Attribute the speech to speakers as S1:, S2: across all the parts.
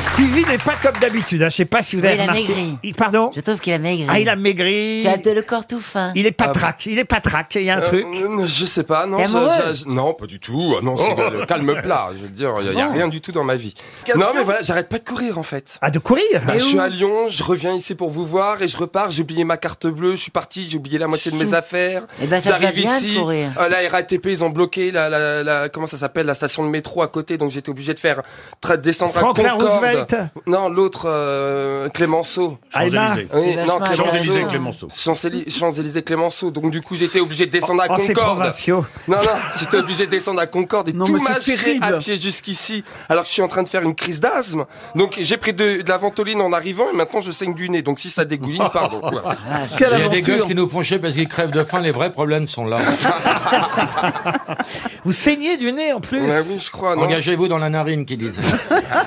S1: Stevie n'est pas comme d'habitude. hein. Je sais pas si vous avez
S2: Oui, il a
S1: remarqué.
S2: maigri.
S1: Il- Pardon
S2: Je trouve qu'il a maigri.
S1: Ah, il a maigri.
S2: Tu as de- le corps tout fin.
S1: Il est patraque. Il est patraque. hein. Il y a un truc.
S3: Ah, Euh, Je sais pas, non.
S2: T'es
S3: ça-
S2: amoureux
S3: ça- non, pas du tout. Ah Non, c'est le calme plat. Je veux dire, il y, a- y a
S2: Bon.
S3: rien du tout dans ma vie. Non, mais voilà, j'arrête pas de courir en fait.
S1: Ah, de courir
S3: Bah, je suis à Lyon, je reviens ici pour vous voir et je repars. J'ai oublié ma carte bleue, je suis parti, j'ai oublié la moitié de mes affaires.
S2: Eh ben, ça te va
S3: J'arrive
S2: bien de
S3: ici,
S2: courir.
S3: euh, la RATP, ils ont bloqué la, la- la- comment ça s'appelle, la station de métro à côté, donc j'étais obligé de faire tra- descendre
S1: Franklin
S3: à Concorde.
S1: Roosevelt. Ah,
S3: Non, l'autre euh, Clémenceau.
S1: Alma.
S3: Oui,
S2: C'est
S3: non,
S2: vachement Champs-Élysées,
S4: Clémenceau.
S3: Champs-Éli- Champs-Élysées, Clémenceau. Donc, du coup, j'étais obligé de descendre à
S1: Oh, c'est
S3: Concorde.
S1: provinciaux.
S3: Non, non, j'étais obligé de descendre à Concorde et
S5: Non,
S3: tout
S5: mais c'est
S3: marcher
S5: terrible.
S3: à pied jusqu'ici, alors que je suis en train de faire une crise d'asthme. Donc j'ai pris de, de la ventoline en arrivant et maintenant je saigne du nez. Donc si ça dégouline, pardon.
S1: Ah,
S3: Voilà.
S5: Quelle
S6: Il y a des gosses
S5: aventure
S6: qui nous font chier parce qu'ils crèvent de faim, les vrais problèmes sont là.
S1: Vous saignez du nez en plus.
S3: Ouais, oui, je crois, non
S6: Engagez-vous dans la narine, qui disent.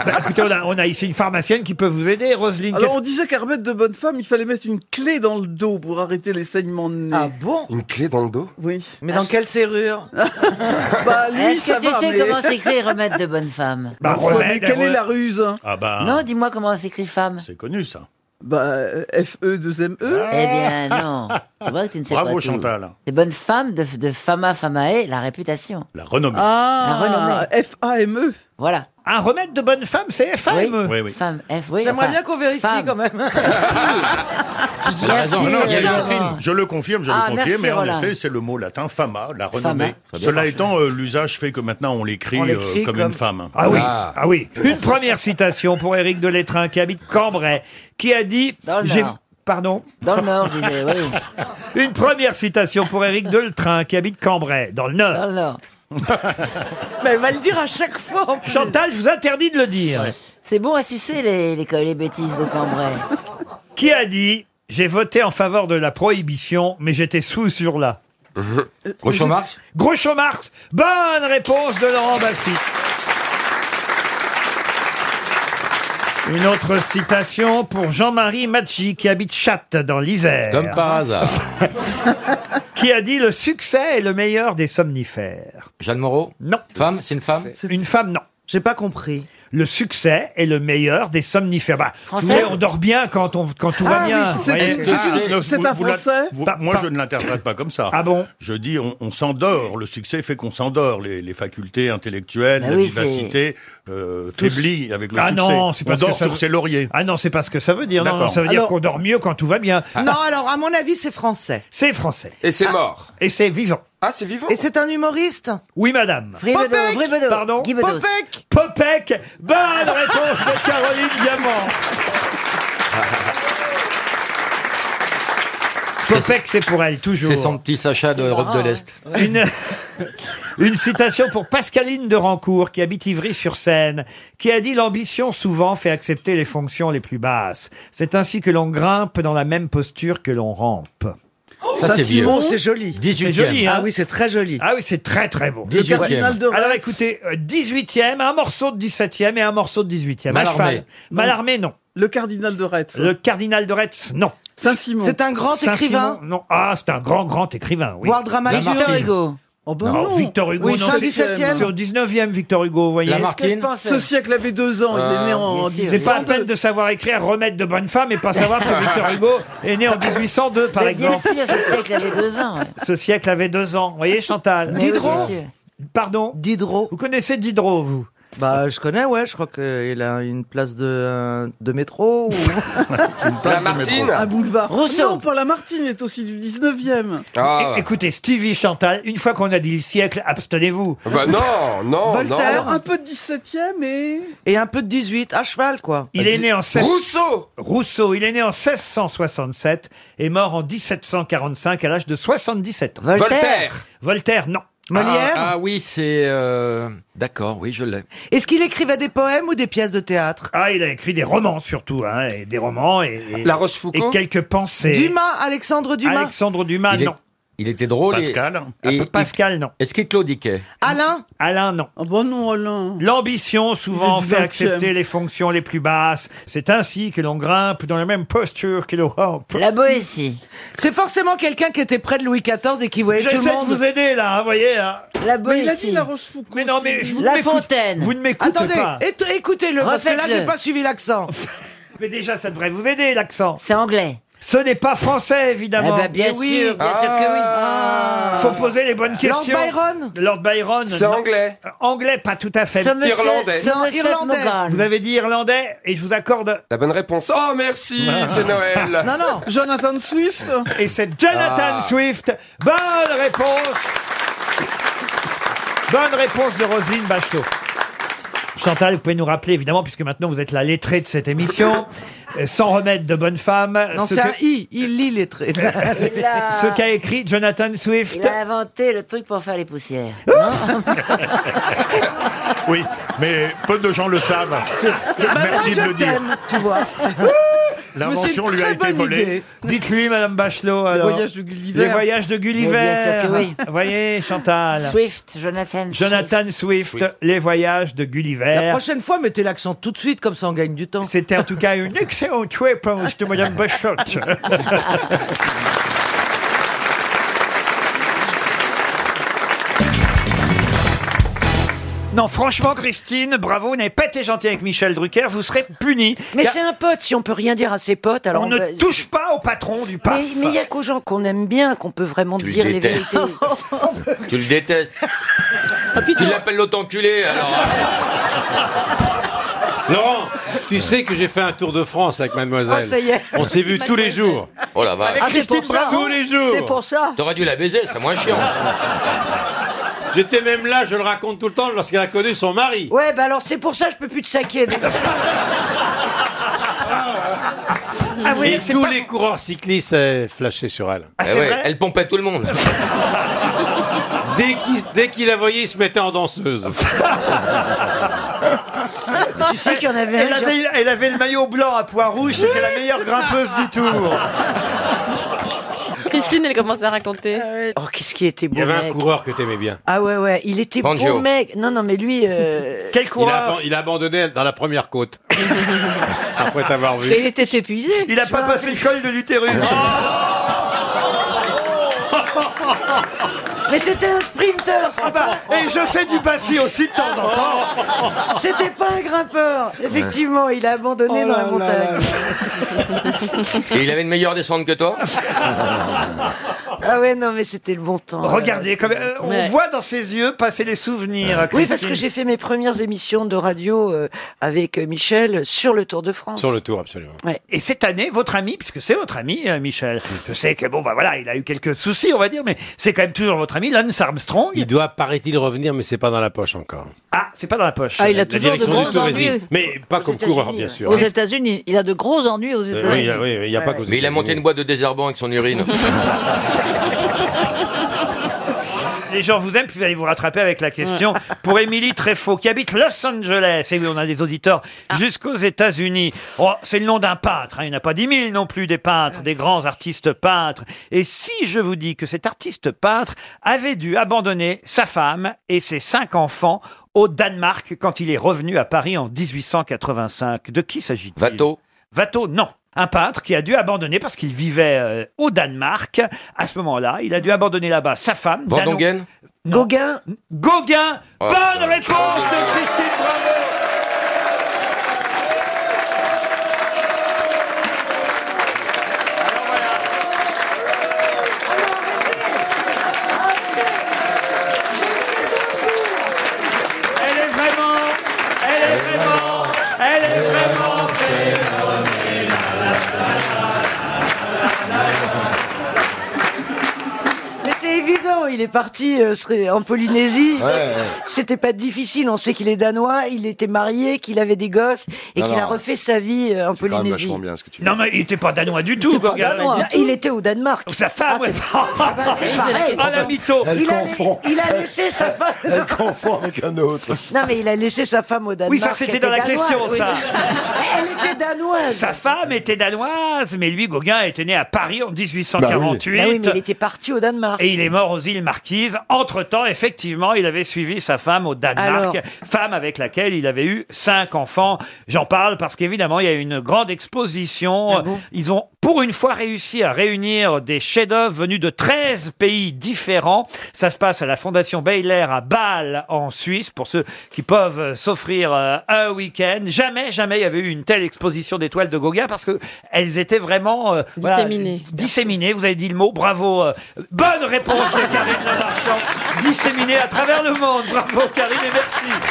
S1: Bah, écoutez, on a, on a ici une pharmacienne qui peut vous aider, Roselyne.
S5: Alors on
S1: qu'est-ce-
S5: disait qu'à remettre de bonnes femmes, il fallait mettre une clé dans le dos pour arrêter les saignements de nez.
S7: Ah bon Ah,
S3: Une clé dans le dos
S5: Oui.
S7: Mais dans quelle serrure
S5: Bah lui
S2: Est-ce
S5: ça
S2: que tu
S5: va
S2: sais
S5: mais...
S2: comment s'écrit remède de bonne femme
S1: Bah,
S5: Enfin, mais
S1: remède,
S5: quelle est
S1: remède.
S5: la ruse hein
S4: Ah bah,
S2: Non, dis-moi comment s'écrit femme.
S4: c'est connu ça.
S5: Bah FE 2 ME.
S2: Eh bien, non. C'est vrai que tu ne sais pas.
S4: Bravo
S2: tout.
S4: Chantal,
S2: C'est bonne femme de, de fama famae, la réputation.
S4: la renommée.
S5: Ah F A M E.
S2: Voilà.
S1: Un remède de bonne femme, c'est E. FM.
S4: Oui, oui.
S2: Femme, F, oui.
S7: J'aimerais
S2: enfin,
S7: bien qu'on vérifie
S2: femme.
S7: quand même.
S2: Merci,
S6: raison. Non, non, il y a eu un
S2: Laurent.
S6: film.
S4: Je le confirme, je
S2: Ah,
S4: le confirme,
S2: merci,
S4: mais en
S2: Roland.
S4: effet, c'est le mot latin fama, la renommée.
S6: Fama.
S4: Cela étant, euh, l'usage fait que maintenant on l'écrit
S7: On
S4: euh,
S7: l'écrit
S4: comme,
S7: comme-
S4: une femme.
S1: Ah oui,
S3: Ah.
S1: ah oui. Une première citation pour Éric Delétrin qui habite Cambrai, qui a dit.
S2: Dans le
S1: j'ai-
S2: Nord.
S1: Pardon
S2: Dans le Nord, je disais, oui.
S1: Une première citation pour Éric Delétrin qui habite Cambrai, dans le
S2: Dans
S1: Nord.
S2: le Nord.
S7: Mais elle va le dire à chaque fois. en plus.
S1: Chantal, je vous interdis de le dire.
S2: C'est bon à sucer les, les, les bêtises de Cambrai.
S1: Qui a dit J'ai voté en faveur de la prohibition, mais j'étais sous sur la.
S6: Groucho Marx
S1: Groucho Marx, bonne réponse de Laurent Baffy. Une autre citation pour Jean-Marie Machi, qui habite Chatte, dans l'Isère,
S6: Comme par hasard.
S1: qui a dit « Le succès est le meilleur des somnifères
S6: Jeanne Moreau ».
S1: Non.
S6: Femme, c'est une femme
S1: Une femme, non.
S7: J'ai pas compris.
S1: Le succès est le meilleur des somnifères. Bah, vous
S2: Français
S1: voyez, on dort bien quand, on, quand tout va
S5: Ah
S1: bien.
S5: oui,
S1: vous
S5: c'est-
S1: voyez.
S5: c'est-
S4: Ah,
S5: c'est
S4: vous-
S5: un
S4: vous la-
S5: français
S4: vous-
S1: Par-
S4: Moi,
S1: par-
S4: je ne l'interprète pas comme ça.
S1: Ah bon
S4: Je dis, on, on s'endort. Le succès fait qu'on s'endort. Les, les facultés intellectuelles,
S2: Bah
S4: la
S2: oui,
S4: vivacité euh, faiblit avec le
S1: Ah
S4: succès.
S1: non, c'est
S4: on
S1: parce que
S4: dort
S1: ça
S4: sur
S1: veut-
S4: ses lauriers.
S1: Ah non, c'est pas ce que ça veut dire. Non,
S4: D'accord.
S1: non, ça veut dire
S7: Alors-
S1: qu'on dort mieux quand tout va bien.
S7: Non, alors à mon avis, c'est français.
S1: C'est français.
S3: Et c'est mort.
S1: Et c'est vivant.
S3: Ah, c'est vivant
S7: Et c'est un humoriste
S1: Oui, madame.
S2: Vribedo,
S7: Popek
S2: Vribedo.
S1: Pardon
S2: Guy Bedos.
S7: Popek
S1: Popek, bonne réponse de Caroline Diamant. Popek, c'est pour elle,
S6: C'est son
S1: toujours.
S6: petit Sacha d'Europe de l'Est.
S1: Une, une citation pour Pascaline de Rancourt, qui habite Ivry-sur-Seine, qui a dit « L'ambition souvent fait accepter les fonctions les plus basses. C'est ainsi que l'on grimpe dans la même posture que l'on rampe.
S6: Ça, c'est vieux.
S7: Simon, c'est joli. »
S6: 18
S1: C'est joli, hein
S7: Ah oui, c'est très joli.
S1: Ah oui, c'est très très bon.
S5: Le
S6: 18e.
S5: cardinal de Retz.
S1: Alors écoutez, euh, 18e, un morceau de 17e et un morceau de 18e. à
S6: Mallarmé.
S1: cheval. Mallarmé, non.
S5: Le cardinal de Retz.
S1: Le cardinal de Retz, non.
S5: Saint-Simon.
S7: C'est un grand écrivain,
S1: Saint-Simon, Non. Ah, c'est un grand, grand écrivain, oui.
S7: voire dramaturge.
S6: Lamartine.
S2: Victor Hugo.
S5: Oh, bah
S1: Non,
S5: non.
S1: Victor Hugo,
S7: Oui,
S1: non,
S7: fin
S1: c'est-
S7: 17e.
S1: c'est au 19e, Victor Hugo, vous voyez. Euh,
S6: La
S2: Qu'est-ce que je
S6: Martine
S5: Ce
S2: pense
S5: siècle avait deux ans, il est né en
S2: bien sûr.
S5: 18.
S1: C'est pas à peine de savoir écrire Remède de bonne femme et pas savoir que Victor Hugo est né en 1802, par
S2: Mais Bien
S1: exemple.
S2: sûr, ce siècle avait deux ans. ouais.
S1: Ce siècle avait deux ans, vous voyez, Chantal.
S2: Mais oui,
S7: Diderot.
S2: bien sûr.
S1: Pardon
S7: Diderot.
S1: Vous connaissez Diderot, vous
S7: Bah, je connais, ouais, je crois qu'il a une place de, euh, de métro. ou- Ah,
S3: La Martine
S5: Un Ah, boulevard.
S2: Rousseau.
S5: Non, Paul Lamartine est aussi du 19e.
S3: Ah.
S1: É- Écoutez, Stevie Chantal, une fois qu'on a dit le siècle, abstenez-vous.
S3: Bah non, non,
S7: Voltaire.
S5: Alors un peu de 17e et
S7: Et un peu de 18, à cheval, quoi.
S1: Il est né en
S3: non.
S1: 16...
S3: Rousseau
S1: Rousseau, il est né en 1667 et mort en 1745 à l'âge de 77 ans.
S2: Voltaire.
S3: Voltaire
S1: Voltaire, non.
S7: Molière.
S6: Ah, ah oui, c'est... euh, D'accord, oui, je l'ai.
S7: Est-ce qu'il écrivait des poèmes ou des pièces de théâtre
S1: Ah, il a écrit des romans surtout, hein, et des romans et, et-
S3: La
S1: et
S3: Rochefoucauld
S1: quelques pensées.
S7: Dumas, Alexandre Dumas.
S1: Alexandre Dumas,
S6: Il est-
S1: non.
S8: Il était drôle. et-
S4: Pascal.
S8: Et,
S1: Ah, Pascal, non.
S8: Est-ce qu'il claudiquait
S9: Alain
S1: Alain, non.
S10: Ah bon non, Alain.
S1: L'ambition souvent
S10: Il est du
S1: fait
S10: 20e.
S1: accepter les fonctions les plus basses. C'est ainsi que l'on grimpe dans la même posture que l'Europe.
S2: La Boétie.
S9: C'est forcément quelqu'un qui était près de Louis XIV et qui voyait tout
S1: J'essaie
S9: le
S1: de
S9: monde.
S1: vous aider là, hein, voyez. hein.
S2: La
S10: Mais il a
S2: Boétie.
S10: dit la Rochefoucauld.
S1: Mais non, mais vous ne
S2: La
S1: m'écoutez-
S2: Fontaine.
S1: Vous ne m'écoutez
S9: Attendez,
S1: pas.
S9: éto- écoutez-le, parce que là,
S2: Refaites-le.
S9: j'ai pas suivi l'accent.
S1: Mais déjà, ça devrait vous aider l'accent.
S2: C'est anglais.
S1: Ce n'est pas français,
S2: Ah
S1: évidemment.
S2: bah, bien
S9: Mais oui.
S2: sûr, bien sûr que oui.
S1: Faut poser les bonnes
S9: Ah. Lord
S1: questions.
S9: Byron
S1: Lord Byron.
S11: C'est
S1: non.
S11: anglais.
S1: Anglais, pas tout à fait.
S2: Ce monsieur,
S11: Irlandais.
S2: ce
S9: Non,
S2: monsieur de
S9: Irlandais.
S2: Mogol.
S1: Vous avez dit irlandais et je vous accorde. Ah.
S11: La bonne réponse. Oh, merci, c'est Noël.
S9: Non, non.
S10: Jonathan Swift.
S1: Et c'est Jonathan
S11: Ah.
S1: Swift. Bonne réponse. Bonne réponse de Roselyne Bachelot. Chantal, vous pouvez nous rappeler, évidemment, puisque maintenant vous êtes la lettrée de cette émission, euh, sans remède de bonne femme,
S9: Non,
S1: ce
S9: c'est un
S1: que- Euh,
S9: I. Il lit les traits.
S2: Il a,
S1: ce qu'a écrit Jonathan Swift.
S2: il a inventé le truc pour faire les poussières.
S4: Oui, mais peu de gens le savent.
S12: Ah,
S4: Merci
S9: je
S4: de le dire.
S9: t'aime, tu vois.
S4: L'invention
S9: Mais c'est
S4: lui a
S9: une très
S4: été
S9: bonne
S4: volée.
S9: idée.
S1: Dites-lui, Madame Bachelot, alors.
S10: Voyage de
S1: Les
S10: Gulliver.
S1: voyages de Gulliver.
S2: Mais bien sûr que oui.
S1: Voyez, Chantal.
S2: Swift, Jonathan.
S1: Jonathan Swift, les voyages de
S9: La
S1: Gulliver.
S9: prochaine fois, mettez l'accent tout de suite, comme ça on gagne du temps.
S1: C'était en tout cas une excellente réponse de Madame Bachot. Non, franchement, Christine, bravo, vous n'avez pas été gentil avec Michel Drucker, vous serez puni.
S13: Mais
S1: Car
S13: c'est un pote, si on peut rien dire à ses potes, alors
S1: on
S13: on
S1: ne
S13: va-
S1: touche pas au patron du PAF.
S13: Mais mais il n'y a qu'aux gens qu'on aime bien qu'on peut vraiment
S8: Tu le
S13: dire les
S8: détestes.
S13: vérités. Oh,
S8: Tu le détestes.
S13: Ah,
S8: Il l'appelle l'autre enculé, alors.
S14: Laurent, tu sais que j'ai fait un tour de France avec mademoiselle.
S13: Ah, ça y est.
S14: On s'est vu tous les jours. Ah,
S8: Oh la vache.
S1: Ah,
S14: Avec Christine Bravo. Tous les jours.
S2: ça.
S8: T'aurais dû la baiser, c'est moins chiant.
S14: J'étais même là, je le raconte tout le temps, lorsqu'elle a connu son mari.
S13: Ouais, bah alors c'est pour ça que je peux plus te saquer. donc.
S1: Ah oui,
S14: Et
S1: c'est
S14: tous
S1: pas-
S14: les coureurs cyclistes eh, flashaient sur elle.
S1: Ah,
S8: Eh
S1: c'est
S8: ouais,
S1: vrai
S8: elle pompait tout le monde.
S14: Dès qu'il dès qu'il la voyait, il se mettait en danseuse.
S13: tu sais qu'il y en avait
S1: Elle
S13: un. genre-
S1: avait, elle avait le maillot blanc à pois rouge, c'était la meilleure grimpeuse du tour.
S15: Christine, elle commence à raconter.
S13: Oh, qu'est-ce qui était beau
S14: Il y avait un
S13: mec.
S14: coureur que t'aimais bien.
S13: Ah ouais, ouais, il était
S8: Fangio.
S13: beau mec. Non, non, mais lui, euh,
S1: Quel
S14: Il a,
S1: coureur
S14: aban- il a abandonné dans la première côte. Après t'avoir vu.
S15: Et il était épuisé.
S1: Il n'a pas passé le col de l'utérus. Oh.
S13: mais c'était un sprinter. ça.
S1: Ah bah, et je fais du bafi aussi de temps en temps. Oh
S13: C'était pas un grimpeur. Effectivement, il a abandonné dans la montagne.
S8: Et il avait une meilleure descente que toi.
S13: Ah ouais, non, mais c'était le bon temps.
S1: Regardez,
S13: Ouais,
S1: comme,
S13: c'était le
S1: euh,
S13: bon temps.
S1: on
S15: Ouais.
S1: voit dans ses yeux passer les souvenirs.
S13: Oui,
S1: Christine.
S13: parce que j'ai fait mes premières émissions de radio euh, avec euh, Michel sur le Tour de France.
S14: Sur le tour, absolument.
S1: Et cette année, votre ami, puisque c'est votre ami, euh, Michel, je sais que bon, bah voilà, il a eu quelques soucis, on va dire, mais c'est quand même toujours votre ami, Lance Armstrong.
S14: Il doit, paraît-il, revenir, mais c'est pas dans la poche encore.
S1: Ah, c'est pas dans la poche.
S15: Ah, il a
S14: La
S15: toujours de
S14: direction
S15: gros
S14: du tourisme.
S15: ennuis.
S14: Mais pas comme coureur, bien sûr.
S2: hein. Aux États-Unis, il a de gros ennuis aux
S14: Euh, oui,
S2: États-Unis.
S14: il a- oui, il n'y a pas que
S8: Mais il a monté une boîte de désherbant avec son urine.
S1: Les gens vous aiment, puis vous allez vous rattraper avec la question pour Émilie Tréfaut, qui habite Los Angeles. Et oui, on a des auditeurs jusqu'aux États-Unis. Oh, c'est le nom d'un peintre. hein. Il n'y en a pas dix mille non plus des peintres, des grands artistes peintres. Et si je vous dis que cet artiste peintre avait dû abandonner sa femme et ses cinq enfants au Danemark quand il est revenu à Paris en 1885, de qui s'agit-il
S8: Vato.
S1: Watteau, non. Un peintre qui a dû abandonner parce qu'il vivait euh, au Danemark. À ce moment-là, il a dû abandonner là-bas sa femme. Danon-
S8: Vandongen.
S1: Non.
S13: Gauguin,
S1: Gauguin.
S8: Oh,
S1: Bonne
S8: putain.
S1: réponse de Christine Bravo. Elle est vraiment, elle est vraiment, elle est vraiment
S13: mais c'est évident, il il est parti euh, serait- en Polynésie.
S16: Ouais, ouais.
S13: C'était pas difficile. On sait qu'il est danois, il était marié, qu'il avait des gosses et
S16: Non,
S13: qu'il a
S16: non.
S13: refait sa vie euh, en
S16: C'est quand même
S13: Polynésie.
S16: vachement bien ce que tu
S1: Non, mais il était pas danois du tout, Gorgane.
S13: Non, Il était au Danemark.
S1: Sa femme, ouais.
S13: Ah, bah, c'est pareil.
S1: Ah, la mytho.
S16: Elle
S13: il, a,
S16: confond.
S13: il a laissé sa femme.
S16: Elle confond avec un autre.
S13: Non, mais il a laissé sa femme au Danemark.
S1: Oui, ça, c'était
S13: qui
S1: dans la
S13: était danoise,
S1: question,
S13: oui.
S1: ça.
S13: Elle était danoise.
S1: Sa femme était danoise, mais lui, Gauguin, était né à Paris en 1848.
S13: Bah oui, mais il était parti au Danemark.
S1: Et il est mort aux îles Marquises. Entre-temps, effectivement, il avait suivi sa femme au Danemark,
S13: Alors
S1: femme avec laquelle il avait eu cinq enfants. J'en parle parce qu'évidemment, il y a eu une grande exposition.
S13: Ah bon
S1: Ils ont, pour une fois, réussi à réunir des chefs-d'œuvre venus de 13 pays différents. Ça se passe à la Fondation Baylor à Bâle, en Suisse, pour ceux qui peuvent euh, s'offrir euh, un week-end. Jamais, jamais il y avait eu une telle exposition d'étoiles de Gauguin parce que elles étaient vraiment euh, voilà,
S15: Disséminées.
S1: disséminées. Vous avez dit le mot, bravo. euh, bonne réponse de Karine Lamarchand. Disséminées à travers le monde. Bravo Karine et merci.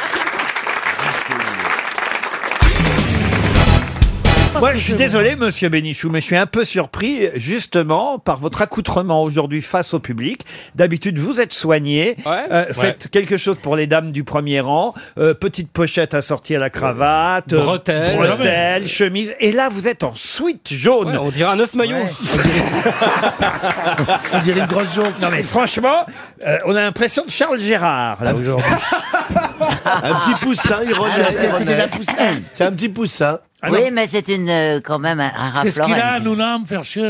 S1: Moi, je suis désolé, monsieur Bénichou, mais je suis un peu surpris, justement, par votre accoutrement aujourd'hui face au public. D'habitude, vous êtes soigné.
S9: Ouais.
S1: Euh, Faites quelque chose pour les dames du premier rang. Euh, petite pochette assortie à la cravate. euh,
S17: Bretelles.
S1: bretelles, chemise. Et là, vous êtes en sweat jaune.
S17: Ouais, on dirait un œuf maillot.
S4: On dirait une grosse jonque.
S1: Non, mais franchement, euh, on a l'impression de Charles Gérard, là, aujourd'hui.
S17: Un petit poussin, il
S16: Ah, c'est René.
S17: C'est un petit poussin.
S1: Ah non.
S2: oui, mais c'est une euh, quand même un, un
S8: Qu'est-ce
S2: rappeleur.
S8: qu'il a,
S2: à-
S8: Hanouna, à me faire chier,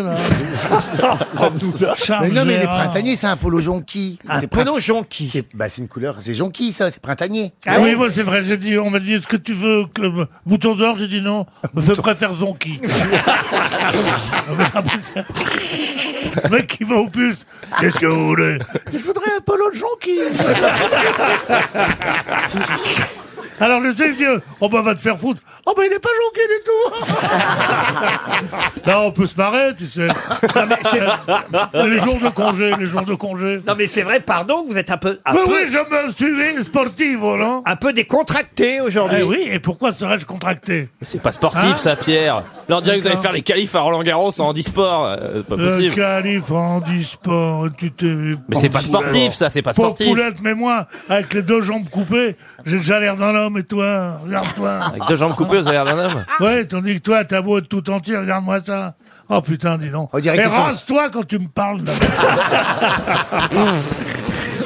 S8: Ah, là
S16: Mais
S8: Charles
S16: non, Oh, mais les
S8: Gérard.
S16: printaniers, c'est un polo jonquille.
S1: Un
S16: C'est
S1: polo
S16: printemps-
S1: jonquille.
S16: C'est bah, c'est une couleur, c'est jonquille, ça, c'est printanier.
S8: Ah oui, moi c'est vrai, j'ai dit, on m'a dit, est-ce que tu veux que le bouton d'or J'ai dit non, je préfère Zonky. Le mec qui va aux puces, qu'est-ce que vous voulez Je voudrais un polo de Jonky. Alors le chef dit, oh bah va te faire foutre. Oh bah
S1: ben,
S8: il est pas Jonky du tout. Là on peut se marrer, tu sais. Euh, les jours de congé, les jours de congé.
S1: Non, mais c'est vrai, pardon, que vous êtes un peu, un
S8: Mais
S1: Ah, peu,
S8: oui, je me suis sportif, non
S1: un peu décontracté aujourd'hui.
S8: eh oui, et pourquoi serais-je contracté
S17: C'est pas sportif,
S8: Hein
S17: ça, Pierre. Leur dire que vous allez
S8: D'accord.
S17: faire les qualifs à Roland-Garros en handisport, euh, c'est pas
S8: Le
S17: possible.
S8: calife en disport, tu t'es vu.
S17: Mais c'est pas sportif, ça, c'est pas
S8: Pour
S17: sportif.
S8: poulette, mais moi, avec les deux jambes coupées, j'ai déjà l'air d'un homme, et toi, regarde-toi.
S17: Avec deux jambes coupées, vous avez l'air d'un homme.
S8: ouais, tandis que toi, t'as beau être tout entier, regarde-moi ça. Oh putain, dis donc.
S16: On dirait
S8: Et
S16: que t'es fort.
S8: rase-toi quand tu me parles. là.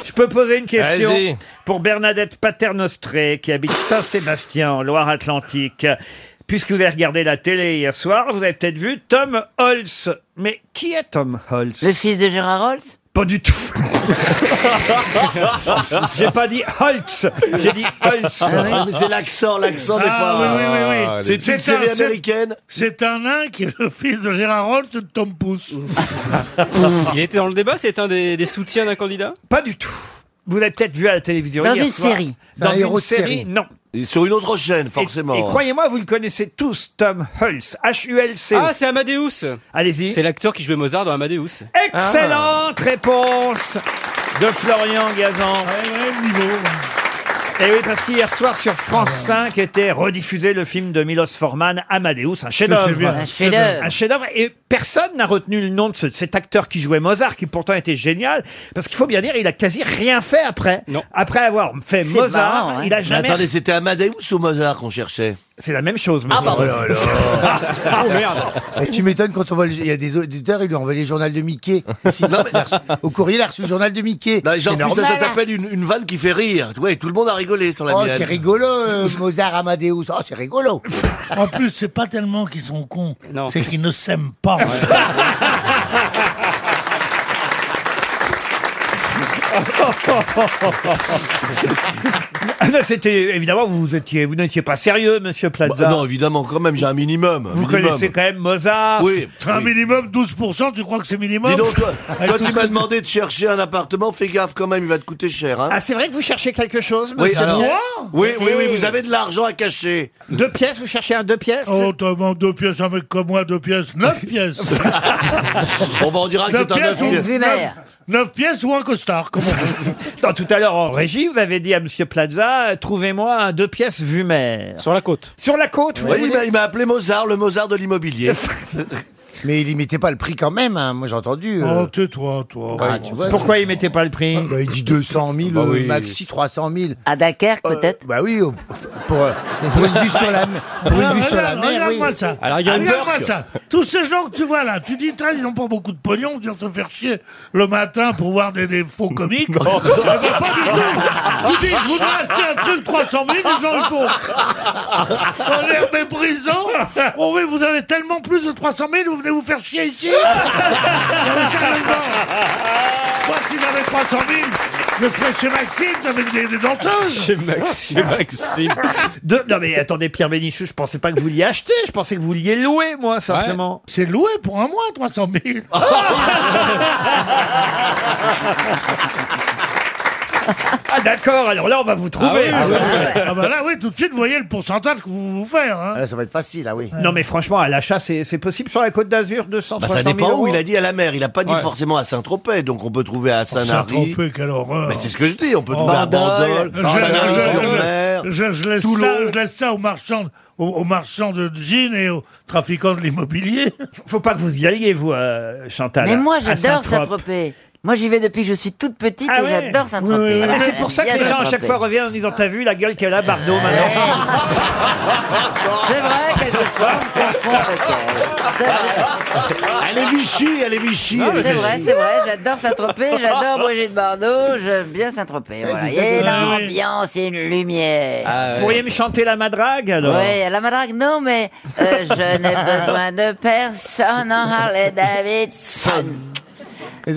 S1: Je peux poser une question
S17: Allez-y.
S1: pour Bernadette Paternostré, qui habite Saint-Sébastien, en Loire-Atlantique. Puisque vous avez regardé la télé hier soir, vous avez peut-être vu Tom Holtz. Mais qui est Tom Holtz
S2: Le fils de Gérard Rolls
S1: Pas du tout. J'ai pas dit Holtz, j'ai dit Holtz.
S16: Ah, mais c'est l'accent, l'accent n'est
S8: Ah,
S16: pas.
S8: oui, oui, oui, oui.
S16: C'est une
S8: C'est
S16: série
S8: un- c'est-
S16: américaine.
S8: C'est un nain qui est le fils de Gérard Rolls et de Tom Pouce.
S17: Il était dans le débat, c'est un des, des soutiens d'un candidat
S1: Pas du tout. Vous l'avez peut-être vu à la télévision
S2: Dans
S1: hier
S2: une
S1: soir.
S2: série.
S16: C'est un
S1: Dans
S16: héros
S1: une
S16: de série.
S1: série, non.
S16: Et Sur une autre chaîne,
S1: Et-
S16: forcément.
S1: Et, croyez-moi, vous le connaissez tous, Tom Hulce. H-U-L-C.
S17: Ah, c'est Amadeus
S1: Allez-y.
S17: C'est l'acteur qui jouait Mozart dans Amadeus.
S1: Excellente réponse de Florian Gazan.
S8: Ouais, ouais, niveau.
S1: Et oui, parce qu'hier soir sur France 5 était rediffusé le film de Milos Forman, Amadeus, un
S8: c'est bien.
S1: chef-d'œuvre.
S2: Un
S1: Un
S2: chef-d'œuvre.
S1: chef-d'œuvre et personne n'a retenu le nom de ce- cet acteur qui jouait Mozart, qui pourtant était génial, parce qu'il faut bien dire, il a quasi rien fait après.
S17: Non.
S1: Après avoir fait
S2: C'est
S1: Mozart,
S2: marrant, ouais.
S1: il a
S16: Mais
S1: jamais.
S16: attendez, c'était Amadeus ou Mozart qu'on cherchait
S1: C'est la même chose.
S16: Ah,
S1: monsieur.
S16: Et Oh, tu m'étonnes quand on voit le- il y a des auditeurs, ils lui ont envoyé le journal de Mickey. Ici, il a reçu- au courrier, il a reçu le journal de Mickey.
S18: Non, les gens
S16: C'est
S18: fous, ça,
S16: normal.
S18: ça s'appelle une, une vanne qui fait rire. Ouais, tout le monde a rigolé sur la
S16: Oh,
S18: mienne.
S16: c'est rigolo, euh, Mozart Amadeus. Oh, c'est rigolo.
S8: En plus, c'est pas tellement qu'ils sont cons,
S17: Non.
S8: c'est qu'ils ne s'aiment pas.
S1: Ah non, C'était évidemment vous étiez vous n'étiez pas sérieux, Monsieur
S18: Bah,
S1: Plaza.
S18: non, évidemment, quand même, j'ai un minimum. un
S1: vous
S18: minimum.
S1: connaissez quand même Mozart.
S18: Oui.
S8: Un
S18: oui.
S8: minimum 12%, tu crois que c'est minimum
S18: Dis donc, toi,
S8: Avec
S18: toi,
S8: tout ce
S18: tu
S8: que-
S18: m'as demandé de chercher un appartement, fais gaffe quand même, il va te coûter cher. Hein.
S1: Ah c'est vrai que vous cherchez quelque chose,
S18: oui,
S1: Monsieur
S18: alors-
S1: Blanc
S18: oui, oui, oui,
S2: Si.
S18: vous avez de l'argent à cacher.
S1: Deux pièces, vous cherchez un deux pièces.
S8: Oh, t'as vraiment deux pièces, un mec comme moi, deux pièces, neuf pièces
S18: Bon, bah, on dira que
S8: Neuf
S18: c'est un neuf.
S8: pièces, ou...
S2: Une vue
S8: neuf,
S2: mère.
S8: neuf pièces ou un costard comment on dit.
S1: Dans- tout à l'heure en régie, vous avez dit à Monsieur Plaza, euh, trouvez-moi un deux pièces vu mer.
S17: Sur la côte.
S1: Sur la côte, vous
S18: Oui,
S1: voulez
S18: il m'a- il m'a appelé Mozart, le Mozart de l'immobilier.
S16: Mais il mettait pas le prix quand même, hein. moi j'ai entendu. euh,
S8: Oh, tais-toi, toi.
S16: Ah, tu vois,
S1: Pourquoi il mettait pas le prix
S16: bah, Il dit 200 000,
S1: Bah
S16: euh,
S1: oui.
S16: maxi 300 000. À Dakar
S1: Euh,
S16: peut-être Bah oui, au- pour, euh, pour une vue sur la, mer- pour une
S8: Bah, Regarde,
S16: vue sur la
S8: regarde,
S16: mer.
S8: Regarde-moi
S16: oui.
S8: ça. Regarde-moi ça. Tous ces gens que tu vois là, tu dis, tiens, ils n'ont pas beaucoup de pognon, ils viennent se faire chier le matin pour voir des, des faux comiques. Eh ben, pas du tout. Tu dis, je voudrais acheter un truc 300 000, les gens ils font. On l'air méprisant. Oh oui, vous avez tellement plus de 300 000, vous venez vous faire chier ici. Non, mais carrément. Moi, si j'avais 300 000, je serais chez Maxime avec des, des danseuses.
S1: Chez Maxime. Chez Maxime. De- Non mais attendez, Pierre Bénichou, je pensais pas que vous l'y achetez, je pensais que vous l'y louer, moi, simplement.
S8: C'est loué pour un mois, 300 000.
S1: Ah d'accord, alors là on va vous trouver.
S8: Ah, oui, oui. Ah bah là, oui, tout de suite, vous voyez le pourcentage que vous vous faire. hein.
S18: Euh,
S16: ça va être facile, ah oui.
S1: Non mais franchement, à l'achat, c'est c'est possible sur la Côte d'Azur, 200,
S18: Bah, ça
S1: 300 000
S18: dépend
S1: euros.
S18: où il a dit à la mer. Il a pas dit
S1: Ouais.
S18: forcément à Saint-Tropez, donc on peut trouver à Saint-Nary.
S8: Oh, Saint-Tropez, quelle horreur.
S18: Mais c'est ce que je dis, on peut
S8: Oh.
S18: trouver à Ah, Bandol,
S8: Je-
S2: Ah,
S18: Saint-Nary-sur-Mer.
S8: Je, je- je laisse ça, je laisse ça aux marchands, aux, aux marchands de jeans et aux trafiquants de l'immobilier.
S1: Faut pas que vous y alliez, vous, euh, Chantal.
S2: Mais moi, j'adore Saint-Tropez. Moi, j'y vais depuis que je suis toute petite
S1: Ah
S2: et
S1: ouais
S2: j'adore Saint-Tropez.
S1: Ah, c'est pour ça que les gens à chaque fois reviennent en disant t'as vu la gueule qu'elle a Bardot maintenant.
S2: C'est vrai quelquefois.
S18: Elle est Vichy, elle est Vichy. elle est
S2: C'est
S18: Vichy.
S2: vrai, c'est vrai, j'adore Saint-Tropez, j'adore Brigitte Bardot, j'aime bien Saint-Tropez. voilà.
S1: Eh, c'est
S2: Il y a une
S1: ça.
S2: ambiance, il y a une lumière.
S1: Vous pourriez me chanter la madrague alors
S2: Oui, la madrague, non, mais euh, je n'ai besoin de personne en Harley Davidson.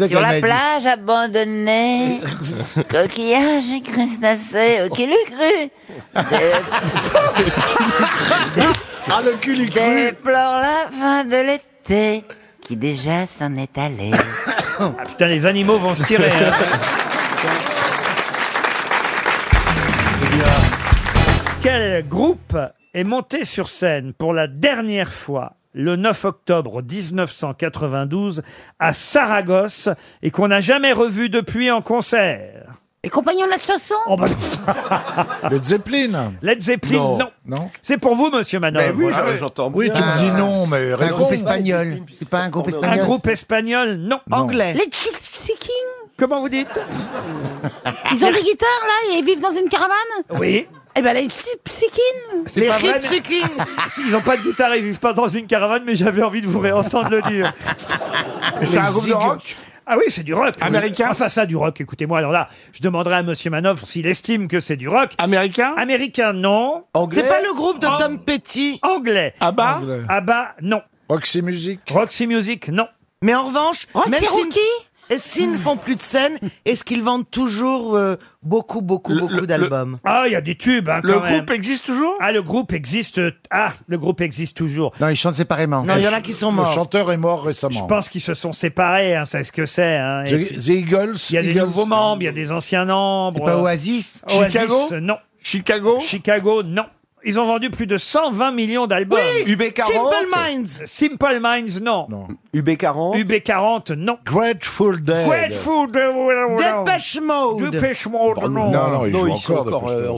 S2: Sur la plage abandonnée, coquillages et crustacés, au cul cru.
S18: Ah, le cul
S2: Déplore la fin de l'été, qui déjà s'en est allé.
S1: Ah, putain, les animaux vont se tirer. hein. Quel groupe est monté sur scène pour la dernière fois le 9 octobre 1992 à Saragosse et qu'on n'a jamais revu depuis en concert
S19: Les compagnons de la chanson
S1: Led Zeppelin Led Zeppelin, non. C'est pour vous, monsieur Manon.
S16: Ben oui, Ah j'en- ouais. j'entends bien. Oui, tu me dis non, mais
S1: Un
S16: réponds.
S1: groupe
S16: C'est pas
S1: espagnol.
S16: Led Zeppelin, c'est pas un groupe espagnol.
S1: Un groupe espagnol, non.
S16: Anglais.
S19: Les Seeking
S1: Comment vous dites
S19: Ils ont des guitares là et ils vivent dans une caravane
S1: Oui.
S19: Eh ben les Seeking
S1: C'est pas vrai, mais- Ils n'ont pas de guitare, ils vivent pas dans une caravane, mais j'avais envie de vous réentendre le dire.
S16: C'est un groupe de rock
S1: Ah oui, c'est du rock. Américain Ah ça, ça, du rock, écoutez-moi. Alors là, je demanderai à Monsieur Manoff s'il estime que c'est du rock. Américain Américain, non.
S12: C'est pas le groupe de Tom
S1: Petty Anglais.
S12: ABBA
S1: ABBA, non.
S12: Roxy Music
S1: Roxy Music, non.
S12: Mais en revanche,
S1: Roxy
S12: même s'ils-
S1: Rookie
S12: et s'ils ne font plus de scène, est-ce qu'ils vendent toujours euh, beaucoup, beaucoup, beaucoup d'albums
S1: Ah, il y a des tubes. hein,
S12: Le
S1: quand même.
S12: groupe existe toujours
S1: Ah, le groupe existe. Ah, le groupe existe toujours.
S16: Non, ils chantent séparément.
S1: Non, il y en a qui sont morts.
S16: Le chanteur est mort récemment.
S1: Je pense qu'ils se sont séparés, hein, c'est ce que c'est. hein. Et
S16: The-
S1: puis, Il y a des nouveaux membres, il y a des anciens membres.
S16: C'est pas Oasis
S1: Oasis,
S16: Chicago
S1: non. Chicago Chicago, non. Ils ont vendu plus de 120 millions d'albums.
S12: Oui, UB40. Simple Minds.
S1: Simple Minds, non. UB40 UB40, non.
S16: Grateful Dead.
S1: Grateful Dead.
S12: Dépêche Mode.
S1: Dépêche Mode,
S4: Bah,
S1: non.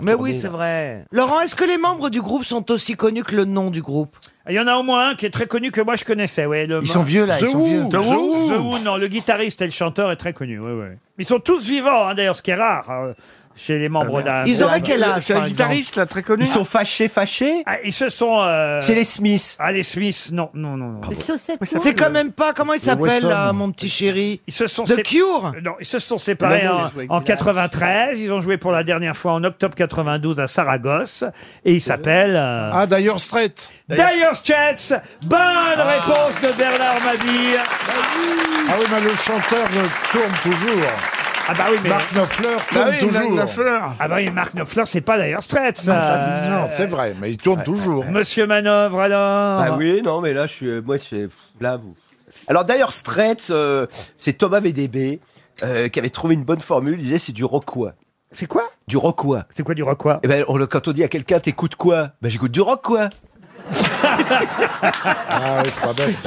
S12: Mais oui, c'est vrai. Laurent, est-ce que les membres du groupe sont aussi connus que le nom du groupe
S1: Il y en a au moins un qui est très connu que moi je connaissais. Ouais, le-
S12: Ils sont vieux, là, ils
S1: The
S12: sont
S1: Who,
S12: vieux.
S1: The
S12: The
S1: Who.
S12: Who.
S1: The Who, non, le guitariste et le chanteur est très connu. ouais, ouais. Ils sont tous vivants, hein, d'ailleurs, ce qui est rare euh, chez les membres d'un.
S12: Ah, Ils auraient quel âge,
S1: C'est
S12: par exemple
S1: là, très connu.
S12: Ils sont
S1: fâchés, fâchés. ils se sont. euh,
S12: C'est les
S1: Smiths. Ah, les Smiths, non, non, non. non.
S12: Ah, C'est quand même pas. Comment il s'appelle, là, mon petit chéri
S1: Ils se sont
S12: The
S1: sép-
S12: Cure
S1: Non, ils se sont séparés
S12: Il a
S1: en,
S12: joué avec
S1: en
S12: Bilal.
S1: 93. Ils ont joué pour la dernière fois en octobre 92 à Saragosse. Et ils s'appellent. euh,
S12: Ah, d'ailleurs, Strait.
S1: D'ailleurs, Straits. Bonne réponse de Bernard Mabille.
S12: Ah
S1: oui, mais le chanteur tourne toujours. Ah bah oui, mais...
S12: Marc
S1: Knopfler
S12: tourne Bah oui, Marc toujours. Knopfler.
S1: Ah bah oui, Marc Knopfler, c'est pas d'ailleurs Straits.
S20: Ah,
S12: Non, ça, c'est-
S1: Euh,
S12: non, c'est
S16: vrai, mais il tourne toujours.
S1: Monsieur Manœuvre, alors
S21: Ah oui, non, mais là, je suis. Moi, je suis. euh, Là, vous. Alors, d'ailleurs, Stretz, euh, c'est Thomas VDB euh, qui avait trouvé une bonne formule. Il disait c'est du rockois.
S1: C'est quoi
S21: Du rockois.
S1: C'est quoi du rockois
S21: Eh ben, on le- quand on dit à quelqu'un, t'écoutes quoi Ben, j'écoute du rockois. ah oui, c'est pas bête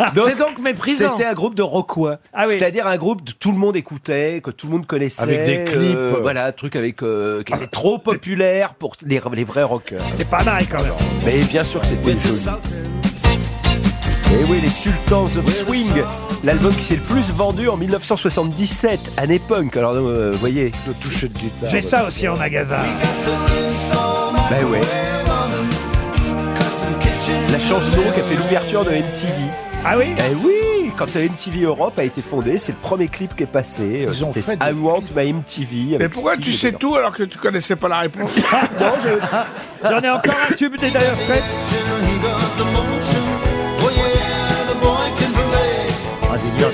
S1: Ah.
S21: ça.
S12: C'est donc méprisant.
S21: C'était un groupe de rockois. C'est-à-dire un groupe que tout le monde écoutait, que tout le monde connaissait.
S18: Avec des clips.
S21: euh, voilà, un truc avec, euh,
S18: Ah,
S21: qui était trop populaire pour les, les vrais rockers.
S1: C'est pas mal quand même.
S21: Mais bien sûr que c'était joli. Et Eh oui, les Sultans of Swing, l'album qui s'est le plus vendu en 1977, année punk. Alors, euh, vous voyez, le touche de guitare.
S1: J'ai ça aussi en magasin.
S21: Ben ouais. La chanson qui a fait l'ouverture de MTV.
S1: Ah oui
S21: Eh oui Quand euh, MTV Europe a été fondée, c'est le premier clip qui est passé. Euh,
S22: Ils ont
S21: C'était
S22: fait
S21: I Want My MTV.
S22: Mais
S21: avec
S22: pourquoi
S21: Steve
S22: tu sais
S21: dedans.
S22: tout alors que tu connaissais pas la réponse
S8: Ah,
S1: J'en ai encore un tube des Dire Straits.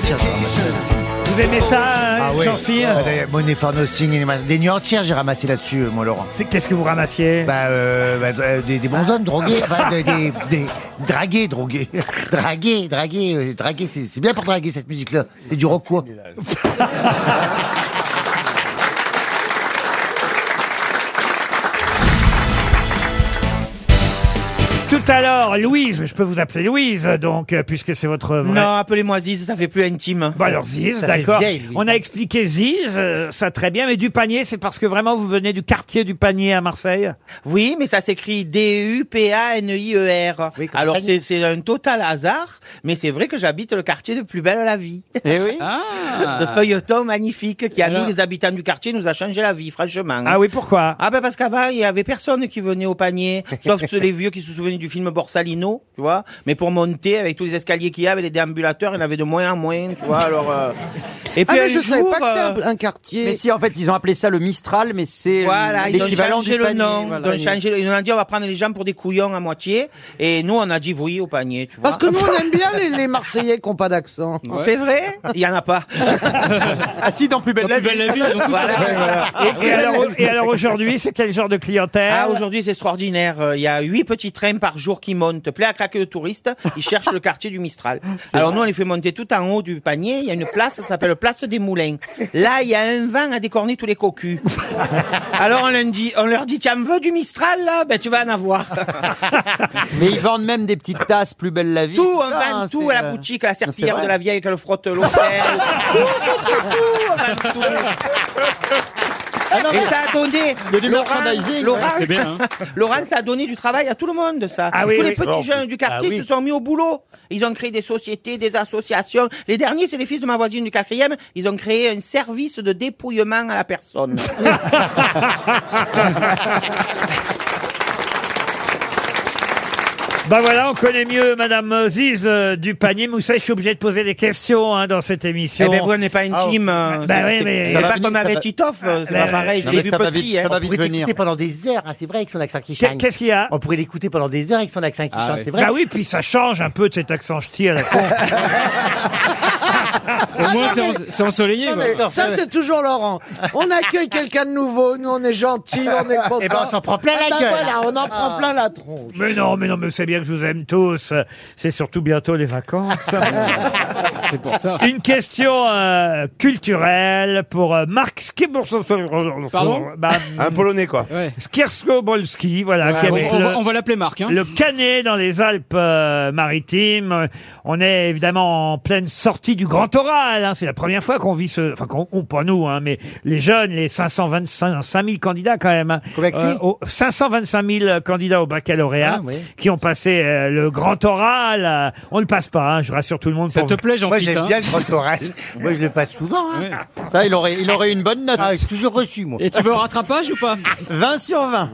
S4: Ah,
S1: Vous aimez ça,
S16: Ah
S1: hein, Jean-Phil
S16: Money for Nothing, et les mas- des nuits entières, j'ai ramassé là-dessus, euh, moi, Laurent.
S1: Qu'est-ce que vous ramassiez
S16: bah, euh, bah, euh, des, des bons hommes drogués, enfin, des, des, des- dragués, drogués, dragués, dragués, euh, dragués, c'est c'est bien pour draguer cette musique-là, c'est du rock quoi.
S1: Tout à l'heure, Louise, je peux vous appeler Louise, donc, euh, puisque c'est votre vrai...
S23: Non, appelez-moi Ziz, ça fait plus intime.
S1: Bah alors Ziz,
S23: Ça fait
S1: d'accord.
S23: vieille, Louise.
S1: On a expliqué Ziz, euh, ça très bien, mais du panier, c'est parce que vraiment vous venez du quartier du panier à Marseille
S23: Oui, mais ça s'écrit D-U-P-A-N-I-E-R. E Alors, c'est c'est un total hasard, mais c'est vrai que j'habite le quartier de plus belle à la vie.
S1: Eh oui.
S12: Ah.
S23: Ce feuilleton magnifique qui, à
S1: Alors-
S23: nous, les habitants du quartier, nous a changé la vie, franchement.
S1: Ah oui, pourquoi
S23: Ah ben parce qu'avant, il y avait personne qui venait au panier, sauf ceux- les vieux qui se souvenaient du film Borsalino, tu vois. Mais pour monter, avec tous les escaliers qu'il y avait, les déambulateurs, il y en avait de moins en moins, tu vois. Alors, euh, Et
S12: Ah,
S23: puis,
S12: mais
S23: un
S12: je savais
S23: jour,
S12: pas que
S23: euh,
S12: c'était un, un quartier.
S23: Mais si,
S12: en fait, ils ont appelé ça le Mistral, mais
S11: euh,
S12: c'est
S23: Voilà, ils ont changé le nom. Ils ont changé le- Ils nous ont dit on va prendre les gens pour des couillons à moitié. Et nous, on a dit oui au panier. Tu vois.
S12: Parce que nous, on aime bien les, les Marseillais qui n'ont pas d'accent.
S23: C'est vrai Il n'y en a pas.
S12: Ah si, dans Plus belle la vie.
S1: Et, et alors, et alors aujourd'hui, c'est quel genre de clientèle
S23: Ah, aujourd'hui, c'est extraordinaire. Euh, Il y a huit petits trains par jour qui montent. Plein à craquer de touristes. Ils cherchent le quartier du Mistral. Alors, nous, on les fait monter tout en haut du panier. Il y a une place, ça s'appelle Place des Moulins. Là, il y a un vin à décorner tous les cocus. Alors, on leur dit, on leur dit, tu en veux du Mistral, là? Ben, tu vas en avoir.
S12: Mais ils vendent même des petites tasses plus belle la vie.
S23: Tout, on
S12: Ça,
S23: vend
S12: hein,
S23: tout
S12: c'est,
S23: à la
S12: euh,
S23: boutique, à la
S12: c'est
S23: serpillière
S12: vrai.
S23: de la vieille qu'elle frotte l'hôtel. tout, tout, tout, on vend tout. Et Ah, ça a donné.
S12: Il y a du
S23: Laurent-
S12: merchandising,
S23: Laurent,
S12: ouais, c'est bien, hein.
S23: Laurent, ça a donné du travail à tout le monde, ça.
S12: Ah oui,
S23: tous
S12: oui.
S23: les petits
S12: Alors,
S23: jeunes du quartier
S12: ah oui.
S23: se sont mis au boulot. Ils ont créé des sociétés, des associations. Les derniers, c'est les fils de ma voisine du quatrième. Ils ont créé un service de dépouillement à la personne.
S1: Ben voilà, on connaît mieux Madame Ziz euh, du panier. Moussa, je suis obligé de poser des questions hein, dans cette émission.
S23: Eh ben, vous, on n'est pas une team,
S1: Ah,
S23: hein.
S1: Ben
S23: C'est-
S1: oui,
S23: c'est-
S1: mais
S23: c'est pas comme avec Titoff, euh, c'est
S1: ben,
S23: pas pareil, je l'ai vu petit, hein.
S16: On pourrait l'écouter pendant des heures, hein, c'est vrai, avec son accent qui chante.
S1: Qu'est-ce qu'il y a
S16: On pourrait l'écouter pendant des heures avec son accent qui
S1: Ah
S16: chante,
S1: oui.
S16: c'est vrai.
S1: Bah oui, puis ça change un peu de cet accent ch'ti à la con.
S17: Au moins, c'est en- c'est ensoleillé.
S12: Non, Ah, mais
S17: quoi.
S12: ça, c'est toujours Laurent. On accueille quelqu'un de nouveau, nous, on est gentils, on est contents.
S1: Eh ben, on s'en prend plein la
S12: Ah ben
S1: gueule.
S12: voilà, on en prend plein la tronche.
S1: Mais non, mais non, mais c'est bien que je vous aime tous. C'est surtout bientôt les vacances. c'est pour ça. Une question euh, culturelle pour euh, Marc Skiboursosolski.
S17: Pardon
S1: Un Polonais, quoi. Skierskobolski, voilà, qui
S17: Ouais,
S1: habite
S17: on,
S1: le-
S17: va- on va l'appeler Marc. Hein.
S1: Le Canet dans les Alpes-Maritimes. Euh, on est évidemment en pleine sortie du Grand Oral. hein. C'est la première fois qu'on vit ce, enfin qu'on, on, pas nous, hein, mais les jeunes, les 525 000 candidats quand même. hein. Euh, au- 525 000 candidats au baccalauréat
S17: Ah, oui.
S1: qui ont passé euh, le Grand Oral. euh, on le passe pas, hein, je rassure tout le monde.
S17: Ça
S1: pour
S17: te
S1: vous.
S17: plaît, hein Jean-Pierre
S16: oral. Moi, je le passe souvent. hein.
S12: Ça, il aurait, il aurait une bonne note.
S16: Ah, j'ai toujours reçu, moi.
S17: Et tu veux au rattrapage ou pas
S16: 20 sur 20.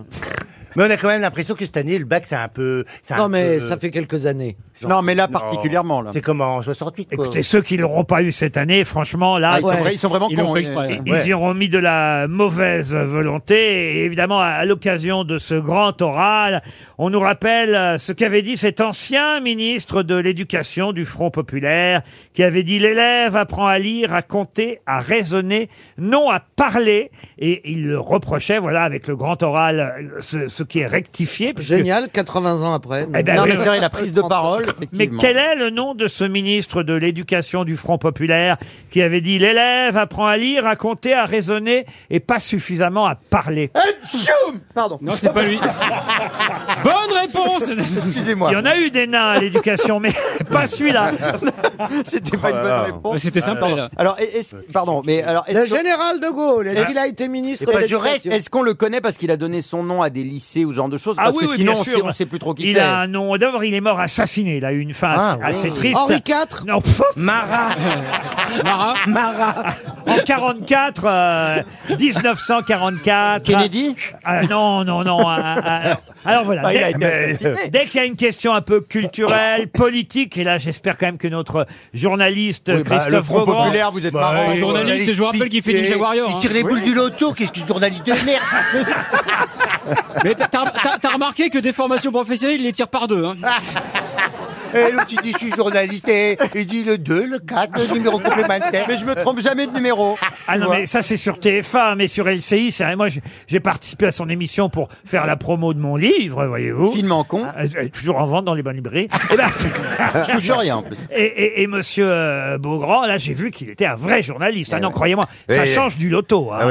S16: Mais on a quand même l'impression que cette année, le bac, c'est un peu. c'est un
S12: Non, mais
S16: peu-
S12: ça fait quelques années.
S16: Non, mais là, particulièrement, là. C'est comme en 68. quoi.
S1: Écoutez, ceux qui l'auront pas eu cette année, franchement, là,
S16: Ah, ils sont Ouais. vra- ils sont vraiment Ils l'ont cons, fait
S1: Ils,
S16: exprès, ouais.
S1: ils
S16: Ouais.
S1: y auront mis de la mauvaise volonté. Et évidemment, à- à l'occasion de ce grand oral, on nous rappelle euh, ce qu'avait dit cet ancien ministre de l'Éducation du Front populaire, qui avait dit l'élève apprend à lire, à compter, à raisonner, non à parler. Et il le reprochait, voilà, avec le grand oral, euh, ce, ce qui est rectifié. puisque-
S12: Génial, 80 ans après.
S1: Eh ben
S12: Non,
S1: oui.
S12: mais c'est vrai, la prise de parole,
S1: Mais
S12: effectivement.
S1: quel est le nom de ce ministre de l'Éducation du Front Populaire qui avait dit l'élève apprend à lire, à compter, à raisonner et pas suffisamment à parler
S12: Pardon.
S17: Non, c'est pas lui. Bonne réponse
S1: Il y en a eu des nains à l'éducation, mais Pas celui-là.
S20: C'était pas une bonne réponse.
S17: Mais c'était simple,
S20: Pardon.
S17: là.
S20: Alors, est- est-ce pardon, mais alors est-ce
S12: Le
S20: que-
S12: général de Gaulle, est-ce
S20: Ah.
S12: qu'il a été ministre
S1: Eh
S20: Et
S1: ben,
S20: pas
S12: de
S20: du reste,
S12: l'Éducation
S20: Est-ce qu'on le connaît parce qu'il a donné son nom à des lycées ou ce genre de choses
S1: Ah
S20: Parce
S1: oui,
S20: que
S1: oui,
S20: sinon,
S1: bien
S20: on
S1: sûr.
S20: sait- on sait plus trop qui
S1: Il
S20: c'est.
S1: a un nom d'abord, il est mort assassiné. Il a eu une fin
S20: Ah,
S1: assez- assez
S20: oui.
S1: triste.
S20: Henri
S1: IV Non, pff,
S23: Marat.
S1: Marat
S23: Marat.
S1: En 44, euh, 1944. Kennedy Ah, Non, non, non. un- un- un- alors voilà.
S20: Ah, il a
S1: Dès,
S20: été assassiné.
S1: dès qu'il y a une question un peu culturelle, politique, et là j'espère quand même que notre journaliste
S20: Oui, bah,
S1: Christophe
S20: le Front
S1: Rogan-
S20: Populaire, vous êtes Bah, marrant. oui, Journaliste,
S17: je vous rappelle qu'il fait Ninja Warrior,
S16: Il
S17: hein.
S16: tire les
S17: Oui.
S16: boules du loto, qu'est-ce que ce journaliste de merde
S17: Mais t'as- t'as t'as- t'as remarqué que des formations professionnelles, ils les tirent par deux. Hein.
S16: Et Eh, l'autre, il dit, je suis journaliste, et il dit le 2, le 4, le numéro complémentaire.
S20: Mais je me trompe jamais de numéro.
S1: Ah
S20: Tu
S1: non,
S20: vois.
S1: mais ça c'est sur TF1, mais sur LCI, c'est vrai, moi j'ai- j'ai participé à son émission pour faire la promo de mon livre, voyez-vous. Film
S20: en con.
S1: toujours en vente dans les bonnes librairies. Et ben-
S12: Ah.
S20: Je touche rien en plus.
S1: Et, et- et monsieur euh, Beaugrand, là j'ai vu qu'il était un vrai journaliste. Ah non, croyez-moi, ça
S20: Eh, eh.
S1: change du loto. hein.
S23: Ah non,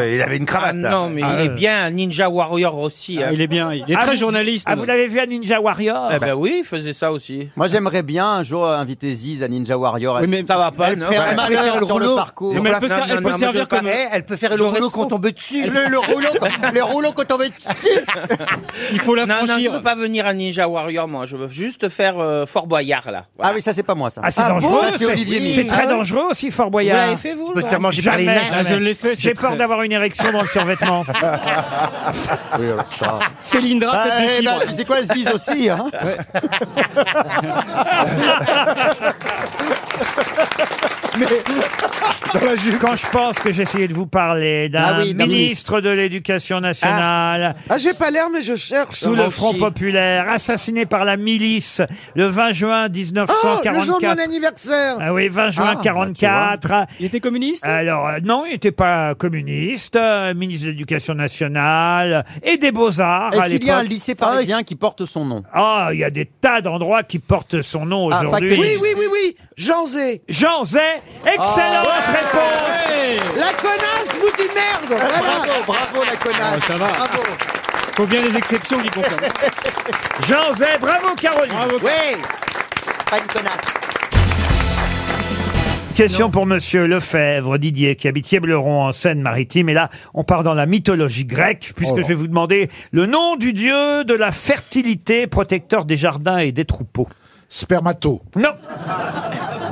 S23: mais
S1: Ah,
S23: il est
S1: euh.
S23: bien un Ninja Warrior aussi. hein.
S1: Ah, il est bien, il est Ah, très vous- journaliste. ah, vous l'avez vu à Ninja Warrior
S23: Eh ben oui, il faisait ça aussi.
S20: Moi, j'aimerais bien un jour inviter Ziz à Ninja Warrior.
S23: Oui, mais- Ça va pas,
S20: Elle
S23: non
S20: fait
S23: Bah, elle
S20: un
S23: peut
S20: malheur
S23: faire le
S20: sur le
S23: rouleau.
S20: parcours.
S23: Mais elle peut Non, ser- non, elle peut non, servir moi, je comme- veux pas.
S16: Eh, elle peut faire le rouleau quand on tombe dessus. Le, le rouleau, le rouleau quand on tombe dessus.
S23: Il faut la Non, non, je
S20: franchir.
S23: veux pas venir à Ninja Warrior, moi. Je veux juste faire euh, Fort Boyard, là.
S20: Ah oui, ça c'est pas moi ça.
S1: Ah, c'est dangereux.
S20: Ça, c'est
S1: c'est-
S20: Olivier
S1: oui,
S20: Mine.
S1: C'est très dangereux aussi, Fort Boyard.
S23: Ah Vous l'avez fait, vous, Tu peux te non faire manger par les
S1: jamais,
S23: nains. Ah, je l'ai fait, c'est
S1: J'ai peur
S23: très-
S1: d'avoir une érection dans le survêtement.
S20: Oui, alors ça.
S17: Félindra,
S20: Ah,
S17: tête de
S20: eh ben,
S17: chibre.
S20: c'est quoi Ziz aussi hein
S1: Quand je pense que j'essayais de vous parler d'un
S12: Ah oui, d'un
S1: ministre de l'Éducation nationale
S12: Ah, j'ai pas l'air, mais je cherche.
S1: sous le Front populaire, assassiné par la milice le 20 juin
S12: Oh, le jour de mon
S1: 1944.
S12: anniversaire
S1: Ah oui, 20 juin
S12: Ah,
S1: 44.
S17: il était communiste
S1: Alors euh, non, il n'était pas communiste, euh, ministre de l'Éducation nationale et des beaux-arts à
S20: Est-ce qu'il y a un
S1: l'époque.
S20: lycée parisien qui porte son nom
S1: Ah, il y a des tas d'endroits qui portent son nom
S20: Ah, pas
S1: aujourd'hui.
S20: que- Oui, oui,
S12: Oui, oui, Jean Zé.
S1: Jean Zay, excellente
S12: Ah, ouais.
S1: réponse
S12: La connasse vous dit merde voilà.
S20: Eh, Bravo, bravo la connasse.
S17: ça va.
S20: Bravo.
S17: Faut bien les exceptions qui comptent.
S1: Jean Zay, bravo Caroline
S20: Ouais. Pas une connasse.
S1: Question pour Monsieur Lefebvre Didier qui habite Yébleron en Seine-Maritime et là on part dans la mythologie grecque puisque
S20: Oh là.
S1: je vais vous demander le nom du dieu de la fertilité protecteur des jardins et des troupeaux. Spermato. Non.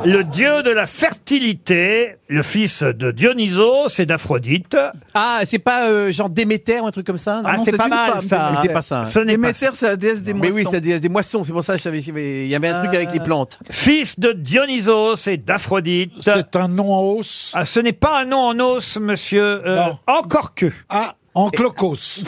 S1: Le dieu de la fertilité, le fils de Dionysos et d'Aphrodite.
S14: Ah, c'est pas euh, genre Déméter ou un truc comme ça non
S1: Ah,
S14: Non,
S1: c'est pas
S14: une
S1: mal,
S14: femme,
S1: ça.
S14: Déméter. Mais c'est pas ça.
S1: Ce n'est pas Déméter, ça.
S14: c'est la déesse des Mais oui,
S1: moissons.
S14: c'est la déesse des moissons. C'est pour ça que je savais qu'il y avait- il y avait un truc
S12: Euh,
S14: avec les plantes.
S1: Fils de Dionysos et d'Aphrodite. C'est un nom en os. Ah, ce n'est pas un nom en os, monsieur. euh, encore que. Ah, en clocos.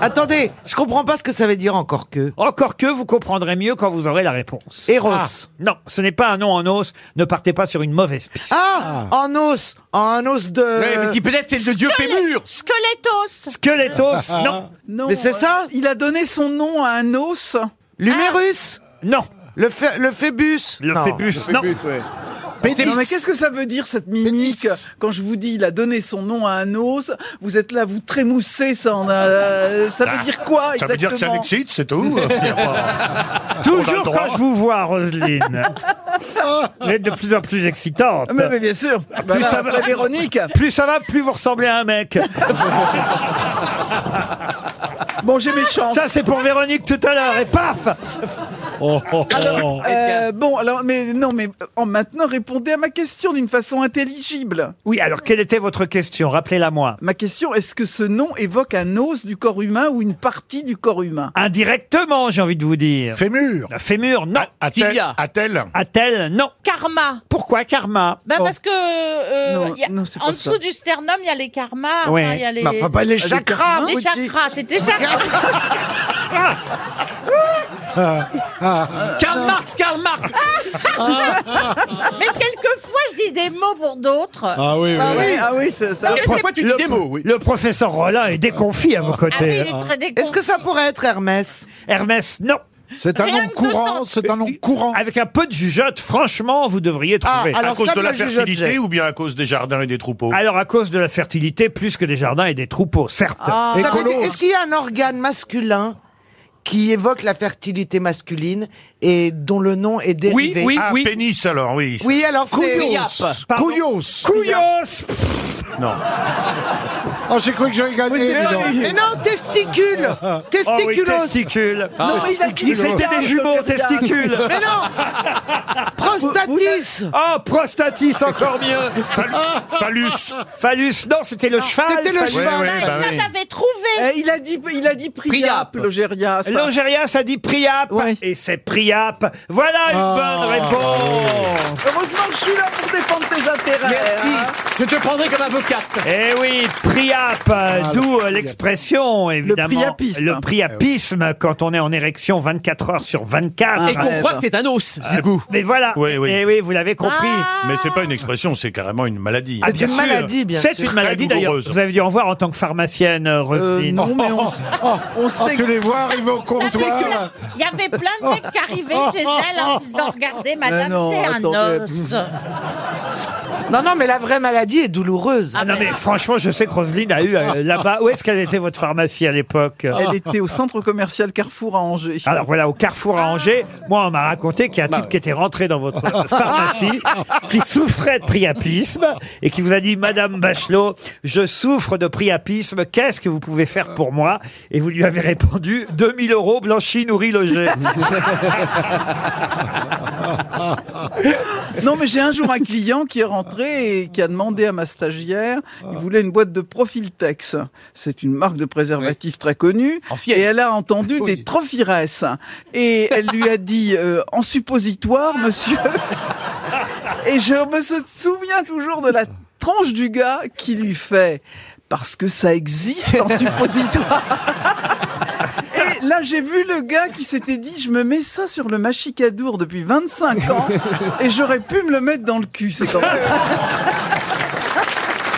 S12: Attendez, je comprends pas ce que ça veut dire encore que.
S1: Encore que vous comprendrez mieux quand vous aurez la réponse. Ah,
S12: Eros.
S1: non, ce n'est pas un nom en os. Ne partez pas sur une mauvaise piste.
S12: Ah, En os En os de.
S1: Ouais, parce qu'il peut-être c'est le dieu
S12: Squelette-
S1: Pémur.
S12: Squelettos
S1: Squelettos, non.
S12: Mais c'est ça
S5: Ah. euh, Il a donné son nom à un os. Ah.
S12: L'humérus
S1: Non.
S12: Le, phé- le phébus
S1: Le
S12: Non.
S1: phébus, Le non. phébus, ouais. Pénis.
S5: Non, mais qu'est-ce que ça veut dire cette mimique Quand je vous dis il a donné son nom à un os, vous êtes là, vous trémoussez, ça en a... euh, Ça veut dire quoi
S8: Ça veut dire que ça
S5: exactement
S8: l'excite, c'est tout.
S1: Toujours quand je vous vois, Ah, Roselyne. Vous êtes de plus en plus excitante.
S5: Mais, mais bien sûr. Bah là, après Véronique.
S1: Plus ça va, plus vous ressemblez à un mec.
S5: bon, j'ai mes chances.
S1: Ça, c'est pour Véronique tout à l'heure. Et paf Oh,
S5: Alors, euh, bon, alors, mais non, mais en maintenant, répondez à ma question d'une façon intelligible.
S1: Oui, alors quelle était votre question Rappelez-la moi.
S5: Ma question, est-ce que ce nom évoque un os du corps humain ou une partie du corps humain
S1: Indirectement, j'ai envie de vous dire. Fémur. Fémur, non.
S15: Ah,
S8: Tibia.
S1: Atel. Atel, non.
S15: Karma.
S1: Pourquoi karma
S15: Ben parce que euh,
S1: Non,
S15: y a-
S1: non, c'est pas
S15: en
S1: ça.
S15: dessous du sternum, il y a les karmas,
S1: Ouais.
S15: enfin, Ah, il y a les,
S1: Bah, papa, les chakras,
S15: Ah, les
S1: vous dites. Ah.
S15: chakras, c'était chakras.
S20: Ah,
S11: Euh,
S14: Karl Marx, Karl Marx
S15: Ah.
S1: Ah.
S15: Mais quelquefois, je dis des mots pour d'autres.
S5: Ah c'est
S15: ça. Mais pourquoi tu dis
S1: le-
S15: des mots, oui.
S1: Le professeur Rollin est déconfit à vos
S15: Ah
S1: côtés.
S12: Est-ce que ça pourrait être Hermès
S1: Hermès, non.
S12: C'est un Rien nom que courant,
S1: c'est un nom courant. Avec un peu de jugeote, franchement, vous devriez trouver.
S8: à cause de la fertilité ou bien à cause des jardins et des troupeaux
S1: Alors, à cause de la
S9: Ah.
S1: fertilité, plus que des jardins et des troupeaux, certes.
S24: hein.
S12: Ah, ça veut dire- Est-ce qu'il y a un organe masculin qui évoque la fertilité masculine et dont le nom est dérivé.
S4: ah, pénis alors, oui.
S12: Oui, alors c'est
S4: Couillon.
S1: Couillos
S4: Non.
S16: Oh, j'ai cru que j'aurais gagné. dis donc.
S12: Mais non, testicule
S20: Ah,
S3: Oh,
S12: Testiculos
S1: Testicule.
S12: Non, mais
S3: Ah,
S12: il a dit-
S1: C'était des jumeaux, testicules.
S12: Mais non Prostatis
S1: Oh, prostatis, encore mieux.
S4: Phallus.
S1: Phallus, non, c'était le cheval.
S5: Ah, c'était le
S1: phallus.
S5: cheval. Oui, oui, bah oui.
S15: trouvé.
S5: il a dit, il a dit Priap, Logérias.
S1: L'Algérien, ça dit Priap. Et c'est Priap. Voilà une bonne réponse.
S5: Heureusement que je suis là pour défendre tes intérêts. hein.
S1: Je te prendrai comme avocate. Eh oui, Priap, euh, d'où euh, l'expression, évidemment.
S5: priapisme.
S1: Le priapisme, quand on est en érection 24 heures sur 24.
S4: Et qu'on Ah, croit ouais. que c'est
S1: un os, c'est goût. Mais voilà.
S4: Oui, oui.
S1: Eh oui, vous l'avez compris.
S4: Mais c'est pas une expression, c'est carrément une maladie.
S1: Ah, bien sûr. C'est une maladie d'ailleurs. Vous avez dû en voir en tant que pharmacienne, euh, Roselyne. Oh,
S5: non, mais on-
S8: Oh,
S5: on
S9: Oh,
S5: sait que-
S15: Il y avait plein de mecs qui arrivaient chez elle en disant Regardez, madame,
S12: non,
S15: c'est un
S12: attendez.
S15: os.
S12: Non, non, mais la vraie maladie est douloureuse.
S1: Ah non, mais franchement, je sais que Roselyne a eu euh, là-bas. Où est-ce qu'elle était, votre pharmacie, à l'époque
S5: Elle était au centre commercial Carrefour à Angers.
S1: Alors voilà, au Carrefour à Angers, moi, on m'a raconté qu'il y a un type qui était rentré dans votre pharmacie, qui souffrait de priapisme, et qui vous a dit, Madame Bachelot, je souffre de priapisme, qu'est-ce que vous pouvez faire pour moi Et vous lui avez répondu, 2000 euros, blanchi, nourri, logé.
S5: Non, mais j'ai un jour un client qui est rentré et qui a demandé à ma stagiaire, il voulait une boîte de Profiltex. C'est une marque de préservatif très connue. Et elle a entendu des Trophires. Et elle lui a dit, euh, en suppositoire, monsieur. et je me se- souviens toujours de la tranche du gars qui lui fait, parce que ça existe en suppositoire. Et là, j'ai vu le gars qui s'était dit Je me mets ça sur le machicadour depuis 25 ans et j'aurais pu me le mettre dans le cul. C'est quand même.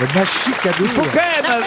S16: Le machicadour.
S1: Il faut quand même...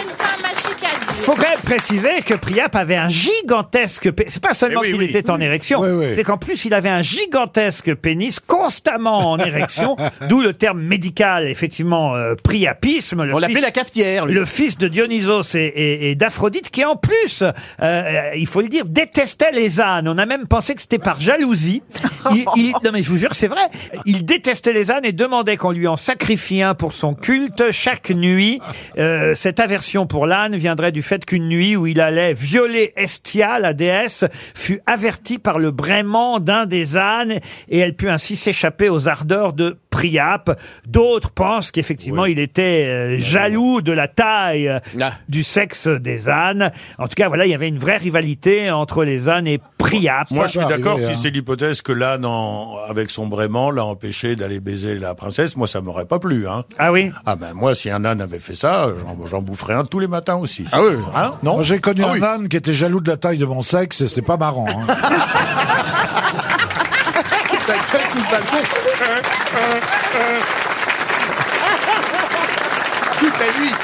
S1: Faut quand même préciser que Priap avait un gigantesque pénis. C'est pas seulement
S4: Eh oui,
S1: qu'il
S4: oui.
S1: était en érection, c'est qu'en plus il avait un gigantesque pénis constamment en érection, d'où le terme médical, effectivement, euh, priapisme.
S14: On l'appelait la
S1: cafetière. Le fils de Dionysos et, et- et d'Aphrodite, qui en plus, euh, euh, il faut le dire, détestait les ânes. On a même pensé que c'était par jalousie. Il- il- non mais je vous jure, c'est vrai. Il détestait les ânes et demandait qu'on lui en sacrifie un pour son culte chaque nuit. Euh, cette aversion pour l'âne viendrait du fait qu'une nuit où il allait violer Estia, la déesse, fut avertie par le braiement d'un des ânes et elle put ainsi s'échapper aux ardeurs de Priape. D'autres pensent qu'effectivement il était euh, jaloux de la taille euh, du sexe des ânes. En tout cas, voilà, il y avait une vraie rivalité entre les ânes et Priape.
S4: Moi, je suis d'accord si c'est l'hypothèse que l'âne, en- avec son brément, l'a empêché d'aller baiser la princesse. Moi, ça m'aurait pas plu. Hein.
S1: Ah oui
S4: Ah ben, moi, si un âne avait fait ça, j'en- j'en boufferais un tous les matins aussi. Ah oui Non
S3: Moi, J'ai connu
S4: Ah
S3: un
S4: oui.
S3: âne qui était jaloux de la taille de mon sexe et c'est pas marrant. hein.
S8: Euh,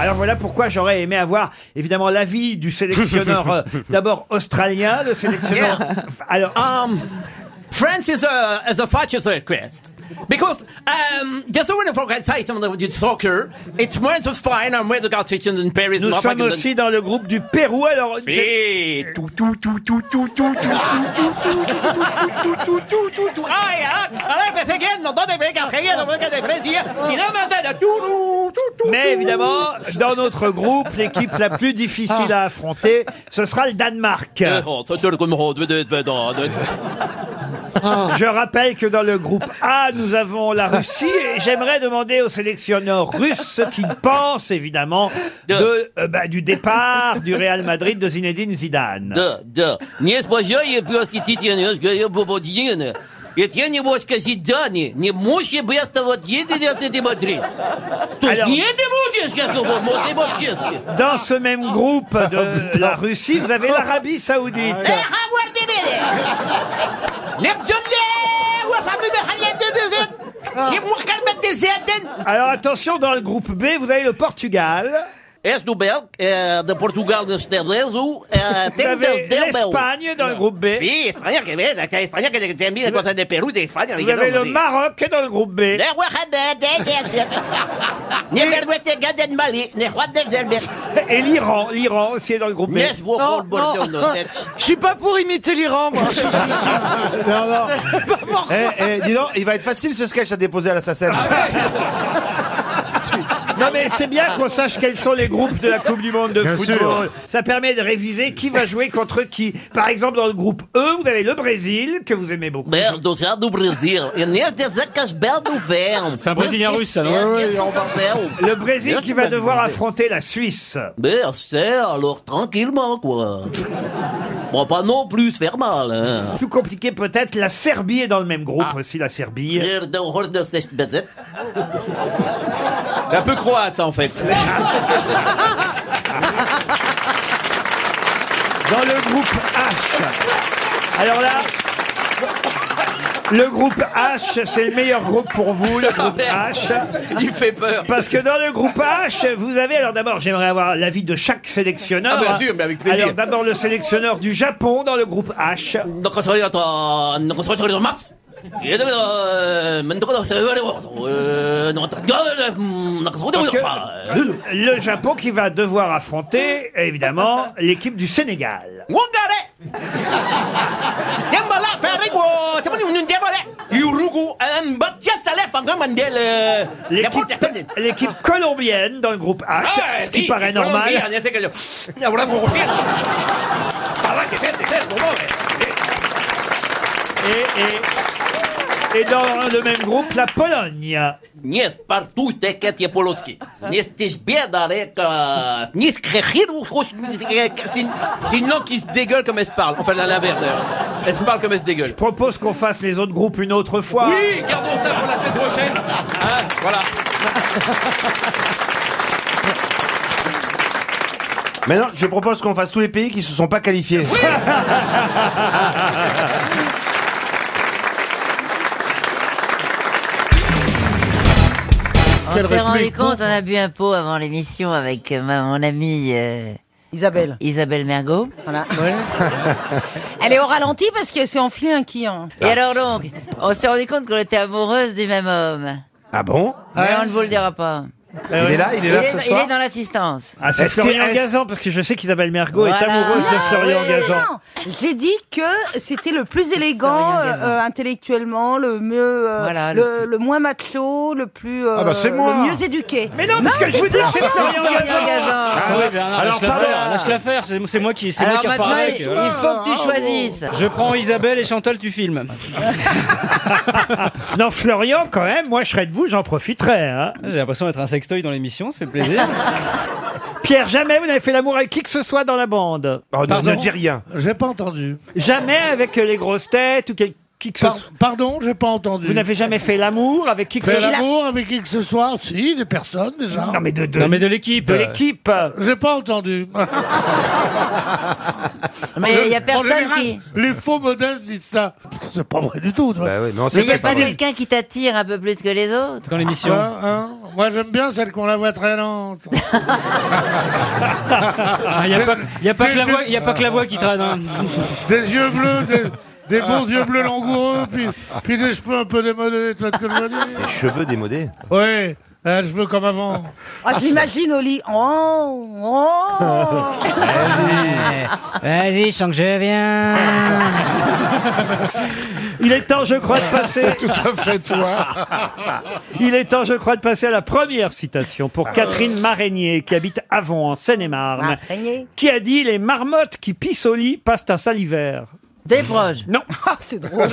S1: Alors voilà pourquoi j'aurais aimé avoir évidemment l'avis du sélectionneur euh, d'abord australien, le sélectionneur. Alors
S11: Um, France is a is a fatuous request. Because um, just a winner for great item with soccer, it's more than fine and where the got teaching in Paris.
S1: nous sommes aussi dans le groupe du Pérou. Alors
S11: Oui.
S1: tout tout tout tout tout tout Mais évidemment, dans notre groupe, l'équipe la plus difficile à affronter, ce sera le Danemark. Je rappelle que dans le groupe A, nous avons la Russie et j'aimerais demander au sélectionneur russe ce qu'il pense évidemment de, euh, bah, du départ du Real Madrid de Zinedine Zidane.
S11: Да, да. Не сбожаю просветительную говорю Ведь я не могу сказать, да, не, не муж я без того, где ты ты Мадрид. То есть, не ты будешь, я думаю, но ты вообще.
S1: Dans ce même groupe de la Russie, vous avez l'Arabie
S11: Ah
S1: Saoudite. Ah. Alors attention, dans le groupe B, vous avez le Portugal.
S11: és do Bel, é, da Portugal nas telas, o é, tem
S1: avez
S11: del, del Bel.
S1: l'Espagne dans le groupe B.
S11: Sim, Espanha, que vem, a Espanha que tem mil contra de Peru, de Espanha.
S1: Vous avez le Maroc dans le groupe B. Et l'Iran, l'Iran aussi est dans le groupe B.
S14: Non, non. Je suis pas pour imiter l'Iran, moi.
S18: non, non. Eh, eh, dis donc, il va être facile ce sketch à déposer à la SACEM.
S1: Non mais c'est bien qu'on sache quels sont les groupes de la Coupe du Monde de
S18: Bien
S1: football.
S18: sûr.
S1: Ça permet de réviser qui va jouer contre qui. Par exemple, dans le groupe E, vous avez le Brésil, que vous aimez beaucoup.
S11: Merda, já do Brasil. Inês des Acas Bel do Verão. C'est
S1: un Brésilien russe, hein. ça, non Le Brésil qui va devoir affronter la Suisse.
S11: Bien sûr, alors tranquillement, quoi. Bon, pas non plus se faire mal, hein. Ah.
S1: Plus compliqué peut-être, la Serbie est dans le même groupe aussi, la Serbie.
S11: Merda, hors de cette bête.
S9: C'est un peu croate, ça, en fait.
S1: Dans le groupe H. Alors là... Le groupe H, c'est le meilleur groupe pour vous, le groupe H.
S9: Ah, Il fait peur.
S1: Parce que dans le groupe H, vous avez, alors d'abord, j'aimerais avoir l'avis de chaque sélectionneur.
S9: Ah, bien sûr, mais avec plaisir.
S1: Alors d'abord, le sélectionneur du Japon dans le groupe H.
S11: Donc, on se regarde en- on se regarde en mars. Et donc, euh, maintenant, on se regarde en- euh, non, attends, euh, hum, on se regarde en-
S1: Parce que
S11: enfin, euh,
S1: le Japon qui va devoir affronter, évidemment, l'équipe du Sénégal.
S11: Dembala, Ferrego, c'est bon, nous, nous, Dembala. Yurugu, euh, Mbatia, Saleh, Fanga, Mandel, euh,
S1: L'équipe
S11: Laporte, Fende.
S1: l'équipe colombienne dans le groupe H,
S11: Ah,
S1: ce qui
S11: sí,
S1: paraît normal.
S11: Colombia, ya sé que yo- Ya volamos por fiesta. Ah, va, que sea, que sea, no, no, eh.
S1: Et, et- et Eh, dans le même groupe, la Pologne.
S11: Не спартуйте, как я полоски. Не стежбе, да,
S9: euh,
S11: река. Не скрехиру, хоч, э, син-
S9: C'est une langue qui se dégueule comme elle se parle. Enfin, à l'inverse, d'ailleurs. Elle se parle comme elle se dégueule.
S1: Je propose qu'on fasse les autres groupes une autre fois.
S9: Oui, gardons ça pour la semaine prochaine. Hein, voilà.
S18: Maintenant, je propose qu'on fasse tous les pays qui se sont pas qualifiés.
S2: On s'est rendu compte, on a bu un pot avant l'émission avec euh, ma- mon amie Isabelle. Isabelle Mergot.
S19: Elle est au ralenti parce qu'elle s'est enflée un hein. quillan.
S1: Ah.
S2: Et alors donc, on s'est rendu compte qu'on était amoureuse du même homme.
S18: Ah Eh bon
S2: Mais on ne vous le dira pas.
S18: Il est là, il est là ce
S2: Il
S18: soir
S2: est dans l'assistance.
S1: Ah, c'est
S18: Est-ce que-
S1: Florian
S18: est-ce-
S1: Gazan, parce que je sais qu'Isabelle Mergot est
S2: Voilà.
S1: amoureuse de
S2: Non,
S1: Florian
S2: oui,
S1: Gazan.
S19: Non, j'ai dit que c'était le plus élégant euh, intellectuellement, le mieux, euh,
S2: Voilà,
S19: le, le moins macho, le plus, euh,
S3: Ah bah, c'est moi.
S19: le mieux éduqué.
S1: Mais non, parce que je vous dis, c'est Florian Gazan.
S17: Ah,
S1: Ah,
S17: ouais, Bernard,
S1: Alors,
S17: lâche la
S1: pardon.
S17: faire, lâche la faire, c'est c'est moi qui, c'est moi
S2: Alors
S17: qui repars
S2: maintenant,
S17: avec.
S2: il-
S17: voilà.
S2: il faut que tu choisisses.
S17: Je prends Isabelle et Chantal, tu filmes.
S1: Non, Florian, quand même, moi je serais de vous, j'en profiterais. hein.
S17: Ah, J'ai l'impression d'être un sextoy dans l'émission, ça fait plaisir.
S1: Pierre, jamais vous n'avez fait l'amour avec qui que ce soit dans la bande.
S18: Oh, ne, ne dis rien.
S3: J'ai pas entendu.
S1: Jamais avec euh, les grosses têtes ou quel- qui que ce
S3: Par-
S1: soit.
S3: pardon, j'ai pas entendu.
S1: Vous n'avez jamais fait l'amour avec qui que ce
S3: fait
S1: soit.
S3: l'amour avec qui que ce soit Si, des personnes déjà.
S1: Non mais de, de-
S17: Non mais de l'équipe.
S1: de l'équipe.
S3: J'ai pas entendu.
S2: Mais il n'y a
S3: En
S2: personne
S3: général,
S2: qui.
S3: Les faux modestes disent ça. C'est pas vrai du tout. toi.
S2: Bah Mais il n'y a pas quelqu'un qui t'attire un peu plus que les autres.
S17: Dans l'émission.
S3: Hein,
S8: ah.
S3: hein. Moi, j'aime bien celle qu'on la voit très lente.
S14: Ah,
S17: Il n'y a, pas- y a pas que la voix- y a pas que la voix qui traîne. hein.
S3: Des yeux bleus, des, des bons yeux bleus langoureux, puis, puis des cheveux un peu démodés. Tu vois ce que je veux dire
S18: Les cheveux démodés.
S3: Oui, euh, cheveux comme avant.
S19: Ah, j'imagine au lit. Oh, oh.
S17: Vas-y, sens que je viens.
S1: Il est temps, je crois, de passer.
S3: C'est tout à fait toi.
S1: Il est temps, je crois, de passer à la première citation
S3: Ah.
S1: pour Catherine Maraignier, qui habite Avon, en Seine-et-Marne,
S19: Araignée.
S1: qui a dit Les marmottes qui pissent au lit passent un salivaire.
S2: Des proches.
S1: Non,
S19: Ah, c'est drôle.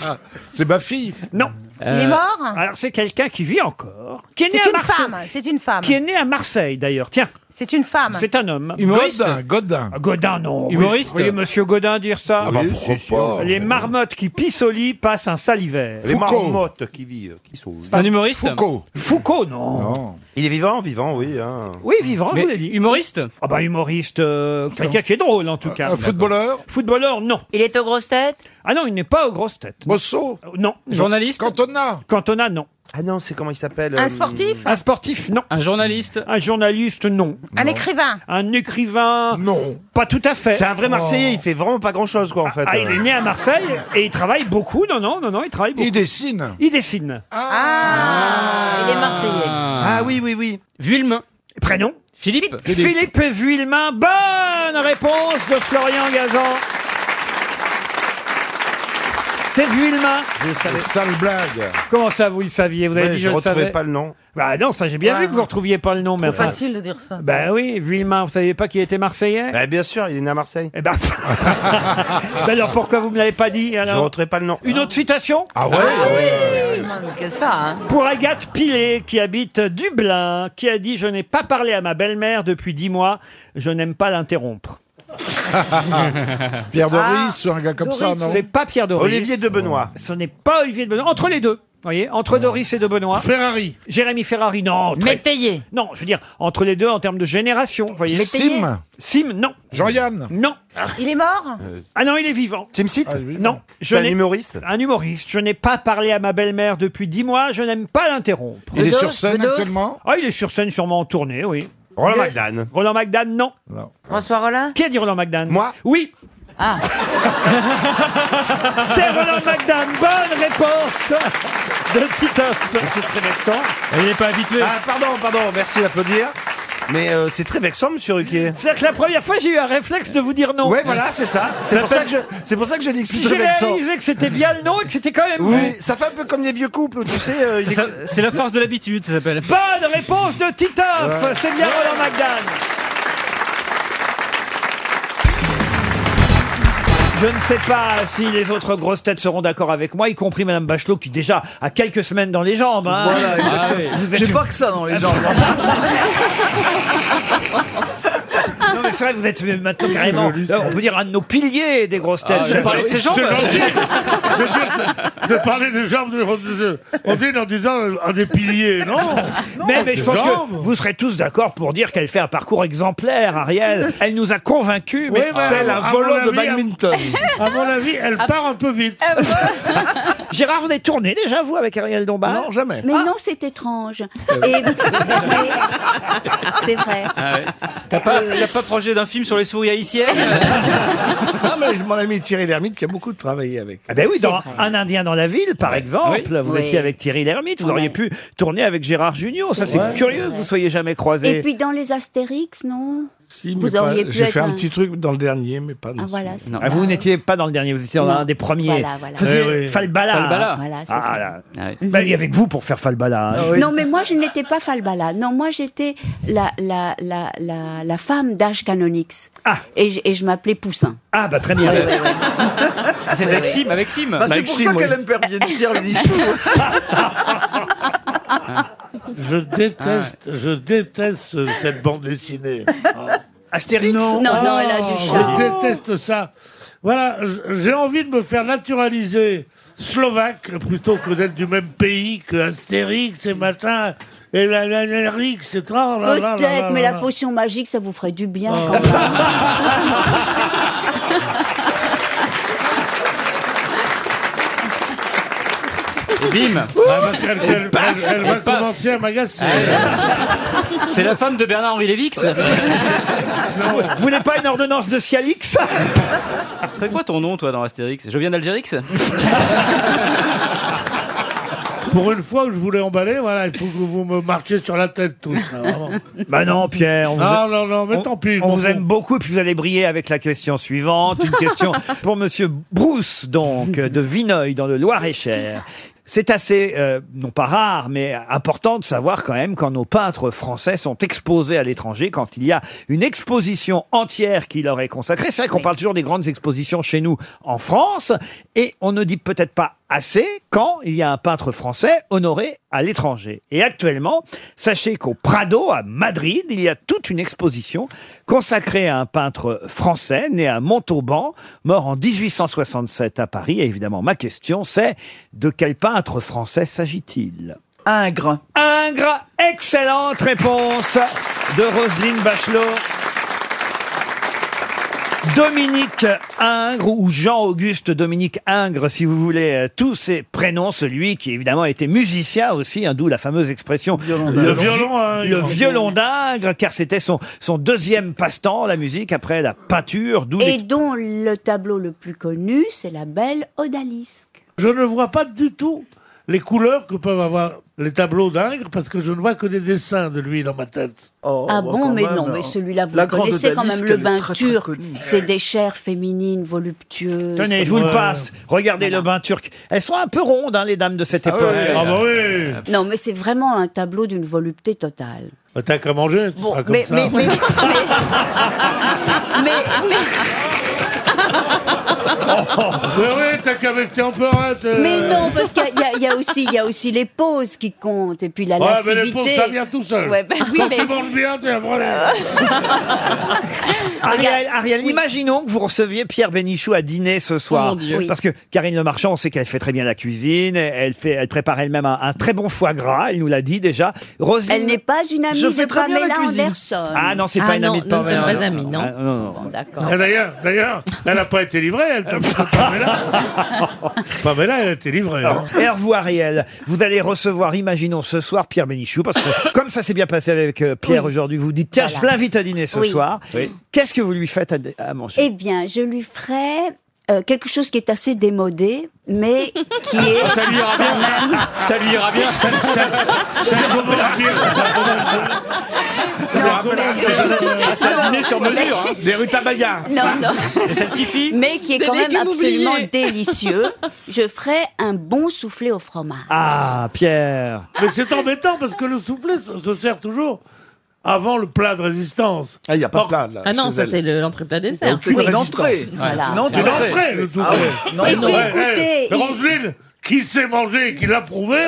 S3: C'est ma fille.
S1: non. Euh,
S19: Il est mort
S1: Alors, c'est quelqu'un qui vit encore, qui est né
S19: C'est
S1: à
S19: une
S1: Marseille.
S19: femme. C'est une femme.
S1: Qui est né à Marseille, d'ailleurs. Tiens,
S19: C'est une femme.
S1: c'est un homme.
S17: Humoriste
S3: Godin, Godin.
S1: Godin, non. Vous
S17: Humoriste
S1: voyez monsieur Godin dire ça
S3: bah, pourquoi pas
S1: Les marmottes qui pissent au lit passent un salivaire.
S18: Les
S3: Foucault.
S18: marmottes qui vivent.
S21: euh,
S18: Qui sont...
S17: Un humoriste
S3: Foucault.
S1: Foucault, non.
S3: Non.
S18: Il est vivant, vivant, oui. Hein.
S1: Oui, vivant, je
S17: Mais
S1: vous l'ai dit.
S17: humoriste
S1: Ah bah humoriste, euh, quelqu'un qui est drôle en tout cas.
S3: Un footballeur.
S1: Footballeur, non.
S2: Il est aux grosses têtes
S1: Ah non, il n'est pas aux grosses têtes.
S3: Mosso.
S1: Euh, Non.
S17: Journaliste
S3: Cantona.
S1: Cantona, non.
S21: Ah non, c'est comment il s'appelle
S1: Un
S21: euh,
S1: sportif Un sportif, non. Un journaliste Un journaliste, non.
S15: Un écrivain
S1: Un écrivain, non. Pas tout à fait.
S21: C'est un vrai Marseillais, il fait vraiment pas grand chose quoi en fait.
S1: Ah, il est né à Marseille et il travaille beaucoup. Non, non, non, non, il travaille beaucoup. Il
S21: dessine.
S1: Il dessine. Ah,
S2: Ah, Il est marseillais.
S1: Ah oui, oui, oui. Vuillemin. Prénom Philippe. Philippe Vuillemin. Bonne réponse de Florian Gazan. C'est Vuillemin.
S4: Sale blague.
S1: Comment ça, vous le saviez Vous avez
S4: Ouais,
S1: dit
S4: je
S1: je, le
S4: retrouvais
S1: savais.
S4: pas le nom.
S1: Bah non, ça j'ai bien vu que vous ne retrouviez pas le nom. mais enfin-
S19: de dire ça.
S1: Ben oui, Vuillemin, vous saviez pas qu'il était Marseillais
S21: Bah, Bien sûr, il est né à Marseille.
S1: Eh ben, Ben alors pourquoi vous me l'avez pas dit alors
S21: Je rentrais pas le nom.
S1: Une autre citation
S21: Ah
S1: ouais, Ah
S2: Il demande que ça. hein.
S1: Pour Agathe Pilet, qui habite Dublin, qui a dit Je n'ai pas parlé à ma belle-mère depuis dix mois, je n'aime pas l'interrompre.
S4: Pierre Doris ou un gars comme ça, non
S1: C'est pas Pierre Doris.
S4: Olivier de Benoît.
S1: Ce n'est pas Olivier de Benoît. Entre les deux. Vous voyez, entre Doris et de Benoît. Ferrari. Jérémy Ferrari, non. Très... Non, je veux dire, entre les deux en termes de génération. Vous voyez.
S4: Métayer. Sim.
S1: Sim, non. Jean-Yann. Non.
S19: Il est mort
S1: Ah non, il est vivant. Tim
S4: Ah,
S1: Non. je
S21: C'est un
S1: n'ai-
S21: humoriste
S1: Un humoriste. Je n'ai pas parlé à ma belle-mère depuis dix mois. Je n'aime pas l'interrompre.
S4: Il est Bedos, sur scène Bedos actuellement
S1: Ah, il est sur scène sûrement en tournée, oui.
S21: Roland McDan.
S1: Roland McDan, non.
S2: François Rollin
S1: Qui a dit Roland McDan Moi Oui. Ah. C'est Roland McDan. Bonne réponse de Titoff.
S21: C'est très vexant. Il n'est pas habitué. Ah, pardon, pardon, merci d'applaudir. Mais euh, c'est très vexant, monsieur Ruquier.
S1: C'est-à-dire que la première fois, j'ai eu un réflexe de vous dire non.
S21: Ouais, voilà, c'est ça. C'est pour ça que je, c'est pour ça que j'ai dit que c'est
S1: J'ai
S21: très vexant.
S1: réalisé que c'était bien le nom et que c'était quand même
S21: Oui,
S1: vous.
S21: ça fait un peu comme les vieux couples, où tu sais. euh, ils
S17: Ça,
S21: écoutent-
S17: C'est la force de l'habitude, ça s'appelle.
S1: Bonne réponse de Titoff.
S17: Ouais.
S1: C'est bien
S17: Ouais.
S1: Roland McDan. Je ne sais pas si les autres grosses têtes seront d'accord avec moi, y compris Madame Bachelot, qui déjà a quelques semaines dans les jambes. hein.
S5: Voilà, exactement.
S1: Vous êtes-
S5: J'ai pas que ça dans les jambes.
S1: Non, mais c'est vrai, vous êtes maintenant carrément, euh, on peut dire, un de nos piliers des grosses têtes.
S8: Ah, j'ai parlé de ses jambes. C'est de parler des jambes de de- On dit en disant euh, un des piliers, non
S1: mais, mais je pense
S8: Jambes.
S1: que vous serez tous d'accord pour dire qu'elle fait un parcours exemplaire, Ariel. Elle nous a convaincus, mais
S8: Oui, mais
S1: tel
S8: à
S1: un
S8: mon
S1: volant de
S8: avis, à-
S1: badminton.
S8: À mon avis, elle
S6: Ah.
S8: part un peu vite.
S1: Gérard, vous avez tourné déjà, vous, avec Ariel Dombard
S8: Non, jamais.
S1: Ah
S6: Mais non, c'est étrange. Et- c'est vrai.
S17: Ah ouais. T'as pas, t'as pas projet d'un film sur les souris haïtiennes
S22: Ah, Non, mais je- mon ami Thierry Lhermitte qui a beaucoup travaillé avec.
S1: Ah ben oui, dans Un Indien dans la ville, par exemple,
S22: Oui. Oui.
S1: vous
S22: Ah ben.
S1: étiez avec Thierry Lhermitte, vous auriez pu tourner avec Gérard Junior. Ça,
S6: C'est
S1: c'est
S6: vrai.
S1: curieux que vous soyez jamais croisés.
S6: Et puis dans les Astérix, non
S22: Si,
S6: Vous
S22: mais pas-
S6: auriez pu
S22: J'ai
S6: être
S22: fait un
S6: un-
S22: petit truc dans le dernier, mais pas dans
S6: Ah, voilà, c'est
S1: Non,
S6: ça.
S1: vous n'étiez pas dans le dernier, vous étiez dans
S6: Non.
S1: un des premiers.
S6: Voilà, voilà.
S1: Vous faisiez
S6: Eh oui.
S1: Falbala.
S6: Falbala. Ah
S1: hein.
S6: Voilà, c'est
S1: Ah
S6: ça.
S1: là. Bah, il y avait que vous pour faire Falbala. hein.
S6: Non, mais moi, je n'étais pas Falbala. Non, moi, j'étais la, la, la, la, la femme d'âge canonix. Et, je- et je m'appelais Poussin.
S1: Ah bah très bien.
S6: Ouais, ouais,
S17: C'est avec Sim, avec Sim.
S6: Bah, c'est pour ça qu'elle aime
S5: dire les
S8: Je déteste, je déteste ce- cette bande dessinée.
S1: Astérix
S8: Non, Oh,
S6: Non, non, elle a du charme.
S8: Je déteste ça. Voilà, j- j'ai envie de me faire naturaliser slovaque plutôt que d'être du même pays que Astérix et matin et la la la Rix, c'est trop. là, là, là, là,
S6: Peut-être, mais
S8: là.
S6: la potion magique, ça vous ferait du bien.
S1: Ah.
S6: quand même.
S17: Bim
S8: Ah, parce qu'elle- elle, elle- elle va commencer à m'agacer.
S17: C'est la femme de Bernard-Henri Lévix
S1: Vous vous voulez pas une ordonnance de Cialix
S17: C'est quoi ton nom, toi, dans Astérix Je viens d'Algérix
S8: Pour une fois où je voulais emballer, voilà, il faut que vous me marchiez sur la tête tous. là, vraiment.
S1: Bah non, Pierre. On vous
S8: Non,
S1: a-
S8: non, non, mais
S1: on-
S8: tant pis, je
S1: On
S8: m'en
S1: vous
S8: fous.
S1: aime beaucoup, puis vous allez briller avec la question suivante. Une question pour Monsieur Bruce, donc, de Vineuil, dans le Loir-et-Cher. C'est assez, euh, non pas rare, mais important de savoir quand même quand nos peintres français sont exposés à l'étranger, quand il y a une exposition entière qui leur est consacrée. C'est vrai qu'on parle toujours des grandes expositions chez nous en France, et on ne dit peut-être pas assez quand il y a un peintre français honoré à l'étranger. Et actuellement, sachez qu'au Prado, à Madrid, il y a toute une exposition consacrée à un peintre français né à Montauban, mort en 1867 à Paris. Et évidemment, ma question, c'est de quel peintre français s'agit-il
S8: Ah,
S5: Ingres.
S1: Ingres, excellente réponse de Roselyne Bachelot. Dominique Ingres ou Jean-Auguste Dominique Ingres, si vous voulez, euh, tous ces prénoms, celui qui évidemment était musicien aussi, hein, d'où la fameuse expression
S8: d'Ingres. Le violon hein, à
S1: le
S8: Ingres.
S1: violon d'Ingres, car c'était son, son deuxième passe-temps, la musique, après la peinture, d'où
S6: Et
S1: l'expression
S6: dont le tableau le plus connu, c'est la belle Odalisque.
S8: Je ne vois pas du tout les couleurs que peuvent avoir les tableaux d'Ingres parce que je ne vois que des dessins de lui dans ma tête.
S1: Oh,
S6: ah
S1: bah,
S6: bon, mais non,
S1: hein.
S6: mais celui-là, vous le connaissez quand même, le bain turc. C'est des chairs féminines, voluptueuses.
S1: Tenez, je vous le passe. Regardez le bain turc. Elles sont un peu rondes, hein, les dames de cette époque.
S8: ouais. Ah bah oui.
S6: Non, mais c'est vraiment un tableau d'une volupté totale.
S8: Bah, T'as qu'à manger, tu seras comme
S6: mais-
S8: ça.
S6: mais- mais-
S8: Mais oui, t'as qu'à avec tes empereurs.
S6: Mais non, parce qu'il y a- il y, a- il y a aussi, il y a aussi les pauses qui comptent et puis la
S8: Ouais,
S6: lascivité.
S8: mais les pauses, ça vient tout seul.
S6: Ouais, bah oui,
S8: Quand
S6: mais-
S8: tu manges bien, t'es un problème.
S1: Ariel, Ariel, imaginons que vous receviez Pierre Bénichou à dîner ce soir.
S8: Oh mon Dieu. Oui.
S1: Parce que Karine Le Marchand, on sait qu'elle fait très bien la cuisine, elle, fait, elle prépare elle-même un, un très bon foie gras, elle nous l'a dit déjà. Roselyne-
S6: Elle n'est pas une amie
S1: Je
S6: de
S1: fais très bien la
S6: Pamela
S1: cuisine.
S6: Anderson.
S1: Ah non, c'est pas une amie de Pamela. Non, non, ah, non, non.
S8: Et D'ailleurs, d'ailleurs, elle n'a pas été livrée, elle. t'as- Pamela. Pamela, elle a été livrée. hein.
S1: Et au revoir, Ariel. Vous allez recevoir, imaginons ce soir, Pierre Bénichou, parce que comme ça s'est bien passé avec euh, Pierre aujourd'hui, vous vous dites, tiens, je
S6: Voilà.
S1: l'invite à dîner ce
S6: Oui.
S1: soir.
S6: Oui.
S1: Qu'est-ce que vous lui faites à, dé- à manger
S6: Eh bien, je lui ferai euh, quelque chose qui est assez démodé, mais qui est.
S17: Ça lui ira bien. Ça lui ira bien. Ça,
S6: Non.
S22: Des rutabagas.
S6: Non, non.
S22: Et ça te suffit
S6: Mais qui est
S22: Des
S6: quand même
S22: légumes oubliés.
S6: absolument délicieux. Je ferai un bon soufflé au fromage.
S1: Ah, Pierre.
S8: Mais c'est embêtant parce que le soufflet se, se sert toujours avant le plat de résistance. Ah, il n'y a pas de plat, là.
S7: Ah non, ça c'est le- l'entrée-plat dessert.
S8: Aucune Oui. résistance. L'entrée.
S7: Voilà.
S8: Une entrée, le soufflet.
S7: non, Et non. puis, écoutez, il-
S8: Roselyne, qui sait manger et qui l'a prouvé,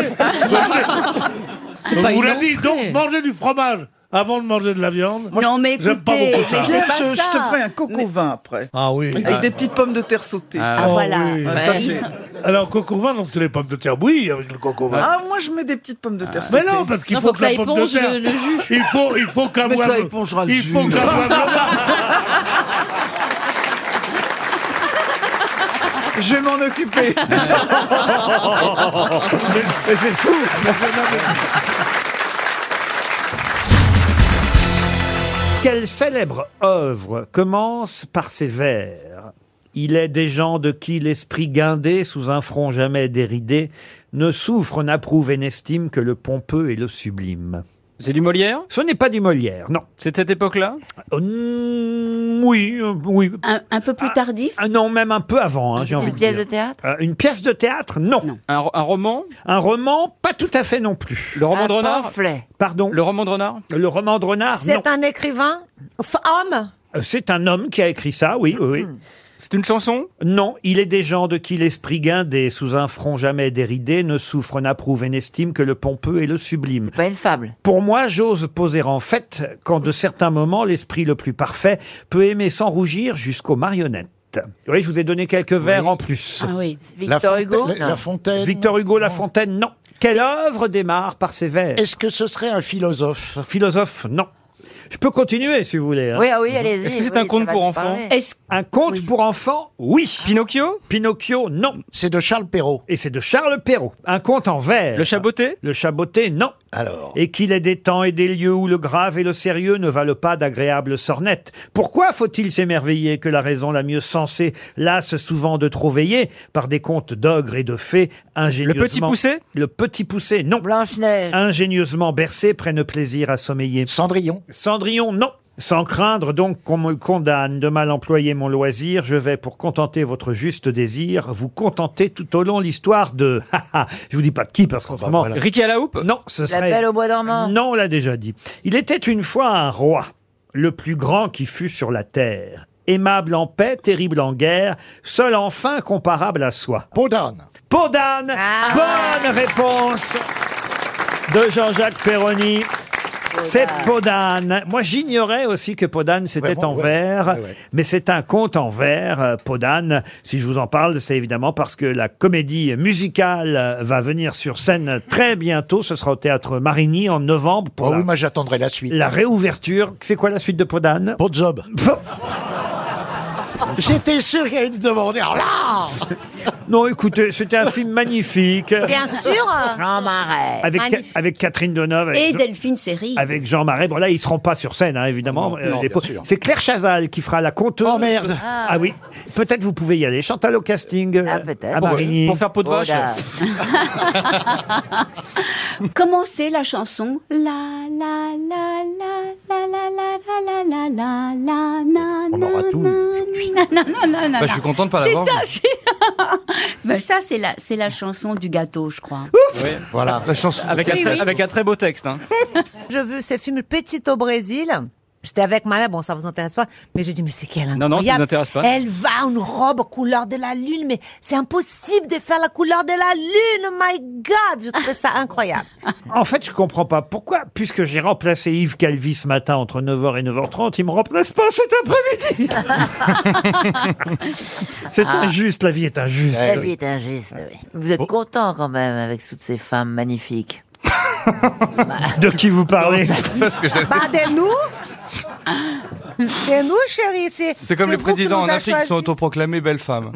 S6: C'est
S8: on
S6: pas
S8: vous
S6: une
S8: l'a dit, donc mangez du fromage avant de manger de la viande.
S6: Non, mais
S8: J'aime pas
S6: écoutez,
S8: beaucoup ça.
S6: mais c'est pas
S5: Je, je te ferai un coco vin après.
S8: Ah oui.
S5: Avec des petites pommes de terre sautées.
S8: Ah, oui.
S5: Ça, c'est-
S8: Alors, coco vin, non, c'est les pommes de terre bouillies avec le coco vin.
S5: Ah, moi je mets des petites pommes de terre
S8: Ah, Mais
S5: sautées.
S8: non, parce qu'il faut, que, la pomme de terre. Il faut, il faut qu'un
S5: Mais ça
S8: bois-
S5: épongera le
S8: Il
S5: jus.
S8: faut qu'un bois
S5: Je vais m'en occuper.
S1: Mais c'est fou Quelle célèbre œuvre commence par ces vers Il est des gens de qui l'esprit guindé, sous un front jamais déridé, ne souffre, n'approuve et n'estime que le pompeux et le sublime. C'est du Molière Ce n'est pas du Molière, non. C'est cette époque-là Oui, euh, oui. Ah,
S6: Un, peu plus tardif
S1: Non, même un peu avant, hein, j'ai envie
S2: Une
S1: de
S2: pièce
S1: dire.
S2: de théâtre
S1: Euh, une pièce de théâtre, non. Un, roman Un roman, pas tout à fait non plus. Le roman
S2: de renard pamphlet.
S1: Pardon Le roman de renard Le roman de
S19: Ah,
S1: renard, non.
S13: C'est un écrivain F- homme
S1: Euh, C'est un homme qui a écrit ça, oui, oui. oui. C'est une chanson Non, il est des gens de qui l'esprit guindé, sous un front jamais déridé, ne souffre, n'approuve et n'estime que le pompeux et le sublime.
S2: Pas une fable.
S1: Pour moi, j'ose poser en fait quand de certains moments, l'esprit le plus parfait peut aimer sans rougir jusqu'aux marionnettes. Oui, je vous ai donné quelques vers en plus.
S2: Ah oui. Victor Hugo Non.
S1: Fontaine. Victor Hugo, La Fontaine, non. Quelle œuvre démarre par ces vers Est-ce que ce serait un philosophe Philosophe, non. Je peux continuer si vous voulez. hein.
S2: Oui, ah oui, allez-y, Est-ce que c'est oui, un ça conte va pour te enfants parler.
S1: Un conte pour enfants Oui. Pinocchio Pinocchio, non. C'est de Charles Perrault. Et c'est de Charles Perrault. Un conte en vers. Le Chaboté Le Chaboté, non. Alors Et qu'il est des temps et des lieux où le grave et le sérieux ne valent pas d'agréables sornettes. Pourquoi faut-il s'émerveiller que la raison la mieux sensée lasse souvent de trop veiller par des contes d'ogres et de fées ingénieusement...
S17: Le Petit Poucet
S1: Le Petit Poucet, non.
S2: Blanche-Neige
S1: Ingénieusement bercés prennent plaisir à sommeiller. Cendrillon Cendrillon, non. Sans craindre donc qu'on me condamne de mal employer mon loisir, je vais, pour contenter votre juste désir, vous contenter tout au long l'histoire de... Ha, ha. je vous dis pas de qui, parce qu'autrement...
S17: Ricky à la houppe
S1: Non, ce
S2: La
S1: serait...
S2: Belle au bois dormant
S1: Non, on l'a déjà dit. Il était une fois un roi, le plus grand qui fut sur la terre. Aimable en paix, terrible en guerre, seul enfin comparable à soi. Podane. Podane. Bonne réponse de Jean-Jacques Perroni. C'est Podane. Moi, j'ignorais aussi que Podane, c'était
S22: Ouais, bon,
S1: en
S22: ouais.
S1: vers,
S22: Ouais, ouais.
S1: mais c'est un conte en vers, euh, Podane. Si je vous en parle, c'est évidemment parce que la comédie musicale euh, va venir sur scène très bientôt. Ce sera au théâtre Marigny en novembre pour la,
S16: j'attendrai la suite.
S1: la réouverture. C'est quoi la suite de Podane Podjob. J'étais sûr qu'il allait me demander.
S25: là
S1: Non, écoutez, c'était un film magnifique.
S25: Bien sûr.
S2: euh,
S25: Jean Marais.
S2: Eh,
S1: Avec,
S25: Magnifique.
S1: avec Catherine Deneuve. avec
S25: Et
S1: Jean-
S25: Delphine Seyrig.
S1: Avec Jean Marais. Bon, là, il se rend pas sur scène, hein, évidemment.
S8: Non,
S1: Euh,
S8: non,
S1: les
S8: bien
S1: pauvres.
S8: sûr.
S1: C'est Claire Chazal qui fera la conteuse. Oh merde Ah, oui. Peut-être vous pouvez y aller. Chantal au casting. euh, À
S7: Pour-
S1: Marigny.
S7: pour faire peau de vache. Voilà. Comment c'est la chanson La la la la la la la la la la la la na na na na na na na
S14: Bah, je suis content de pas l'avoir, moi.
S7: C'est ça, c'est- Ben, ça c'est la c'est la chanson du gâteau, je crois.
S14: Voilà. La chanson. Avec, un,
S19: Oui,
S14: très-
S19: oui.
S14: avec un très beau texte. Hein.
S19: Je veux ce film Petit au Brésil. J'étais avec ma mère, bon, ça vous intéresse pas, mais j'ai dit, mais c'est qu'elle
S14: Non, non, ça
S19: incroyable.
S14: nous intéresse pas.
S19: Elle va en robe couleur de la lune, mais c'est impossible de faire la couleur de la lune, my God! Je trouvais ça incroyable.
S1: En fait, je comprends pas pourquoi, puisque j'ai remplacé Yves Calvi ce matin entre 9h et 9h30, il me remplace pas cet après-midi. C'est
S2: Ah.
S1: injuste, la vie est injuste.
S2: La vie est injuste, oui. Vous êtes content quand même avec toutes ces femmes magnifiques.
S1: De qui vous parlez
S19: Bah, de nous! De nous, chérie, c'est.
S8: C'est comme les
S19: vous qui
S8: présidents en
S19: nous a
S8: Afrique qui
S19: choisis.
S8: sont autoproclamés belles femmes.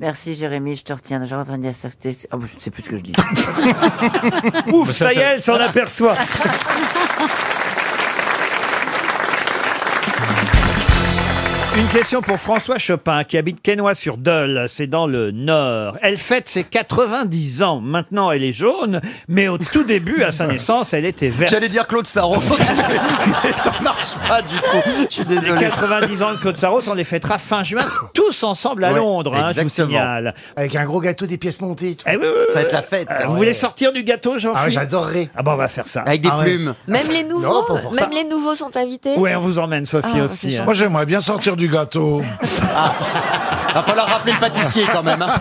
S2: Merci Jérémy, je te retiens. Je retiens à sa Oh, je ne sais plus ce que je dis.
S1: Ouf, Bah, ça y est, elle s'en aperçoit. Une question pour François Chopin, qui habite quesnoy sur Dole, c'est dans le Nord. Elle fête ses 90 ans. Maintenant, elle est jaune, mais au tout début, à sa naissance, elle était verte.
S11: J'allais dire Claude Sarraud, mais ça marche pas du tout. Je suis désolé.
S1: Les 90 ans de Claude Sarraute, on les fêtera fin juin, tous ensemble à
S11: Ouais,
S1: Londres, hein, je vous
S11: exactement.
S1: signale.
S16: Avec un gros gâteau des pièces montées. et tout.
S1: Eh oui, oui, oui,
S16: Ça va être
S1: oui.
S16: la fête.
S1: Euh, Vous voulez sortir du gâteau, jean
S16: Ah ouais, j'adorerais.
S1: Ah bon, on va faire ça.
S16: Avec des Ah ouais. plumes.
S12: Même les
S1: Non,
S12: nouveaux,
S1: pas pour ça.
S12: même les nouveaux sont invités.
S1: Ouais, on vous emmène, Sophie,
S12: Ah,
S1: aussi.
S12: c'est
S1: hein.
S12: gentil.
S20: J'aimerais bien sortir du gâteau.
S11: Va falloir rappeler le pâtissier quand même. hein.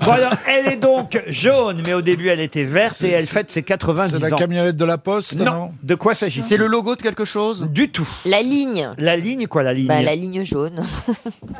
S1: Bon, alors, elle est donc jaune, mais au début, elle était verte et elle fête ses 90 ans.
S20: C'est la camionnette de la poste,
S1: Non.
S20: non,
S1: De quoi s'agit-il
S20: C'est le
S1: logo de quelque chose Du tout.
S12: La ligne.
S1: La ligne, quoi, la ligne
S12: Bah, la ligne jaune.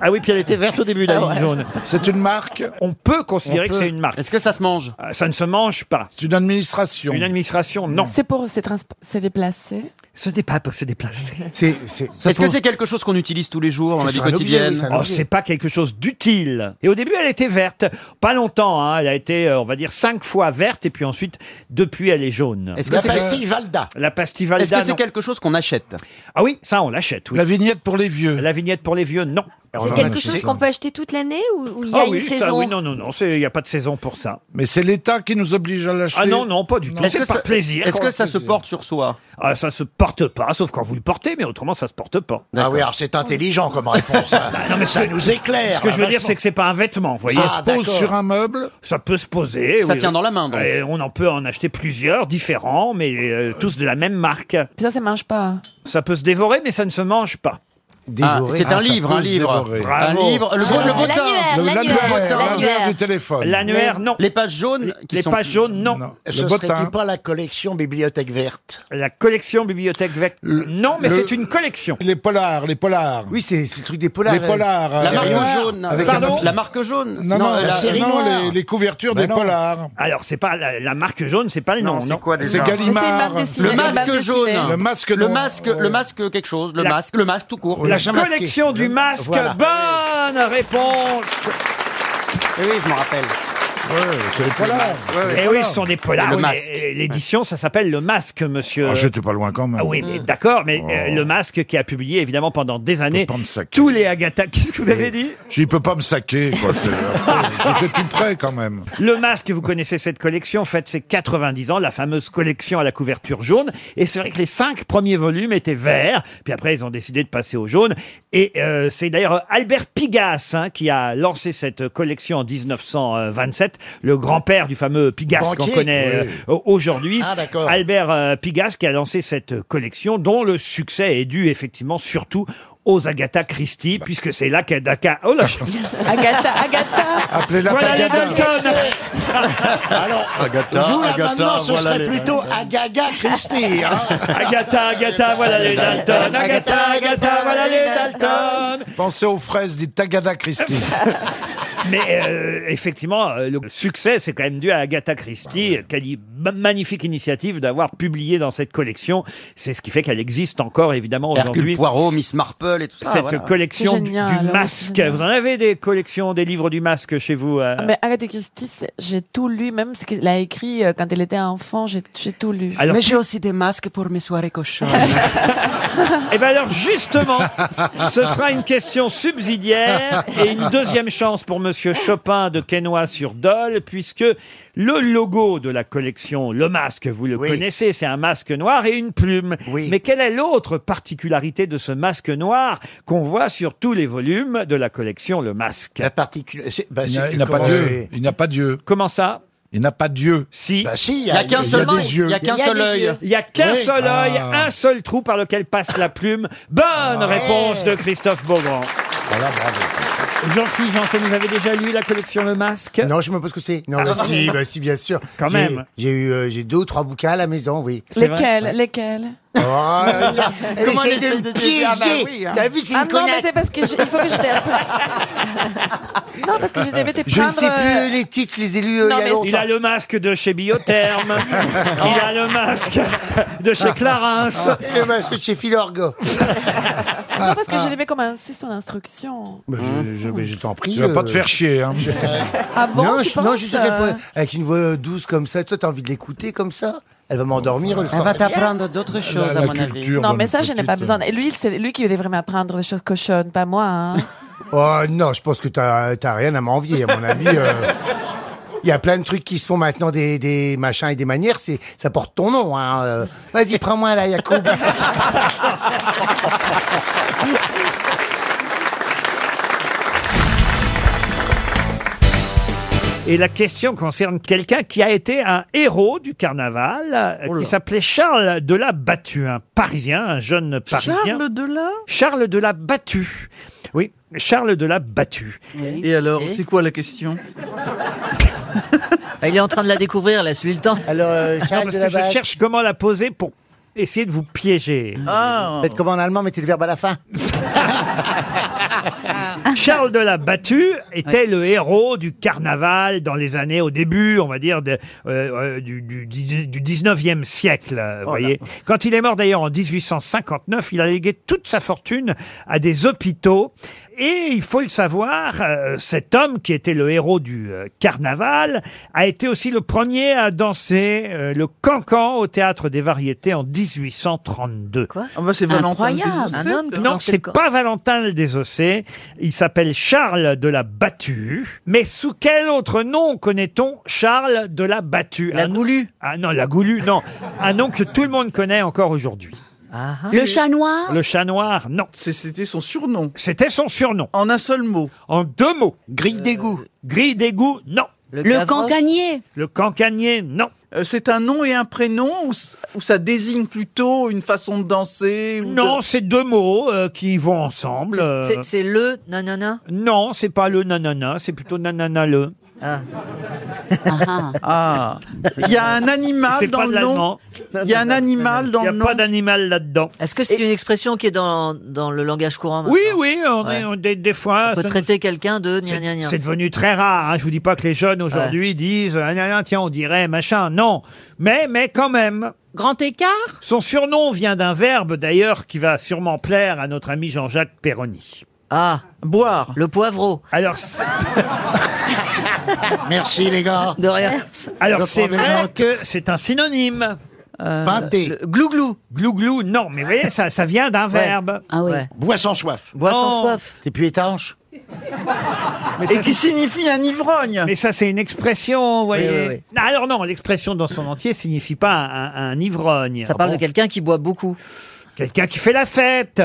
S1: Ah oui, puis elle était verte au début, la
S12: Ah,
S1: ligne
S12: voilà.
S1: jaune. C'est une marque On peut considérer
S12: On
S1: que
S12: peut.
S1: c'est une marque. Est-ce que ça se mange Ça ne se mange pas. C'est une administration. Une administration, non.
S12: C'est pour se, déplacer.
S1: Ce n'est pas pour se déplacer.
S11: Est-ce que c'est quelque chose qu'on utilise tous les jours dans la vie quotidienne
S1: Oh, c'est pas quelque chose d'utile. Et au début, elle était verte. Pas longtemps, hein. elle a été, euh, on va dire, cinq fois verte, et puis ensuite, depuis, elle est jaune.
S11: Est-ce que La c'est- pastille
S1: Valda. La pastille Valda.
S11: Est-ce que c'est
S1: non.
S11: quelque chose qu'on achète
S1: Ah oui, ça, on l'achète. La vignette pour les vieux. La vignette pour les vieux, non.
S12: C'est quelque chose qu'on peut acheter toute l'année ou ou il y a
S1: ah
S12: une
S1: oui, ça,
S12: saison
S1: oui, non, non, non, il n'y a pas de saison pour ça.
S20: Mais c'est l'État qui nous oblige à l'acheter.
S1: Ah non, non, pas du tout.
S20: Est-ce
S1: C'est
S20: que
S1: par
S20: ça-
S1: plaisir.
S20: est-ce que ça se porte
S1: sur soi ah, Ça se porte pas, sauf quand vous le portez, mais autrement, ça se porte pas.
S11: Ah oui,
S1: alors
S16: C'est intelligent comme réponse. hein. ça nous éclaire.
S1: Ce que je veux dire,
S16: vachement.
S1: c'est que c'est pas un vêtement. Vous voyez,
S16: Ça se
S8: Ah,
S16: pose sur un
S1: meuble. Ça peut se poser.
S11: Ça tient dans la main, donc.
S1: Et on en peut en acheter plusieurs, différents, mais euh, tous de la même marque.
S12: Ça, ça marche pas.
S1: Ça peut se dévorer, mais ça ne se mange pas.
S11: Ah, c'est un livre, un livre.
S1: Bravo.
S11: Un livre. Le,
S1: Ah.
S11: le bottin.
S12: L'annuaire,
S11: Le-
S12: l'annuaire,
S11: le bottin.
S12: l'annuaire.
S20: du téléphone.
S1: L'annuaire, non.
S11: Les pages jaunes. qui
S1: Les
S11: sont-
S1: pages jaunes, non.
S16: Ce serait-il pas la collection Bibliothèque Verte
S1: La collection bibliothèque verte. Non, mais
S16: le-
S1: c'est une collection.
S20: Les polars, les polars.
S16: Oui, c'est c'est le truc des polars.
S20: Les polars,
S16: euh,
S11: La marque
S16: noir,
S11: jaune.
S16: avec un
S11: Pardon
S16: papier.
S11: La marque jaune.
S20: Non, non, la- non, les, les couvertures
S1: Ben
S20: des
S1: non.
S20: polars.
S1: Alors, c'est pas la, la marque jaune, c'est pas le nom.
S11: Non, c'est quoi
S20: C'est Gallimard.
S11: Le masque jaune.
S20: Le masque
S11: Le
S20: noir.
S11: masque,
S20: Ouais.
S11: le masque quelque chose. Le
S1: La-
S11: masque, le masque tout court.
S1: La collection du masque.
S11: Voilà.
S1: Bonne réponse.
S11: Oui, je me rappelle.
S20: c'est les polars.
S1: Eh oui, ce sont des polars.
S20: Le
S1: oui,
S20: masque.
S1: mais, euh, L'édition, ça s'appelle Le Masque, monsieur.
S20: Ah, J'étais pas loin quand même. Oh.
S1: Ah oui, mais d'accord, mais euh, Le Masque qui a publié évidemment pendant des années tous les Agatha. Qu'est-ce que vous avez dit
S20: J'y peux pas me saquer, quoi. c'est- J'étais tout près quand même.
S1: Le Masque, vous connaissez cette collection, en fait, c'est 90 ans, la fameuse collection à la couverture jaune. Et c'est vrai que les cinq premiers volumes étaient verts, puis après ils ont décidé de passer au jaune. Et euh, c'est d'ailleurs Albert Pigasse hein, qui a lancé cette collection en 1927, le grand-père du fameux Pigasse qu'on
S16: Banquier,
S1: connaît
S16: oui.
S1: euh, aujourd'hui.
S16: Ah, d'accord.
S1: Albert euh, Pigasse qui a lancé cette collection dont le succès est dû effectivement surtout aux Agatha Christie,
S16: Bah.
S1: puisque c'est là qu'Agatha... Oh là
S12: Agatha, Agatha.
S1: Appelez-la Voilà les Dalton
S16: Alors,
S1: Agatha,
S16: vous, là,
S1: Agatha,
S16: maintenant, ce
S1: voilà
S16: serait
S1: les-
S16: plutôt Agaga Christie. hein.
S1: Agatha, Agatha, voilà les Dalton. Agatha, Agatha, voilà les Dalton.
S20: Pensez aux fraises, dites Tagada Christie.
S1: Mais euh, effectivement, euh, le succès, c'est quand même dû à Agatha
S16: Bah
S1: Christie, qui a eu ma- magnifique initiative d'avoir publié dans cette collection. C'est ce qui fait qu'elle existe encore, évidemment,
S12: Hercule
S1: aujourd'hui.
S12: Poirot, Miss Marple et tout ça.
S1: Cette
S12: voilà.
S1: collection du, du masque. Vous en avez des collections, des livres du masque chez vous euh
S23: Ah, Mais Agatha Christie, c'est- j'ai tout lu, même ce qu'elle a écrit euh, quand elle était enfant, j'ai j'ai tout lu.
S1: Alors- Mais j'ai
S23: aussi des masques pour mes soirées cochons.
S1: Eh bien alors justement, ce sera une question subsidiaire et une deuxième chance pour Monsieur Chopin de Quesnoy sur Dole, puisque le logo de la collection, le masque, vous le connaissez, c'est un masque noir et une plume. Mais quelle est l'autre particularité de ce masque noir qu'on voit sur tous les volumes de la collection Le Masque La particularité,
S12: bah,
S20: Il n'y a- il n'a pas d'yeux. Il n'y a pas d'yeux.
S1: Comment ça
S20: Il n'a pas d'yeux.
S1: Si.
S20: Bah si,
S12: Il y a qu'un seul œil. Il y a qu'un seul œil.
S1: Il y a qu'un
S12: Oui.
S1: seul
S12: Ah.
S1: œil, un seul trou par lequel passe la plume. Bonne
S16: Ah.
S1: réponse de Christophe Beaugrand. Jean-Philippe Janssen, vous avez déjà lu la collection Le Masque
S16: Non, je me pose que c'est. Non,
S1: Ah.
S16: bah, si, bah, si, bien sûr.
S1: Quand
S16: J'ai-
S1: même.
S16: J'ai eu, euh, j'ai deux ou trois bouquins à la maison, oui.
S23: Lesquels Lesquels
S16: Oh,
S20: Ah,
S16: elle a- elle
S23: Comment
S16: essaie
S23: elle essaie
S16: de me
S23: de dire Ah bah
S16: piéger.
S23: oui, hein.
S16: T'as vu que c'est
S23: Ah
S16: une
S23: non, mais
S16: connasse.
S23: c'est parce que je- il faut que je te- Non, parce que je
S1: Ah,
S23: devais te
S16: Je ne
S23: prendre.
S16: sais plus
S23: euh,
S16: les titres, je les ai lus euh,
S23: Non,
S16: il y a
S23: mais-
S16: longtemps.
S1: Il a le masque de chez Biotherme. Il a le masque de chez
S16: Ah.
S1: Clarins.
S16: Et le masque de chez Philorgo.
S23: euh, Non, parce que je devais commencer son instruction.
S16: Bah, je, je, mais je t'en prie. euh,
S20: Tu vas pas te faire chier, hein.
S23: Ah bon,
S16: non,
S23: tu
S16: je, non, je
S23: penses,
S16: sais qu'elle
S23: euh,
S16: pourrait- avec une voix douce comme ça, toi, t'as envie de l'écouter comme ça Elle va m'endormir. le
S12: Elle
S16: soir.
S12: va t'apprendre d'autres choses, à mon avis.
S23: Non, mais ça, je n'ai pas besoin. Et lui, c'est lui qui devrait m'apprendre des choses cochonnes, pas moi. hein.
S16: Oh non, je pense que t'as t'as rien à m'envier, à mon avis. euh. Il y a plein de trucs qui se font maintenant, des, des machins et des manières, c'est ça porte ton nom. hein, euh. Vas-y, prends-moi là, Yacoub.
S1: Et la question concerne quelqu'un qui a été un héros du
S16: Oh
S1: carnaval, euh, qui s'appelait Charles de la Battue, un Parisien, un jeune Parisien.
S5: Charles Delin
S1: Charles de la Battue. Oui, Charles de la Battue.
S5: Et alors,
S1: Et Bah,
S5: c'est quoi la question
S1: il est en train de la découvrir, là, suis le
S24: hein.
S1: temps. Alors,
S5: Euh,
S16: Charles
S1: parce
S16: de
S1: que
S16: la
S1: je
S16: Battue.
S1: cherche comment la poser pour essayer de vous piéger. Oh.
S5: Ah.
S16: Faites comme en allemand, mettez le verbe à la fin.
S5: Ah.
S1: Charles de la Battue était le héros du carnaval dans les années, au début, on va dire, de, euh, euh, du, du, dix- du 19e siècle. euh,
S5: Oh
S1: vous voyez. Quand il est mort d'ailleurs en 1859, il a légué toute sa fortune à des hôpitaux. Et il faut le savoir, euh, cet homme qui était le héros du euh, carnaval a été aussi le premier à danser euh, le cancan au théâtre des variétés en 1832.
S5: Ah bah, c'est Valentin Incroyable, Desossé, un homme qui
S1: Non,
S5: dansait
S1: c'est
S5: le can-
S1: pas Valentin le Désossé, il s'appelle Charles de la Battue. Mais sous quel autre nom connaît-on Charles de la Battue La Goulue Ah non, la Goulue, non. Un nom que tout le monde connaît encore aujourd'hui. Ah
S6: Le chat noir
S1: Le chat noir, non.
S5: C'était son surnom.
S1: C'était son surnom.
S5: En un seul mot.
S1: En deux mots. Grille d'égout. Grille d'égout, non.
S6: Le cancanier
S1: Le cancanier, non.
S5: Euh, c'est un nom et un prénom ou, s- ou ça désigne plutôt une façon de danser ou
S1: Non,
S5: de-
S1: c'est deux mots euh, qui vont ensemble. euh.
S24: C'est- C'est le nanana
S1: Non, c'est pas le nanana, c'est plutôt nanana le.
S24: Ah.
S5: Ah, il y a un
S1: C'est
S5: animal dans
S1: pas de
S5: le nom.
S1: l'allemand.
S5: Il y a un animal dans
S1: Il
S5: le
S1: n'y
S5: nom.
S1: a pas d'animal là-dedans.
S24: Est-ce que c'est une expression qui est dans, dans le langage courant
S1: Oui,
S24: maintenant
S1: oui, on
S24: Ouais.
S1: est, on- des, des fois.
S24: On peut
S1: ça-
S24: traiter quelqu'un de gna
S1: c'est-
S24: gna gna.
S1: C'est devenu très rare. Hein. Je vous dis pas que les jeunes aujourd'hui disent ah, gna, gna, tiens, on dirait machin. Non, mais mais quand même. Grand écart. Son surnom vient d'un verbe d'ailleurs qui va sûrement plaire à notre ami Jean-Jacques Perroni.
S24: Ah.
S5: Boire.
S24: Le poivreau.
S1: Alors.
S24: Merci les gars. De rien.
S1: Alors c'est vrai que c'est un synonyme.
S24: Pâté. Euh, le-
S1: Glouglou. Glouglou, non, mais vous voyez, ça, ça vient d'un
S24: Ouais.
S1: verbe.
S24: Ah oui. Ouais.
S16: Bois sans soif.
S24: Bois sans
S1: Non.
S24: soif.
S16: T'es plus étanche.
S5: Et qui signifie un ivrogne.
S1: Mais ça, c'est une expression, vous voyez.
S24: oui, oui.
S1: Non, Ah, Alors non, l'expression dans son entier signifie pas un, un ivrogne.
S24: Ça parle de quelqu'un qui boit beaucoup.
S1: Quelqu'un qui fait la fête.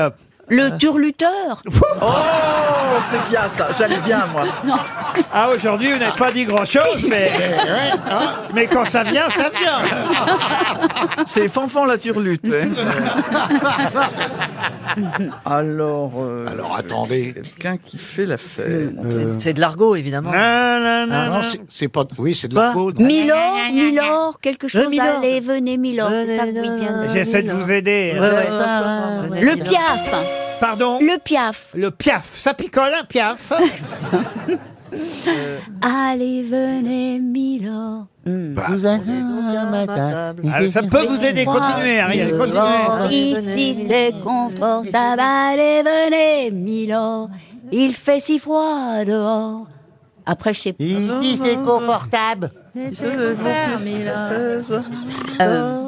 S6: Le turluteur
S5: Oh, c'est bien ça. J'aime bien moi.
S1: Ah, aujourd'hui, vous n'avez pas dit grand-chose, mais...
S5: hein.
S1: mais quand ça vient, ça vient.
S5: C'est Fanfan la turlute. ouais. Alors. Alors attendez. Quelqu'un qui fait la fête.
S24: C'est- Euh, C'est de
S16: Oh,
S24: l'argot, évidemment.
S16: Ah,
S20: Non, c'est- c'est pas. Oui, c'est de
S24: Quoi
S20: la faute.
S6: Milord, Milord, quelque chose.
S24: Milord.
S6: Allez, venez, Milord. C'est ça que vous dites.
S1: J'essaie de vous aider.
S24: Ouais, ouais.
S6: Le piaf.
S1: Pardon
S6: Le piaf.
S1: Le piaf. Ça picole, un piaf
S7: Allez, venez, Milord. Vous
S1: Ah, ça peut vous aider, continuez, Ariel, continuez.
S7: Ici, c'est confortable. Allez, venez, Milord. Il fait si froid dehors. Après, je sais pas.
S12: Ah,
S7: Ici, c'est confortable.
S12: ah,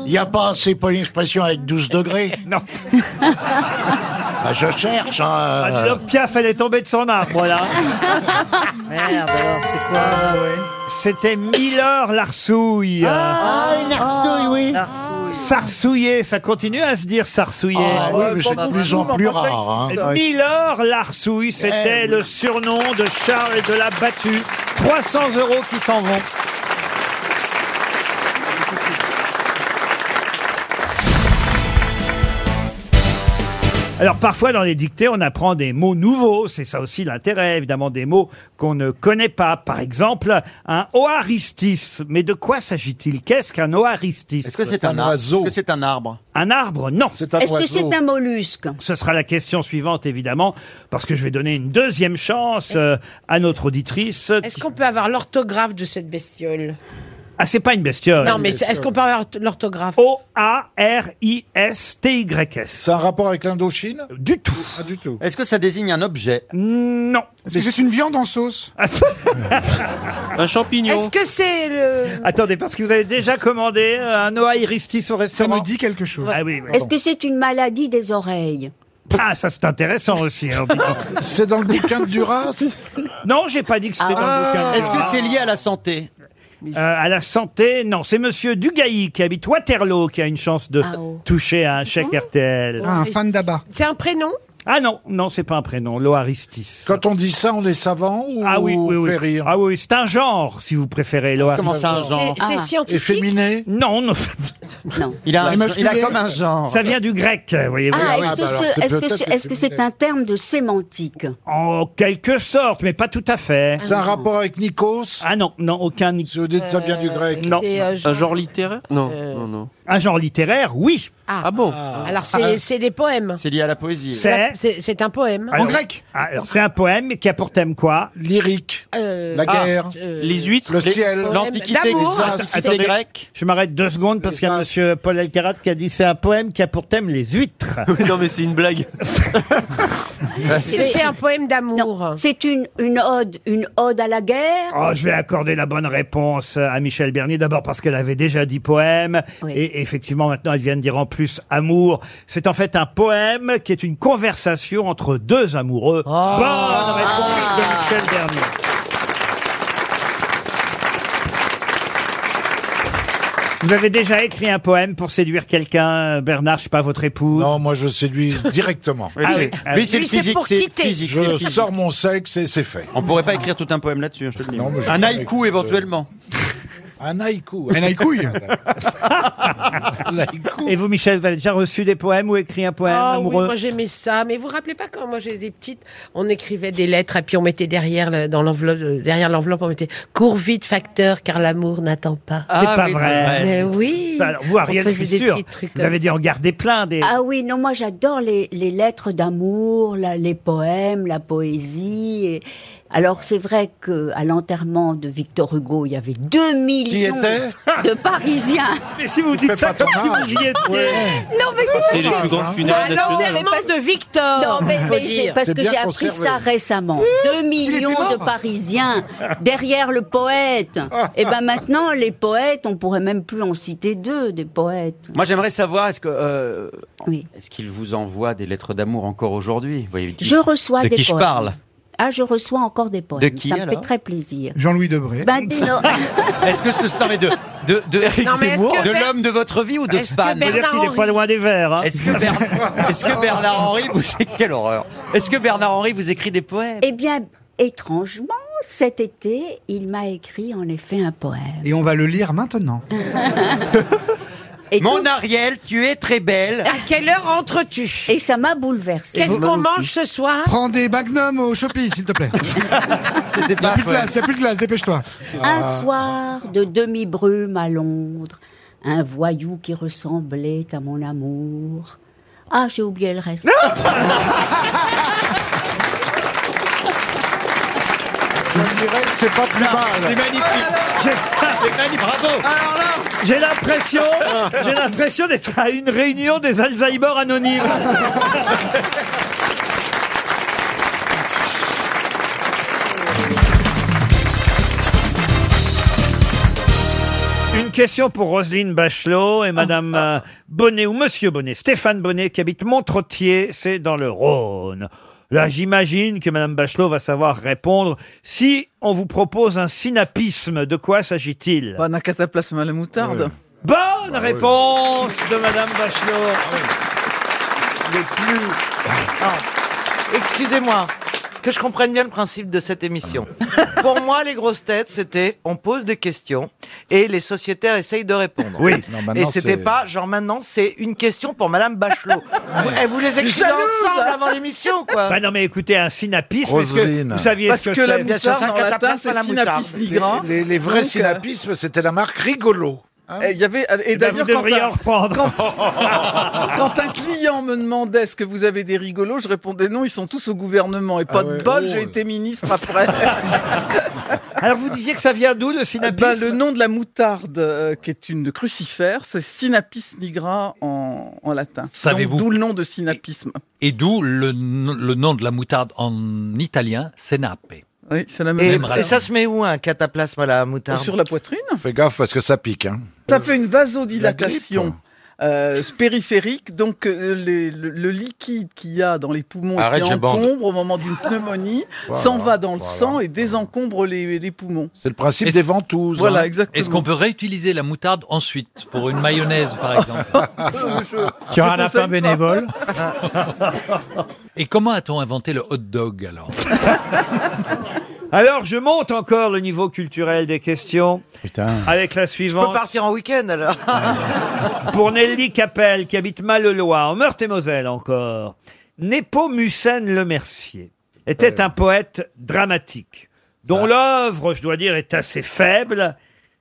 S20: Il n'y a pas, c'est pas une expression avec 12 degrés.
S1: Non.
S14: Ah,
S20: Bah, je cherche. hein, euh.
S1: Ah, dis donc, Piaf, elle est tombée de son arbre, là.
S24: Merde, alors, c'est quoi euh,
S1: C'était Milord Larsouille.
S24: Ah, une arsouille, oui.
S1: Sarsouillé, ça continue à se dire sarsouillé.
S20: Ah oui, mais c'est de plus en plus rare. hein.
S1: Milord Larsouille, c'était
S20: Eh oui.
S1: le surnom de Charles de la Battue. 300 euros qui s'en vont. Alors parfois dans les dictées, on apprend des mots nouveaux, c'est ça aussi l'intérêt, évidemment des mots qu'on ne connaît pas. Par exemple, un oaristis. Mais de quoi s'agit-il Qu'est-ce qu'un oaristis
S12: Est-ce que c'est un arbre Est-ce que c'est un arbre
S1: Un arbre Non.
S7: Est-ce que c'est un mollusque
S1: Ce sera la question suivante, évidemment, parce que je vais donner une deuxième chance euh, à notre auditrice.
S15: Est-ce qu'on peut avoir l'orthographe de cette bestiole
S1: Ah, c'est pas une bestiole.
S15: Non, mais c'est- est-ce qu'on peut avoir l'orthographe
S1: O-A-R-I-S-T-Y-S.
S20: C'est un rapport avec l'Indochine
S1: Euh, Du tout.
S20: du tout.
S12: Est-ce que ça désigne un objet
S1: Non. Ah,
S12: Est-ce que c'est une viande en sauce Un champignon.
S15: Est-ce que c'est le...
S1: Attendez, parce que vous avez déjà commandé euh, un oaristis au restaurant. Ça me dit quelque chose. Ah oui, oui.
S7: Est-ce que c'est une maladie des oreilles
S1: Ah, ça c'est intéressant aussi. hein.
S20: c'est dans le bouquin de Duras
S1: Non, j'ai pas dit
S11: Ah.
S1: que c'était dans le bouquin. de
S12: Est-ce que
S1: Duras.
S12: c'est lié à la santé
S1: Euh, à la santé, non, c'est Monsieur Dugailly qui habite Waterloo qui a une chance de toucher à un chèque RTL.
S15: Ah, un fan
S1: d'abat.
S15: C'est un prénom
S1: Ah non, non, c'est pas un prénom, l'Oaristis.
S20: Quand on dit ça, on est savant ou
S1: Ah oui, oui,
S20: on
S1: oui.
S20: fait rire
S1: Ah oui, c'est un genre, si vous préférez, l'Oaristis.
S12: Comment ça, un genre
S15: C'est- c'est Ah. scientifique
S20: Efféminé
S1: Non, non.
S12: Il a, un- il a comme un genre.
S1: Ça vient du grec, voyez-vous.
S7: Ah,
S20: bah
S7: est-ce que ce- est-ce que ce- est-ce que c'est un terme de sémantique
S1: En quelque sorte, mais pas tout à fait.
S20: C'est un rapport avec Nikos
S1: Ah non, non, aucun Nikos.
S20: Ça vient du grec.
S1: Non.
S12: Un genre littéraire Non,
S11: Euh.
S12: non, non.
S1: Un genre littéraire, oui.
S15: Ah,
S12: bon
S15: Alors
S20: Ah.
S15: c'est c'est des poèmes.
S12: C'est lié à la poésie.
S1: C'est-
S15: C'est c'est un poème.
S1: Alors- Ah, Alors, c'est un poème qui a pour thème quoi
S20: Lyrique.
S15: Euh,
S20: La guerre.
S12: Les huîtres.
S20: Le
S12: les-
S20: ciel.
S12: L'antiquité.
S15: D'amour.
S12: les antiquités
S1: Attendez,
S12: grecques.
S1: je m'arrête deux secondes parce qu'il y a monsieur Paul Elkarat qui a dit c'est un poème qui a pour thème les huîtres.
S12: non, mais c'est une blague.
S1: Ah,
S15: C'est c'est un poème d'amour.
S7: C'est une, une ode, une ode à la guerre
S1: Oh, je vais accorder la bonne réponse à Michel Bernier, d'abord parce qu'elle avait déjà dit poème,
S7: Oui.
S1: et effectivement maintenant elle vient de dire en plus amour. C'est en fait un poème qui est une conversation entre deux amoureux.
S15: Oh.
S1: Bonne réponse de Michel Bernier. Vous avez déjà écrit un poème pour séduire quelqu'un, euh, Bernard, je sais pas, votre épouse
S20: Non, moi je séduis directement.
S1: Ah oui, ah oui.
S12: Lui, c'est le
S15: Lui, c'est
S12: physique.
S15: pour
S12: C'est le
S15: quitter.
S12: physique. c'est le
S20: Je
S12: physique.
S20: sors mon sexe et c'est fait.
S12: On pourrait pas écrire tout un poème là-dessus, je te le dis.
S20: Non, mais je-
S12: un haïku éventuellement.
S20: Un haïku.
S1: Un haïku. Et vous, Michel, vous avez déjà reçu des poèmes ou écrit un poème
S15: Ah oui,
S1: amoureux
S15: moi j'aimais ça. Mais vous vous rappelez pas quand moi j'ai des petites, on écrivait des lettres et puis on mettait derrière le- dans l'enveloppe, euh, derrière l'enveloppe on mettait cours vite facteur car l'amour n'attend pas.
S1: Ah C'est pas vrai.
S15: Mais oui.
S1: Ça, alors, vous, Ariel,
S15: on
S1: je
S15: faisait
S1: suis
S15: des
S1: sûr,
S15: petits trucs
S1: vous
S15: comme
S1: avez dû en garder plein des...
S7: Ah oui, non, moi j'adore les, les lettres d'amour, la- les poèmes, la poésie. et- Alors c'est vrai que à l'enterrement de Victor Hugo, il y avait 2 millions
S20: était
S7: de Parisiens.
S1: Mais si vous dites ça
S20: pas
S1: comme
S20: ton
S1: si vous
S20: âge.
S1: y étiez...
S7: Non, mais c'est pas
S11: Bah,
S7: vrai.
S22: grandes
S15: Ah, l'enterrement de Victor.
S7: hein. Non, mais,
S15: faut
S7: mais
S15: dire.
S7: j'ai- parce
S20: C'est
S7: que
S20: bien
S7: j'ai appris
S20: conservé.
S7: ça récemment.
S12: Hum.
S7: 2 millions de Parisiens derrière le poète. Et ben maintenant, les poètes, on pourrait même plus en citer deux, des poètes.
S12: Moi, j'aimerais savoir, est-ce que euh,
S7: Oui.
S12: est-ce qu'il vous envoie des lettres d'amour encore aujourd'hui Vous voyez, qui-
S7: Je reçois
S12: de
S7: des
S12: qui
S7: poèmes.
S12: je parle
S7: Ah, je reçois encore des poèmes.
S12: De qui,
S7: Ça me fait
S12: alors
S7: très plaisir.
S20: Jean-Louis Debré.
S7: Ben, dis non.
S12: Est-ce que ce non, mais de de de,
S15: Non, mais est-ce
S12: Zemmour
S15: que
S12: de
S15: Ber-
S12: l'homme de votre vie ou de
S15: est-ce que
S12: Span
S15: Bernard-
S1: C'est-à-dire qu'il est pas loin des verts. hein.
S12: Est-ce que, Bernard- est-ce que Bernard Henry vous quelle horreur Est-ce que Bernard Henry vous écrit des poèmes
S7: Eh bien, étrangement, cet été, il m'a écrit en effet un poème.
S20: Et on va le lire maintenant.
S7: Et,
S12: Mon
S7: donc-
S12: Ariel, tu es très belle.
S15: À quelle heure entres-tu
S7: et ça m'a bouleversée.
S15: Qu'est-ce qu'on mange ce soir
S20: Prends des magnums au Shopee, s'il te plaît.
S12: C'était pas un poème.
S20: il n'y a plus de glace, dépêche-toi.
S7: Un soir de demi-brume à Londres, un voyou qui ressemblait à mon amour. Ah, j'ai oublié le reste.
S1: dirais que c'est pas plus
S11: Ah,
S1: mal.
S12: C'est magnifique. C'est magnifique, bravo.
S1: Alors là, j'ai l'impression, j'ai l'impression d'être à une réunion des Alzheimer anonymes. Une question pour Roselyne Bachelot et Madame euh, Bonnet ou Monsieur Bonnet, Stéphane Bonnet qui habite Montrotier, c'est dans le Rhône. Là, j'imagine que Madame Bachelot va savoir répondre. Si on vous propose un synapisme, de quoi s'agit-il
S9: Bah,
S5: Un cataplasme à la moutarde.
S1: Bonne réponse de Madame Bachelot.
S9: Excusez-moi, que je comprenne bien le principe de cette émission. Pour moi, les grosses têtes, c'était on pose des questions et les sociétaires essayent de répondre.
S1: Oui. Non, maintenant,
S9: et c'était
S1: c'est-
S9: pas genre maintenant, c'est une question pour Madame Bachelot. Vous- Elle vous les écrivez
S1: Jalouse,
S9: ensemble
S1: hein.
S9: avant l'émission, quoi.
S1: Bah non, mais écoutez, un synapisme, est-ce que
S20: Roselyne.
S1: vous saviez
S9: Parce
S1: ce que,
S9: que la
S1: c'est
S9: moutarde, Bien sûr, c'est un dans latin, cataplasme à la c'est moutarde. synapis nigra.
S20: Les, les- les vrais
S5: Donc, euh,
S20: synapismes, c'était la marque rigolo.
S5: Et il y avait, euh, et
S20: Eh ben,
S5: d'ailleurs,
S20: vous
S5: quand,
S20: devriez
S5: un-
S20: en reprendre.
S5: quand- quand un client me demandait est-ce que vous avez des rigolos, je répondais non, ils sont tous au gouvernement. Et pas
S1: ouais.
S5: de bol,
S1: Oh.
S5: j'ai été ministre après. Eh ben,
S1: Alors vous disiez que ça vient d'où le synapisme
S5: Le nom de la moutarde, euh, qui est une crucifère, c'est Sinapis nigra en, en latin.
S14: Savez-vous-
S5: Donc, D'où le nom de synapisme.
S14: Et d'où le, n- le nom de la moutarde en italien, senape.
S5: Oui, c'est la
S9: Et,
S14: même
S9: et ça se met où un cataplasme à la moutarde
S5: Sur la poitrine
S20: Fais gaffe parce que ça pique. Hein.
S5: Ça fait une vasodilatation euh, périphérique, donc euh, les- le, le liquide qu'il y a dans les poumons et
S20: Arrête,
S5: qui
S20: je bande.
S5: encombre au moment d'une pneumonie
S20: Voilà,
S5: s'en va dans le
S20: voilà.
S5: sang et désencombre les, les poumons.
S20: C'est le principe
S14: Est-ce-
S20: des ventouses.
S5: Voilà,
S14: Hein.
S5: exactement.
S14: Est-ce qu'on peut réutiliser la moutarde ensuite pour une mayonnaise, par exemple
S5: Tu auras un Je lapin conseille pas. bénévole.
S14: Et comment a-t-on inventé le hot dog alors
S1: Alors je monte encore le niveau culturel des questions. Avec la
S9: Je peux
S1: suivante.
S9: partir en week-end alors.
S1: Ah. Pour Nelly Capel, qui habite Mallelois, en Meurthe-et-Moselle encore, Népomucène Le Mercier était un poète dramatique, dont l'œuvre, je dois dire, est assez faible,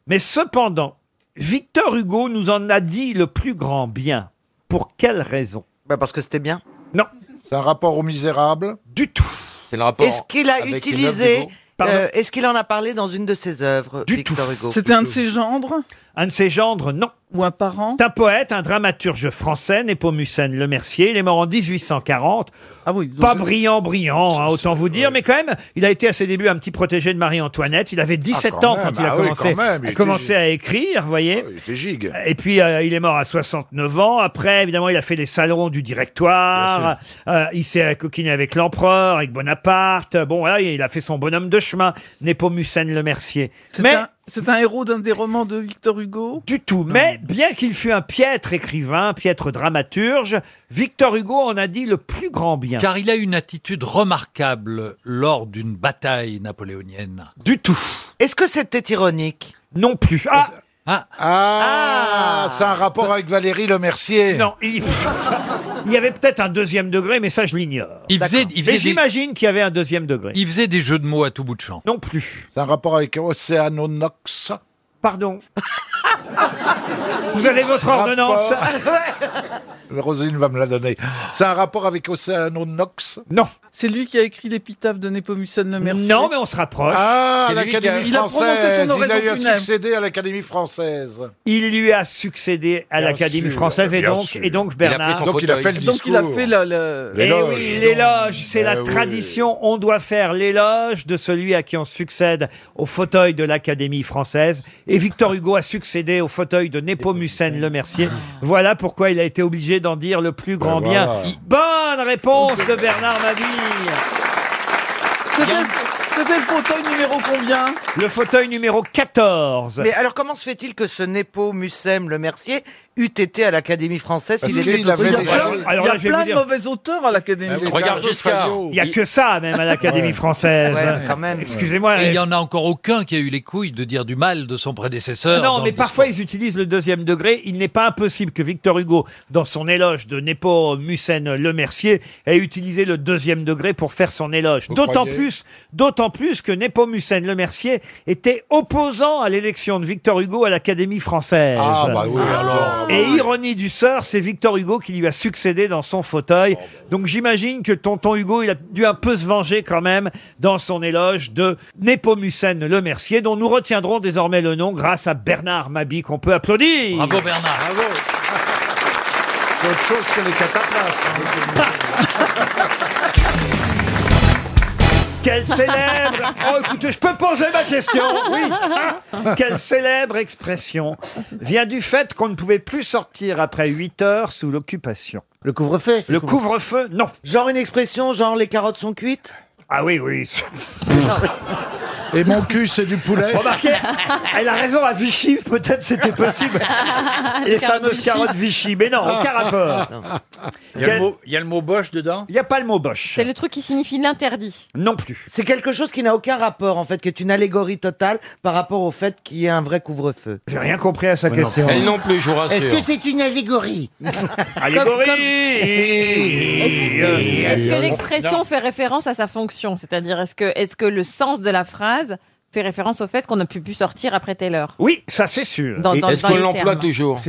S1: mais cependant, Victor Hugo nous en a dit le plus grand bien. Pour quelle raison Bah, Parce que c'était bien. Non.
S20: C'est un rapport aux misérables
S1: Du tout.
S20: C'est le rapport.
S9: Est-ce qu'il a utilisé
S1: Pardon
S9: euh, Est-ce qu'il en a parlé dans une de ses œuvres
S1: Du
S9: Victor
S1: tout.
S9: Hugo
S5: C'était un de ses gendres
S1: Un de ses gendres, non.
S5: Ou un parent
S1: C'est un poète, un dramaturge français, Népomucène Le Mercier. Il est mort en 1840.
S5: Ah
S1: Pas brillant, brillant, hein, autant vous dire, mais quand même, il a été à ses débuts un petit protégé de Marie-Antoinette. Il avait 17
S20: quand
S1: ans
S20: même,
S1: quand il a
S20: ah oui,
S1: commencé,
S20: quand même, il
S1: a
S20: était Ah
S1: commencé à écrire, vous voyez. Et puis, euh, il est mort à 69 ans. Après, évidemment, il a fait les salons du directoire. Euh, il s'est coquiné avec l'empereur, avec Bonaparte. Bon, voilà, il a fait son bonhomme de chemin, Népomucène Le Mercier. Mais...
S5: C'est un héros d'un des romans de Victor Hugo
S1: Du tout. Mais bien qu'il fût un piètre écrivain, piètre dramaturge, Victor Hugo en a dit le plus grand bien.
S14: Car il a une attitude remarquable lors d'une bataille napoléonienne.
S1: Du tout.
S9: Est-ce que c'était ironique
S1: Non plus. Ah
S14: Ah,
S20: c'est Ah, un rapport avec Valérie Lemercier.
S1: Non, il, il y avait peut-être un deuxième degré, mais ça je l'ignore.
S14: Il faisait- il faisait
S1: Mais
S14: des-
S1: j'imagine qu'il y avait un deuxième degré.
S14: Il faisait des jeux de mots à tout bout de champ.
S1: Non plus.
S20: C'est un rapport avec Océanonox.
S1: Pardon. Vous avez votre ordonnance
S20: Rosine va me la donner. C'est un rapport avec Océanonox
S1: Non.
S5: C'est lui qui a écrit l'épitaphe de Népomucène Le Mercier
S1: Non, mais on se rapproche.
S20: Ah,
S1: C'est lui qui a-
S20: l'Académie
S1: Il a
S20: française.
S1: prononcé son
S20: il
S1: oraison
S20: a eu à
S1: funèbre.
S20: succéder à l'Académie française.
S1: Il lui a succédé à
S20: Bien
S1: l'Académie
S20: sûr,
S1: française et
S20: bien
S1: donc,
S20: sûr.
S1: et donc
S20: Il a pris
S1: Bernard.
S20: son Donc, il a fauteuil. fait le
S5: Donc il a
S20: discours. Eh
S5: fait la- la-
S1: Eh oui, l'éloge, c'est la tradition. On doit faire l'éloge de celui à qui on succède au fauteuil de l'Académie française. Et Victor Hugo a succédé au fauteuil de Népomucène Le Mercier. Voilà pourquoi il a été obligé d'en dire le plus grand
S20: Ah. Ben
S1: bien.
S20: voilà.
S1: Bonne réponse de Bernard Mabille.
S5: C'était c'était le fauteuil numéro combien
S1: Le fauteuil numéro 14.
S9: Mais alors comment se fait-il que ce Nepo Mussem Le Mercier eût été à l'Académie française
S1: Parce
S9: s'il était
S1: qu'il
S9: au
S1: avait
S9: Seigneur
S1: des
S9: Bernard
S1: choses- Alors
S5: Il y
S1: là,
S5: a
S1: je vais
S5: plein
S1: vous
S5: de
S1: dire-
S5: mauvais auteurs à
S20: Ah
S5: l'Académie.
S14: Regarde Giscard.
S1: Il n'y a que ça, même, à l'Académie française. Excusez-moi.
S14: Et il y en a encore aucun qui a eu les couilles de dire du mal de son prédécesseur.
S1: Non,
S14: dans
S1: mais
S14: le
S1: parfois ils utilisent le deuxième degré. Il n'est pas impossible que Victor Hugo, dans son éloge de Nepo Mucène Le Mercier, ait utilisé le deuxième degré pour faire son éloge.
S22: Vous
S1: D'autant
S22: croyez
S1: plus, d'autant plus que Nepomucène Le Mercier était opposant à l'élection de Victor Hugo à l'Académie française.
S20: Ah, bah oui, alors,
S1: Et ironie du sort, c'est Victor Hugo qui lui a succédé dans son fauteuil. Donc j'imagine que tonton Hugo, il a dû un peu se venger quand même dans son éloge de Népomucène Le Mercier, dont nous retiendrons désormais le nom grâce à Bernard Mabi, qu'on peut applaudir.
S14: Bravo Bernard.
S22: C'est autre chose que les cataplasmes.
S1: Quelle célèbre Oh, écoutez, je peux poser ma question Oui Ah Quelle célèbre expression vient du fait qu'on ne pouvait plus sortir après 8 heures sous l'occupation Le couvre-feu Le couvre-feu, non. Genre une expression, genre les carottes sont cuites Ah oui, oui.
S20: Et mon cul, c'est du poulet.
S1: Remarquez, elle a raison, à Vichy, peut-être c'était possible. Les fameuses carottes Vichy, mais non, aucun rapport.
S22: Il y a le
S1: Quel-
S22: mot- il y a le mot boche dedans
S1: Il n'y a pas le mot boche.
S9: C'est le truc qui signifie l'interdit.
S1: Non plus.
S9: C'est quelque chose qui n'a aucun rapport, en fait, qui est une allégorie totale par rapport au fait qu'il y ait un vrai couvre-feu.
S1: J'ai rien compris à sa
S9: Ouais, non.
S1: question.
S9: Elle non
S22: plus, je vous rassure.
S9: Est-ce que
S2: c'est une allégorie
S1: Allégorie
S11: euh,
S3: Est-ce que l'expression fait référence à sa fonction C'est-à-dire, est-ce que, est que le sens de la phrase fait référence au fait qu'on n'a pu plus sortir après telle heure
S1: Oui, ça c'est sûr.
S3: Dans- dans- Est-ce dans qu'on les l'emploie termes.
S1: toujours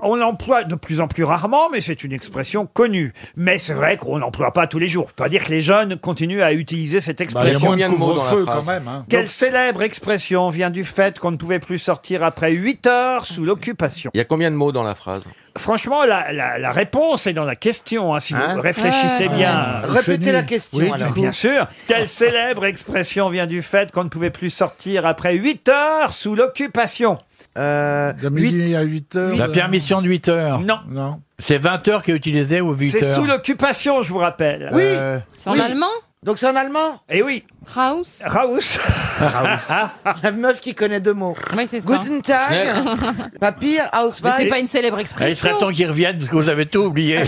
S1: On l'emploie de plus en plus rarement, mais c'est une expression connue. Mais c'est vrai qu'on l'emploie pas tous les jours. Faut pas dire que les jeunes continuent à utiliser cette
S20: Bah, il y a
S1: expression.
S20: moins de couvre-feu quand même. Hein.
S1: Quelle célèbre expression vient du fait qu'on ne pouvait plus sortir après 8 heures sous l'occupation
S22: Il y a combien de mots dans la phrase
S1: Franchement, la, la- la réponse est dans la question, hein, si
S22: Hein
S1: vous réfléchissez
S22: Ouais.
S1: bien.
S22: Ouais. Répétez Fenu. la question,
S1: Oui,
S22: alors.
S1: Bien sûr. Quelle célèbre expression vient du fait qu'on ne pouvait plus sortir après 8 heures sous l'occupation
S20: De midi à 8 heures.
S22: La permission de 8 heures.
S1: Non.
S20: Non.
S22: C'est 20 heures qui est utilisé ou 8
S1: C'est
S22: heures Euh,
S1: sous l'occupation, je vous rappelle.
S22: Oui.
S3: C'est en allemand
S9: Donc c'est en allemand
S1: Eh oui.
S3: Raus
S1: Raus. Ah.
S9: La meuf qui connaît deux mots.
S3: Oui, c'est ça.
S9: Guten Tag, Papier,
S3: Mais
S9: Hauswein.
S3: c'est pas une célèbre
S22: Eh, Il
S3: expression.
S22: serait temps qu'ils reviennent parce que vous avez tout oublié.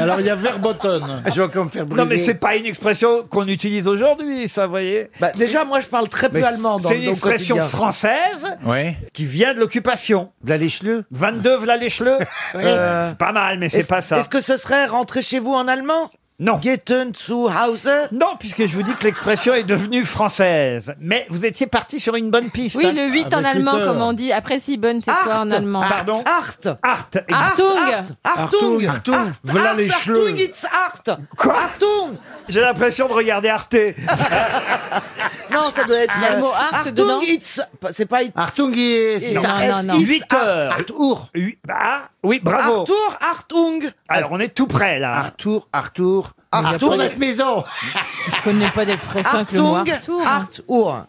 S20: Alors il y a verboten. Je vais encore me faire
S1: Non, mais c'est pas une expression qu'on utilise aujourd'hui, ça, vous voyez
S9: Déjà, moi, je parle très peu
S1: Mais
S9: allemand. dans
S1: C'est
S9: le-
S1: une
S9: dans le
S1: expression
S9: quotidien.
S1: française
S22: Oui.
S1: qui vient de l'occupation. Vlalé-Chleu 22 Vlalé-Chleu
S9: Euh,
S1: C'est pas mal, mais c'est
S9: est-ce-
S1: pas ça.
S9: Est-ce que ce serait rentrer chez vous en allemand
S1: Non.
S9: Geten zu Hause
S1: Non, puisque je vous dis que l'expression est devenue française. Mais vous étiez parti sur une bonne piste.
S3: Oui,
S1: hein.
S3: le 8 en allemand, comme on dit. Après, si bonne, c'est quoi en allemand
S1: euh, Pardon
S9: Art.
S1: Art.
S3: Achtung.
S9: Artung.
S1: Artung. Voilà les cheveux.
S9: Artung, it's art.
S1: Quoi
S9: Artung.
S1: J'ai l'impression de regarder Arte.
S9: Non, ça doit être.
S3: Il y a le
S9: euh,
S3: mot art
S9: Artung,
S3: dedans
S9: it's. C'est pas it's.
S1: Artung
S9: Non, non, non.
S1: 8 heures.
S9: Arthur.
S1: Oui, bah, oui, bravo.
S9: Arthur, Artung.
S1: Alors, on est tout près, là. Arthur, Arthur.
S16: euh. Arthur, notre maison.
S3: Je connais pas d'expression avec le mot
S9: Artung,
S3: Arthur.
S9: Arthur.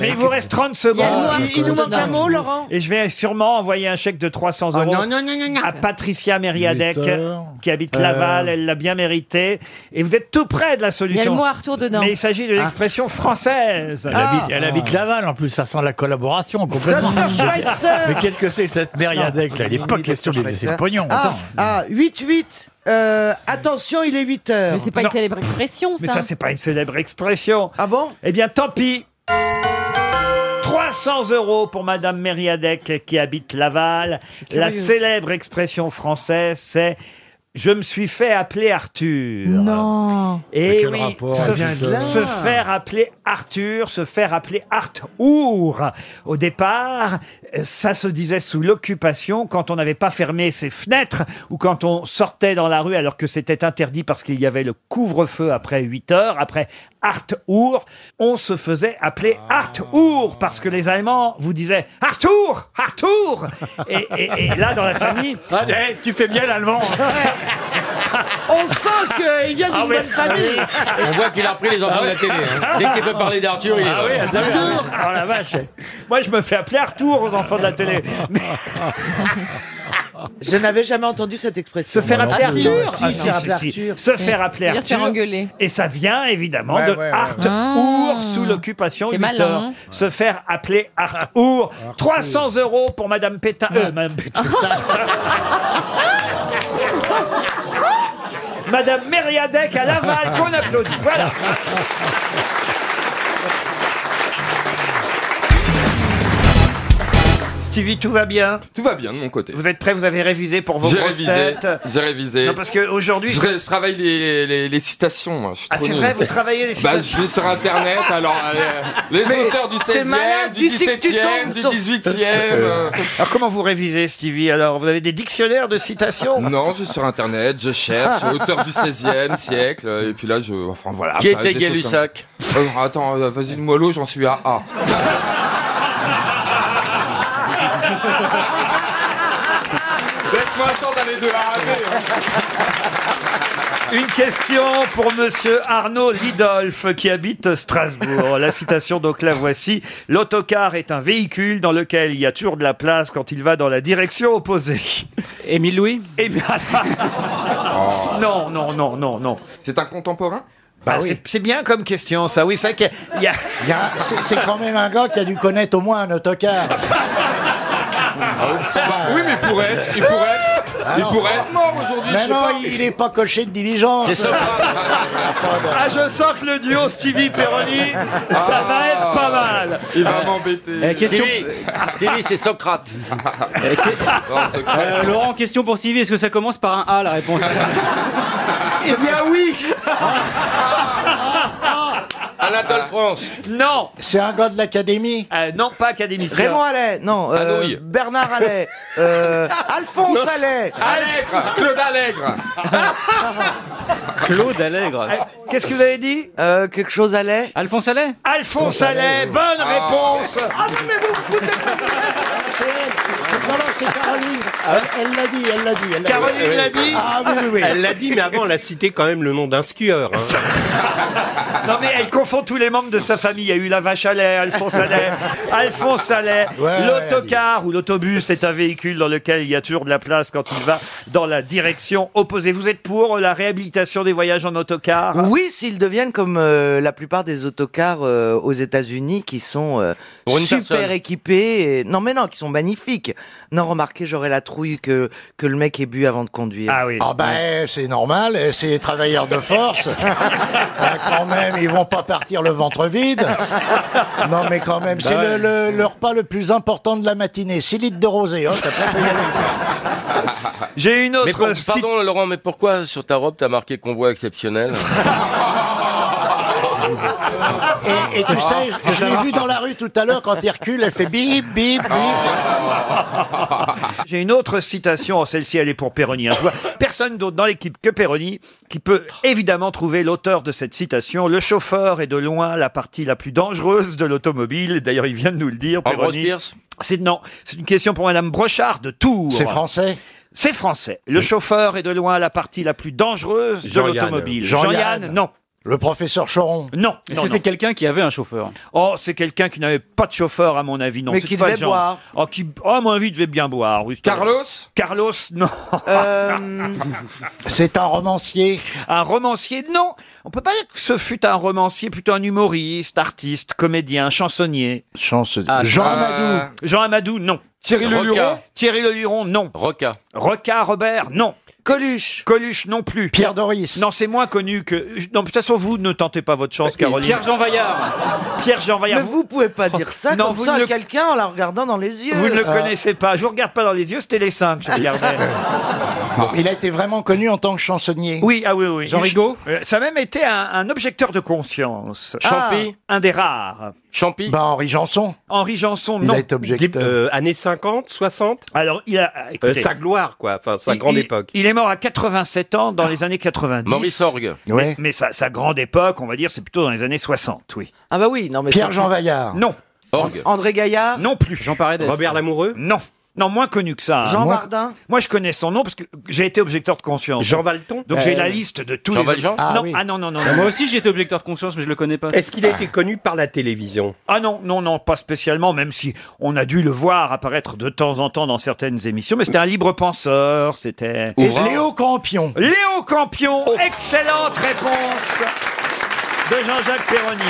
S1: Mais il vous reste 30
S9: Il y a le
S1: secondes.
S9: mot Il- il nous manque Arthur. un mot, Laurent
S1: Et je vais sûrement envoyer un chèque de 300 euros
S16: non, non, non, non, non.
S1: à Patricia Mériadec,
S20: Huit heures.
S1: qui habite
S20: Euh.
S1: Laval. Elle l'a bien mérité. Et vous êtes tout près de la
S3: Il y a le
S1: solution.
S3: mot Arthur dedans. Ah.
S1: Mais il s'agit de l'expression française.
S22: Elle, habite, elle habite Laval en plus, ça sent la collaboration complètement.
S9: Schweitzer.
S22: Mais qu'est-ce que c'est cette mériadec là Il n'est pas question de lui laisser le pognon.
S9: Ah,
S22: attends.
S9: ah, 8-8. Euh, attention, il est 8 heures.
S3: Mais c'est pas
S1: Non.
S3: une célèbre expression, ça.
S1: Mais ça, c'est pas une célèbre expression.
S9: Ah bon
S1: Eh bien, tant pis. 300 euros pour Madame Mériadec qui habite Laval. La
S3: curieuse.
S1: célèbre expression française, c'est Je me suis fait appeler Arthur.
S3: Non.
S20: Mais
S1: Et
S20: quel
S1: oui,
S20: rapport, euh,
S1: se,
S20: vient de là.
S1: se faire appeler Arthur, se faire appeler Arthur. Au départ, euh, ça se disait sous l'occupation, quand on n'avait pas fermé ses fenêtres ou quand on sortait dans la rue alors que c'était interdit parce qu'il y avait le couvre-feu après 8 heures, après Arthur, on se faisait appeler Arthur parce que les Allemands vous disaient Arthur, Arthur. Et, et- et là, dans la famille,
S22: Ah, eh, tu fais bien l'allemand.
S9: On sent qu'il vient d'une
S22: Ah oui.
S9: bonne famille.
S18: On voit qu'il a repris les enfants de la télé. hein. Dès qu'il peut parler d'Arthur, il est
S22: Ah oui,
S18: là.
S22: ah, oui, ah,
S1: Oh
S22: la vache.
S1: moi, je me fais appeler Arthur aux enfants de la télé. Mais
S9: Je n'avais jamais entendu cette expression.
S1: Se faire appeler Arthur
S9: Si,
S1: Ah,
S9: se
S1: si,
S9: faire
S1: si,
S9: appeler
S1: si.
S9: Arthur.
S1: Se faire appeler
S3: Il va se faire
S1: Arthur.
S3: engueuler.
S1: Et ça vient évidemment
S22: Ouais,
S1: de
S22: ouais, ouais,
S1: Arthur sous l'occupation
S3: Ah. C'est
S1: 8
S3: malin,
S1: heures.
S3: hein.
S1: Se faire appeler Arthur. 300 euros pour Madame Pétain. euh, Madame Pétain. Madame Mériadec à Laval, qu'on applaudit. Voilà. Stevie, tout va bien
S16: Tout va bien de mon côté.
S1: Vous êtes prêts Vous avez révisé pour vos
S16: J'ai
S1: grosses
S16: révisé.
S1: têtes
S16: J'ai révisé.
S1: Non, parce qu'aujourd'hui...
S16: Je, ré- je travaille les, les- les citations. moi, je suis
S1: Ah,
S16: trop
S1: c'est
S16: nul.
S1: vrai, vous travaillez les
S16: Bah, je
S1: citations
S16: vais sur internet, alors. euh, les
S1: Mais
S16: auteurs du
S1: t'es
S16: 16e,
S1: malade,
S16: du
S1: tu sais que tu
S16: 17e,
S1: tombes
S16: du
S1: sur-
S16: 18e. euh.
S1: Alors comment vous révisez, Stevie Alors, vous avez des dictionnaires de citations Ah.
S16: Non, je suis sur internet, je cherche, auteur du 16e siècle, euh, et puis là, je. Enfin voilà.
S1: Qui
S16: bah,
S1: était
S16: des choses comme ça.
S1: Gay-Lussac
S16: Euh, Attends, euh, vas-y, mollo, j'en suis à A. Laisse-moi attendre d'aller de A à hein.
S1: Une question pour monsieur Arnaud Lidolf qui habite Strasbourg. La citation donc la voici. L'autocar est un véhicule dans lequel il y a toujours de la place quand il va dans la direction opposée. Émile Louis Non, non, non, non, non.
S16: C'est un contemporain
S1: bah, c'est- C'est bien comme question, ça. Oui, c'est vrai qu'il y a...
S16: Ah Il y a- C'est c'est quand même un gars qui a dû connaître au moins un autocar. Ah oui, mais il pourrait être, il pourrait être, il Alors- pourrait être mort aujourd'hui, je je sais sais pas. pas. Il est pas coché de diligence. C'est ça.
S1: Ah, je sens que le duo Stevie Peroni, ça va être pas mal.
S16: Il va m'embêter.
S22: Eh,
S11: Euh, question-
S14: Stevie, c'est Socrate.
S11: Euh, Laurent, question pour Stevie. Est-ce que ça commence par un A, la réponse
S1: Eh bien oui
S16: Anatole
S1: France. Non. Euh,
S16: C'est un gars de l'académie
S1: Non, pas académicien.
S9: Raymond Allais, non. euh,
S16: Anouilh.
S9: Bernard Allais. euh, Alphonse
S16: Non, c'est-
S9: Allais.
S16: Allègre, Claude Allègre.
S11: Claude Allègre.
S1: Qu'est-ce que vous avez dit
S9: Euh, Quelque chose Allais.
S11: Alphonse Allais
S1: Alphonse Allais, bonne réponse
S16: Ah non, mais vous vous foutez Non, non, c'est Caroline. Elle l'a dit, elle l'a dit. elle l'a dit. Caroline l'a dit Ah oui, oui, oui.
S21: Elle l'a dit, mais avant, elle a cité quand même le nom d'un skieur. hein.
S1: Non mais elle confond tous les membres de sa famille. Il y a eu la vache à lait, Alphonse Allais, Alphonse Allais,
S16: ouais,
S1: l'autocar ou l'autobus est un véhicule dans lequel il y a toujours de la place quand il va dans la direction opposée. Vous êtes pour la réhabilitation des voyages en autocar
S9: Oui, s'ils deviennent comme euh, la plupart des autocars euh, aux États-Unis qui sont euh,
S1: Pour une
S9: super
S1: personne.
S9: équipés. et- Non, mais non, qui sont magnifiques. Non, remarquez, j'aurais la trouille que, que le mec ait bu avant de conduire.
S1: Ah oui.
S16: Ah ben, c'est normal, eh, c'est les travailleurs de force. Ah, quand même, ils vont pas partir le ventre vide. Non, mais quand même, c'est le, le- le repas le plus important de la matinée. 6 litres de rosé, hein, t'as pas payé.
S1: J'ai une autre.
S14: Mais pour- pardon Laurent, mais pourquoi sur ta robe t'as marqué convoi exceptionnel
S16: Et, et tu sais, je- je l'ai vu dans la rue tout à l'heure, quand il recule, elle fait bip, bip, bip.
S1: J'ai une autre citation, oh, celle-ci elle est pour Perroni. hein. Je vois personne d'autre dans l'équipe que Perroni qui peut évidemment trouver l'auteur de cette citation. Le chauffeur est de loin la partie la plus dangereuse de l'automobile. D'ailleurs, il vient de nous le dire.
S14: Ambrose
S1: Perroni.
S14: Bierce
S1: C'est non, c'est une question pour Madame Brochard de Tours.
S16: C'est français
S1: C'est français. Le chauffeur est de loin la partie la plus dangereuse de
S16: Jean-Yann.
S1: l'automobile.
S16: Jean-Yann.
S1: Jean-Yann, non.
S16: Le professeur Choron.
S1: Non.
S11: Est-ce
S1: non,
S11: que
S1: non.
S11: c'est quelqu'un qui avait un chauffeur
S1: Oh, c'est quelqu'un qui n'avait pas de chauffeur, à mon avis. Non,
S11: Mais
S1: c'est
S11: qui
S1: pas
S11: devait
S1: le genre.
S11: boire.
S1: Oh, qui, oh, à mon avis, il devait bien boire. oui, c'est-
S16: Carlos
S1: Carlos, non.
S16: Euh, C'est un romancier.
S1: Un romancier, non. On peut pas dire que ce fut un romancier, plutôt un humoriste, artiste, comédien, chansonnier.
S16: Chance.
S11: Ah,
S1: Jean
S16: Jean
S1: Amadou. Jean Amadou, non.
S16: Thierry Le
S1: Roca.
S16: Luron
S1: Thierry Le Luron, non. Roca. Roca, Robert, non.
S9: Coluche.
S1: Coluche non plus. Pierre
S16: Doris.
S1: Non, c'est moins connu que. Non, de toute façon, vous ne tentez pas votre chance, Caroline.
S11: Pierre-Jean Vaillard.
S1: Pierre-Jean Vaillard.
S9: Mais vous pouvez pas dire ça
S1: Non,
S9: comme
S1: vous
S9: ça
S1: ne-
S9: à quelqu'un en la regardant dans les yeux.
S1: Vous ne le
S16: Euh.
S1: connaissez pas. Je vous regarde pas dans les yeux, c'était les cinq, je regardais.
S16: Il a été vraiment connu en tant que chansonnier.
S1: Oui, ah oui, oui.
S16: Jean Rigaud
S1: Euh, Ça a même été un, un objecteur de conscience.
S16: Ah. Champy
S1: Un des rares.
S16: Champy Bah Henri Janson.
S1: Henri Janson, non.
S16: Il a été objecteur.
S21: Euh, années 50, 60
S1: Alors, il a.
S21: Euh,
S1: écoutez.
S21: sa gloire, quoi. Enfin, sa
S1: Il-
S21: grande
S1: il-
S21: époque.
S1: Il est mort à 87 ans dans les années 90.
S21: Maurice Orgue.
S1: Mais, mais sa, sa grande époque, on va dire, c'est plutôt dans les années 60, oui.
S9: Ah bah oui, non mais ça-
S16: Vaillard.
S1: Non.
S9: Orgue. André Gaillard.
S1: Non plus. Jean Paredes.
S21: Robert
S1: Lamoureux Non. Non, moins connu que ça. hein.
S9: Jean
S1: Moi-
S9: Bardin
S1: Moi, je connais son nom parce que j'ai été objecteur de conscience.
S21: Jean Valton
S1: Donc j'ai
S21: Euh,
S1: la liste de tous
S21: Jean
S1: les...
S21: Valjean
S1: ah,
S21: Ah
S1: non,
S21: oui.
S1: ah non, non, non.
S21: Ah,
S1: non.
S21: moi
S11: Bah, Aussi, j'ai été objet de conscience, mais je le connais pas.
S21: Est-ce qu'il a été connu par la télévision
S1: Ah non, non, non, pas spécialement, même si on a dû le voir apparaître de temps en temps dans certaines émissions. Mais c'était un libre penseur, c'était...
S16: Et Léo Campion.
S1: Léo Campion, excellente réponse de Jean-Jacques Perroni.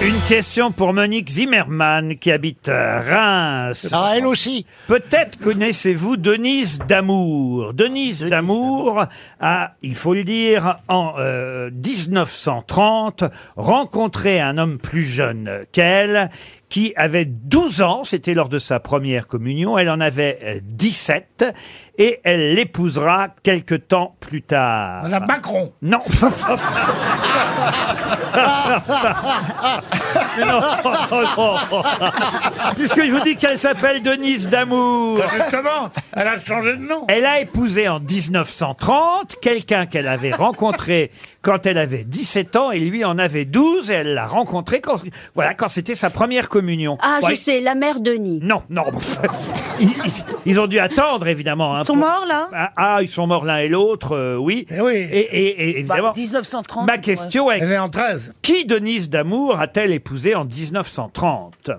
S1: Une question pour Monique Zimmermann qui habite euh, Reims.
S16: Ah, elle aussi.
S1: Peut-être connaissez-vous Denise Damour. Denise Damour a, il faut le dire, en euh, 1930, rencontré un homme plus jeune qu'elle qui avait 12 ans, c'était lors de sa première communion, elle en avait euh, 17, et elle l'épousera quelque temps plus tard.
S26: Madame Macron
S1: Non
S4: Ah,
S1: Mais non, non, non. Puisque je vous dis qu'elle s'appelle Denise Damour
S8: Justement, elle a changé de nom.
S1: elle a épousé en 1930 quelqu'un qu'elle avait rencontré quand elle avait 17 ans et lui en avait 12 et elle l'a rencontré quand voilà quand c'était sa première communion.
S7: Ah,
S1: Bon,
S7: je
S1: ils-
S7: sais, la mère Denis.
S1: Non, non. ils, ils- ils ont dû attendre évidemment. Ils
S7: sont morts, là
S1: ah, ah, ils sont morts l'un et l'autre, euh, oui. Bah, Et Et, et évidemment.
S19: 1930.
S1: Ma question est.
S19: Elle
S1: en Qui Denise Damour a-t-elle épousé en 1930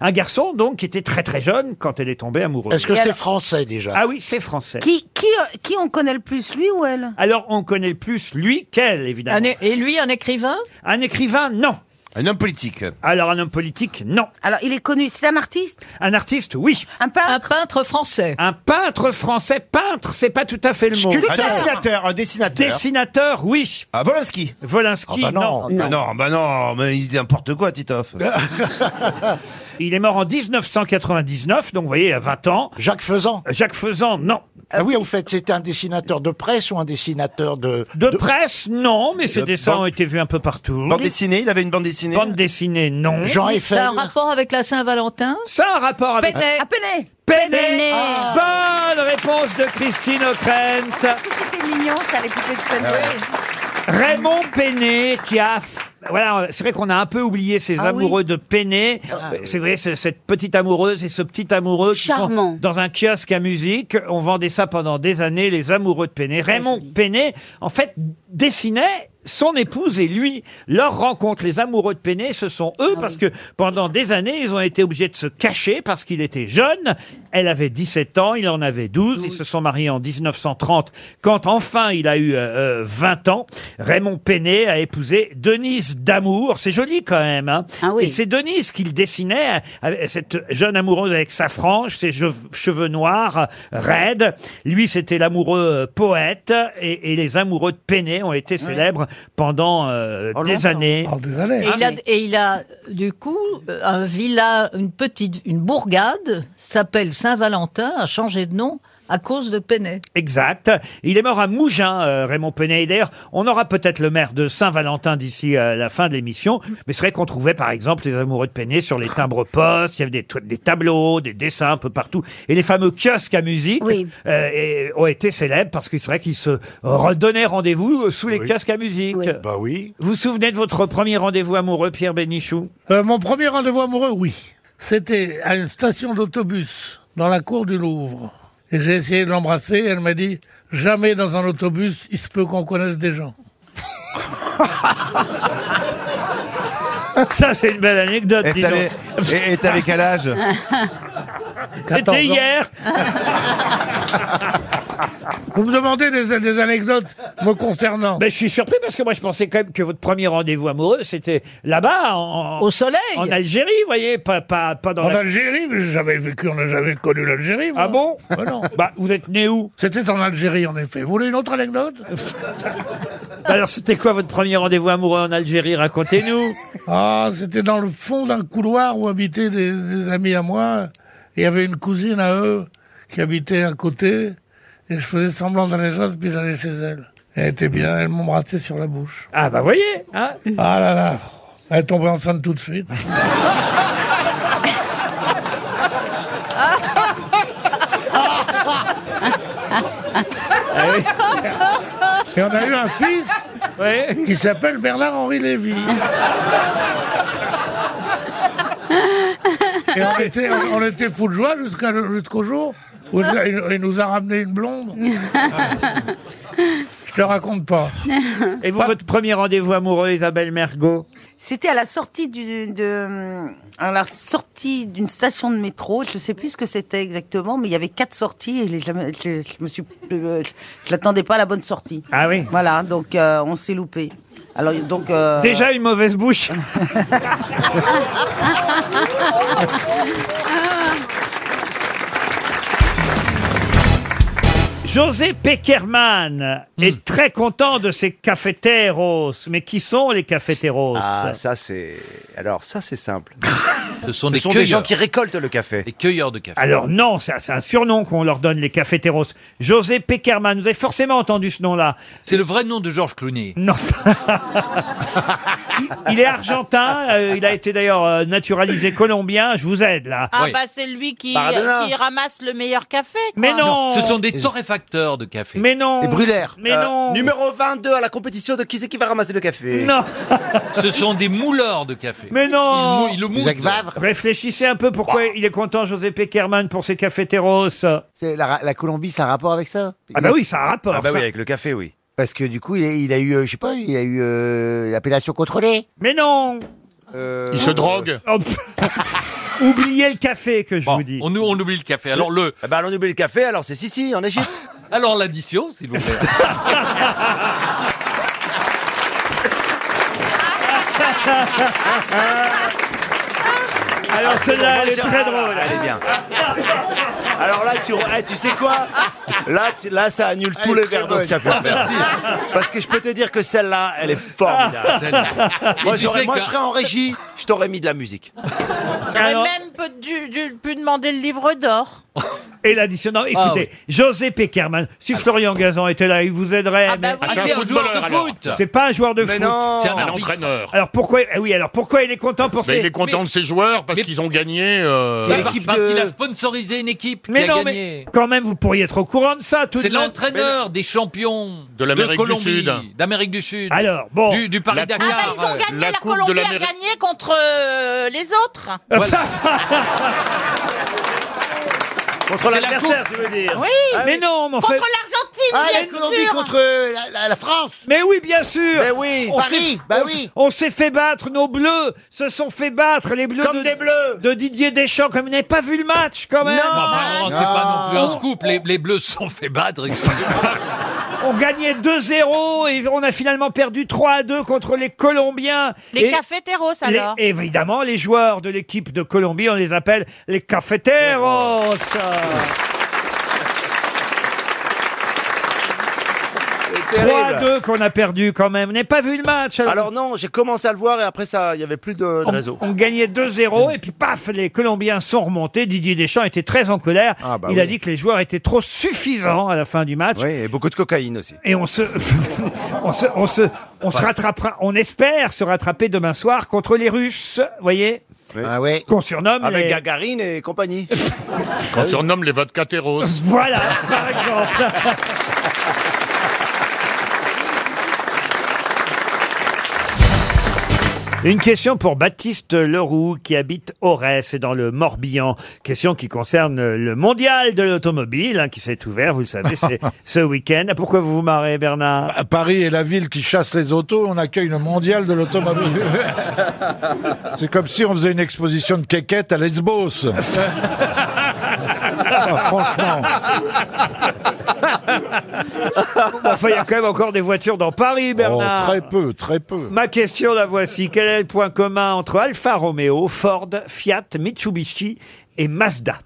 S1: Un garçon, donc, qui était très très jeune quand elle est tombée amoureuse.
S16: Est-ce que c'est français déjà
S1: Ah oui, c'est français.
S19: Qui, qui, euh, qui on connaît le plus, lui ou elle
S1: Alors, on connaît plus lui qu'elle, évidemment.
S19: Un é- Et lui, un écrivain
S1: Un écrivain, non. Un homme politique Alors, un homme politique, non.
S19: Alors, il est connu, c'est un artiste
S1: Un artiste, oui.
S19: Un peintre Un peintre français.
S1: Un peintre français, peintre, c'est pas tout à fait le mot.
S19: Sculpteur. Un dessinateur,
S1: un dessinateur. Dessinateur, oui. Ah, Volinsky. Volinsky,
S8: bah
S1: non.
S8: non, bah non, bah non, mais il dit n'importe quoi, Titoff.
S1: Il est mort en 1999, donc vous voyez, à 20 ans.
S16: Jacques Faisan
S1: Jacques Faisan, non.
S16: Ah oui, en fait, c'était un dessinateur de presse ou un dessinateur de...
S1: De presse, non, mais ses dessins ont été vus un peu partout.
S16: Bande
S1: dessinée, il avait une bande dessinée Bande dessinée, non.
S19: C'est un rapport avec la Saint-Valentin
S1: Ça a un rapport avec... Ah,
S19: Peinet.
S1: Peinet.
S19: Peinet.
S1: Bonne réponse de Christine O'Krent.
S19: C'était mignon, ça, les poupées de Peinet.
S1: Raymond Péné qui a... Voilà, c'est vrai qu'on a un peu oublié ces
S19: Ah oui.
S1: amoureux de Péné.
S19: Ah.
S1: C'est vrai, c'est cette petite amoureuse et ce petit amoureux qui sont
S19: Charmant.
S1: dans un kiosque à musique. On vendait ça pendant des années, les amoureux de Péné. Raymond Péné, en fait, dessinait son épouse et lui, leur rencontre, les amoureux de Péné, ce sont eux, parce que pendant des années, ils ont été obligés de se cacher parce qu'il était jeune. Elle avait 17 ans, il en avait 12. Ils se sont mariés en 1930, quand enfin il a eu euh, euh, 20 ans. Raymond Péné a épousé Denise Damour. C'est joli quand même. hein. Et c'est Denise qu'il dessinait, euh, euh, cette jeune amoureuse avec sa frange, ses je- cheveux noirs, euh, raides. Lui, c'était l'amoureux euh, poète. Et, et les amoureux de Péné ont été célèbres pendant euh, des, années. Ah,
S19: Et, il a, et il a, du coup, euh, un villa, une petite, une bourgade, s'appelle Saint-Valentin, a changé de nom à cause de Peinet.
S1: Exact. Il est mort à Mougins, euh, Raymond Penet. Et D'ailleurs, on aura peut-être le maire de Saint-Valentin d'ici euh, la fin de l'émission. Mais c'est vrai qu'on trouvait, par exemple, les amoureux de Penet sur les timbres postes. Il y avait des, to- des tableaux, des dessins un peu partout. Et les fameux kiosques à musique euh, et- ont été célèbres parce qu'il c'est vrai qu'ils se redonnaient rendez-vous euh, sous les kiosques à musique. Bah oui. Vous vous souvenez de votre premier rendez-vous amoureux, Pierre Bénichou
S19: Euh,
S8: mon premier rendez-vous amoureux, oui. C'était à une station d'autobus dans la cour du Louvre. Et j'ai essayé de l'embrasser. Elle m'a dit jamais dans un autobus, il se peut qu'on connaisse des gens.
S1: Ça, c'est une belle anecdote.
S8: Et
S1: dis
S8: t'avais-
S1: donc.
S8: et- et t'avais quel âge
S1: C'était hier.
S8: Vous me demandez des, des anecdotes me concernant.
S1: Ben, je suis surpris parce que moi, je pensais quand même que votre premier rendez-vous amoureux, c'était là-bas, en-
S19: Au soleil.
S1: En Algérie, vous voyez, pas, pas, pas dans
S8: En
S1: la-
S8: Algérie, mais j'ai jamais vécu, on n'a jamais connu l'Algérie.
S1: Ah bon
S8: non.
S1: Bah, vous êtes né où
S8: C'était en Algérie, en effet. Vous voulez une autre anecdote
S1: Alors, c'était quoi votre premier rendez-vous amoureux en Algérie Racontez-nous.
S8: Ah, c'était dans le fond d'un couloir où habitaient des, des amis à moi. Il y avait une cousine à eux qui habitait à côté. Et je faisais semblant d'aller chez elle, puis j'allais chez elle. Elle était bien, elle m'embrassait sur la bouche.
S1: Ah, bah, voyez, hein
S8: Ah là là, elle est tombée enceinte tout de suite. Et on a eu un fils qui s'appelle Bernard-Henri Lévy. Et on était, on était fous de joie jusqu'à- jusqu'au jour où il, il nous a ramené une blonde. Je te raconte pas.
S1: Et vous, votre premier rendez-vous amoureux, Isabelle Mergot
S19: C'était à la sortie du- de, euh, à la sortie d'une station de métro. Je ne sais plus ce que c'était exactement, mais il y avait quatre sorties et les- jamais- je, je me suis, euh, je n'attendais pas à la bonne sortie.
S1: Ah oui.
S19: Voilà, donc euh, on s'est loupé. Alors donc. euh,
S1: Déjà une mauvaise bouche. José Peckerman
S8: Hmm.
S1: est très content de ses cafeteros. Mais qui sont les cafeteros
S21: Ah, ça c'est. Alors, ça c'est simple.
S14: Ce sont
S1: Ce
S14: des
S1: sont des gens
S14: qui
S1: récoltent
S14: le café. Des cueilleurs de café.
S1: Alors non, ça, c'est un surnom qu'on leur donne, les cafétéros. José Peckerman, vous avez forcément entendu ce nom-là.
S14: C'est le vrai nom de Georges Clooney.
S1: Non. il est argentin, euh, il a été d'ailleurs euh, naturalisé colombien, je vous aide là.
S4: Ah bah c'est lui qui,
S1: Pardon.
S4: qui ramasse le meilleur café. quoi.
S1: Mais non
S14: Ce sont des torréfacteurs de café.
S1: Mais non
S14: Des brûlères.
S1: Mais non
S21: Euh, Numéro 22 à la compétition de qui c'est qui va ramasser le café
S1: Non
S14: Ce sont des mouleurs de café.
S1: Mais non
S14: Il le moude. Jacques Vabre.
S1: Réfléchissez un peu pourquoi
S14: Bah.
S1: il est content José Peckerman pour ses cafétéros.
S21: C'est la, ra- la Colombie, ça a un rapport avec ça
S1: Ah bah oui, ça a un rapport,
S21: Ah bah
S1: ça.
S21: oui, avec le café, oui. Parce que du coup, il a, il a eu, euh, je sais pas, il a eu euh, l'appellation contrôlée.
S1: Mais non
S21: Il se drogue.
S1: Oh, pff. Oubliez le café que je vous dis.
S14: On, on oublie le café. Alors le.
S21: Eh ben, on oublie le café, alors c'est Sissi, en Égypte.
S14: Alors l'addition, s'il vous plaît.
S1: Alors celle-là, elle est très drôle.
S21: Elle est bien. Alors là, tu, eh, tu sais quoi là, tu- là, ça annule tous les verres d'eau que tu as pu faire. Parce que je peux te dire que celle-là, elle est
S1: Ah,
S21: formidable.
S1: celle-là.
S21: moi,
S1: Et tu
S21: j'aurais-
S1: sais
S21: moi,
S1: que-
S21: je serais en régie, je t'aurais mis de la musique.
S4: J'aurais même pu, dû- dû- pu demander le livre d'or.
S1: Et l'addition. Non, écoutez, José Peckerman, si Florian Gazan était là, il vous aiderait. mais-
S4: oui. Ah, c'est un C'est un joueur de footballeur, alors. foot.
S1: C'est pas un joueur de
S11: Mais
S1: foot.
S11: non. C'est un Un arbitre. entraîneur.
S1: Alors pourquoi eh Oui, alors pourquoi il est content pour ses-
S11: Mais il est content de ses joueurs parce qu'ils ont gagné. euh,
S14: Par- Parce qu'il a sponsorisé une équipe
S1: Mais
S14: qui a
S1: non,
S14: gagné.
S1: mais quand même, vous pourriez être au courant de ça. tout
S14: C'est
S1: de même.
S14: l'entraîneur des champions
S11: De l'Amérique du
S14: Colombie,
S11: Sud.
S14: d'Amérique du Sud.
S1: Alors, bon.
S14: Du, du Paris Dakar.
S4: Ah bah ils ont gagné, la, Colombie a gagné contre euh, les autres.
S21: Contre
S14: C'est la
S21: l'adversaire,
S14: coupe.
S21: tu veux dire
S4: Oui.
S1: Mais non, mais en
S4: Contre
S1: fait-
S4: l'Argentine,
S21: Ah,
S4: bien
S21: la Colombie
S4: sûr.
S21: contre euh, la, la- la France
S1: Mais oui, bien sûr.
S21: Mais oui,
S1: On
S21: Paris,
S1: s'est-
S21: bah
S1: on s-
S21: oui.
S1: On s'est fait battre, nos bleus se sont fait battre, les bleus.
S21: Comme
S1: de,
S21: des bleus.
S1: De Didier Deschamps, comme vous n'avez pas vu le match, quand même.
S14: Non, vraiment, c'est bah,
S21: Ah.
S14: pas non plus hein. un scoop. Les, les Bleus se sont fait battre. excusez-moi.
S1: On gagnait 2-0 et on a finalement perdu 3-2 contre les Colombiens.
S4: Les
S1: Et
S4: cafétéros
S1: les- eh
S4: alors.
S1: évidemment, les joueurs de l'équipe de Colombie, on les appelle les cafeteros.
S21: terrible.
S1: 3-2 qu'on a perdu quand même. N'est pas vu le match.
S21: Alors non, j'ai commencé à le voir et après ça, il y avait plus de, de
S1: on,
S21: réseau.
S1: on gagnait 2-0 et puis paf, les Colombiens sont remontés. Didier Deschamps était très en colère.
S21: bah
S1: Il a
S21: oui.
S1: dit que les joueurs étaient trop suffisants à la fin du match.
S21: Oui, et beaucoup de cocaïne aussi.
S1: Et on se, on se, on se, on se rattrapera, on espère se rattraper demain soir contre les Russes, voyez
S21: Ah ouais.
S1: Qu'on surnomme
S21: Avec
S1: les-
S21: Gagarine et compagnie. Ah
S11: Qu'on surnomme les vodka terros.
S1: Voilà, par exemple. Une question pour Baptiste Leroux qui habite Aurès et dans le Morbihan. Question qui concerne le mondial de l'automobile hein, qui s'est ouvert, vous le savez, c'est ce week-end. Pourquoi vous vous marrez, Bernard
S20: À Bah, Paris est la ville qui chasse les autos, on accueille le mondial de l'automobile. C'est comme si on faisait une exposition de quéquettes à Lesbos. Ah, franchement.
S1: Enfin, il y a quand même encore des voitures dans Paris,
S20: Oh,
S1: Bernard.
S20: très peu, très peu.
S1: Ma question, la voici. Quel est le point commun entre Alfa Romeo, Ford, Fiat, Mitsubishi et Mazda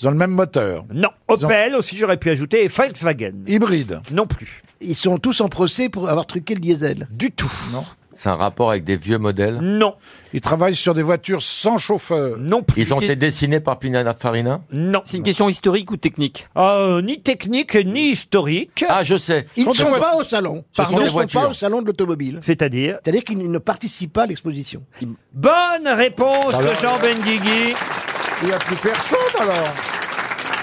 S20: Ils ont le même moteur.
S1: Non, Opel aussi, j'aurais pu ajouter, et Volkswagen.
S20: Hybride.
S1: Non plus.
S21: Ils sont tous en procès pour avoir truqué le diesel.
S1: Du tout.
S20: Non.
S27: C'est un rapport avec des vieux modèles
S1: Non.
S20: Ils travaillent sur des voitures sans chauffeur.
S1: Non plus.
S27: Ils ont été dessinés par Pininfarina
S1: Non.
S12: C'est une question historique ou technique
S1: Euh, ni technique, ni historique.
S27: Ah, je sais.
S28: Ils ne
S27: Ce
S28: sont pas au salon.
S27: Ce
S28: Pardon,
S27: sont
S28: ils
S27: des
S28: ne sont pas
S27: voitures.
S28: au salon de l'automobile.
S1: C'est-à-dire
S28: C'est-à-dire qu'ils ne participent pas à l'exposition.
S1: Bonne réponse de
S28: Alors-
S1: Jean Benguigui.
S20: Il n'y a plus personne alors.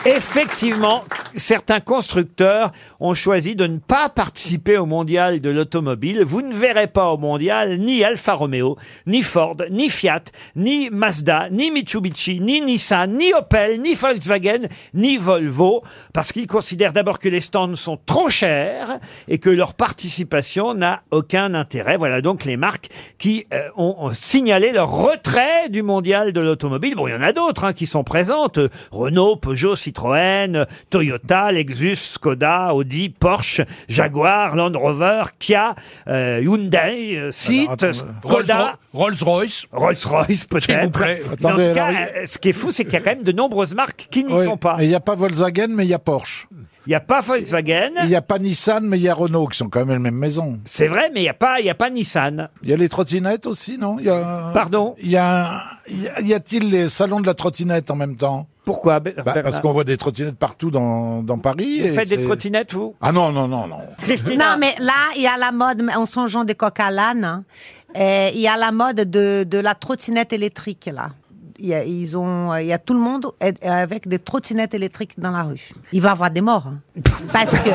S1: Effectivement, certains constructeurs ont choisi de ne pas participer au mondial de l'automobile. Vous ne verrez pas au mondial ni Alfa Romeo, ni Ford, ni Fiat, ni Mazda, ni Mitsubishi, ni Nissan, ni Opel, ni Volkswagen, ni Volvo, parce qu'ils considèrent d'abord que les stands sont trop chers et que leur participation n'a aucun intérêt. Voilà donc les marques qui euh, ont, ont signalé leur retrait du mondial de l'automobile. Bon, il y en a d'autres hein, qui sont présentes. Euh, Renault, Peugeot, Citroën, euh, Toyota, Lexus, Skoda, Audi, Porsche, Jaguar, Land Rover, Kia, euh, Hyundai, euh, Seat, Skoda.
S11: Rolls-Royce.
S1: Rolls-Royce,
S11: S'il vous
S1: peut-être.
S11: plaît.
S1: Mais en
S20: Attendez,
S1: tout cas,
S20: alors,
S1: euh, ce qui est fou, c'est qu'il y a quand même de nombreuses marques qui n'y
S20: Oui,
S1: sont pas.
S20: et Il n'y a pas Volkswagen, mais il y a Porsche.
S1: Il n'y a pas Volkswagen.
S20: Il n'y a pas Nissan, mais il y a Renault qui sont quand même la même maison.
S1: C'est vrai, mais il n'y a pas, il y a pas Nissan.
S20: Il y a les trottinettes aussi, non Il y a-
S1: Pardon
S20: Il y a, il y a- y a-t-il les salons de la trottinette en même temps Bah,
S1: Pourquoi
S20: Parce qu'on voit des trottinettes partout dans, dans Paris.
S1: Vous
S20: et
S1: faites des
S20: c'est-
S1: trottinettes, vous
S20: Ah non, non, non, non.
S19: Non, mais là, il y a la mode, mais en songeant des coq à l'âne, hein, euh, il y a la mode de, de la trottinette électrique, là. Il y, a, ils ont, euh, il y a tout le monde est- avec des trottinettes électriques dans la rue. Il va y avoir des morts. hein. Parce que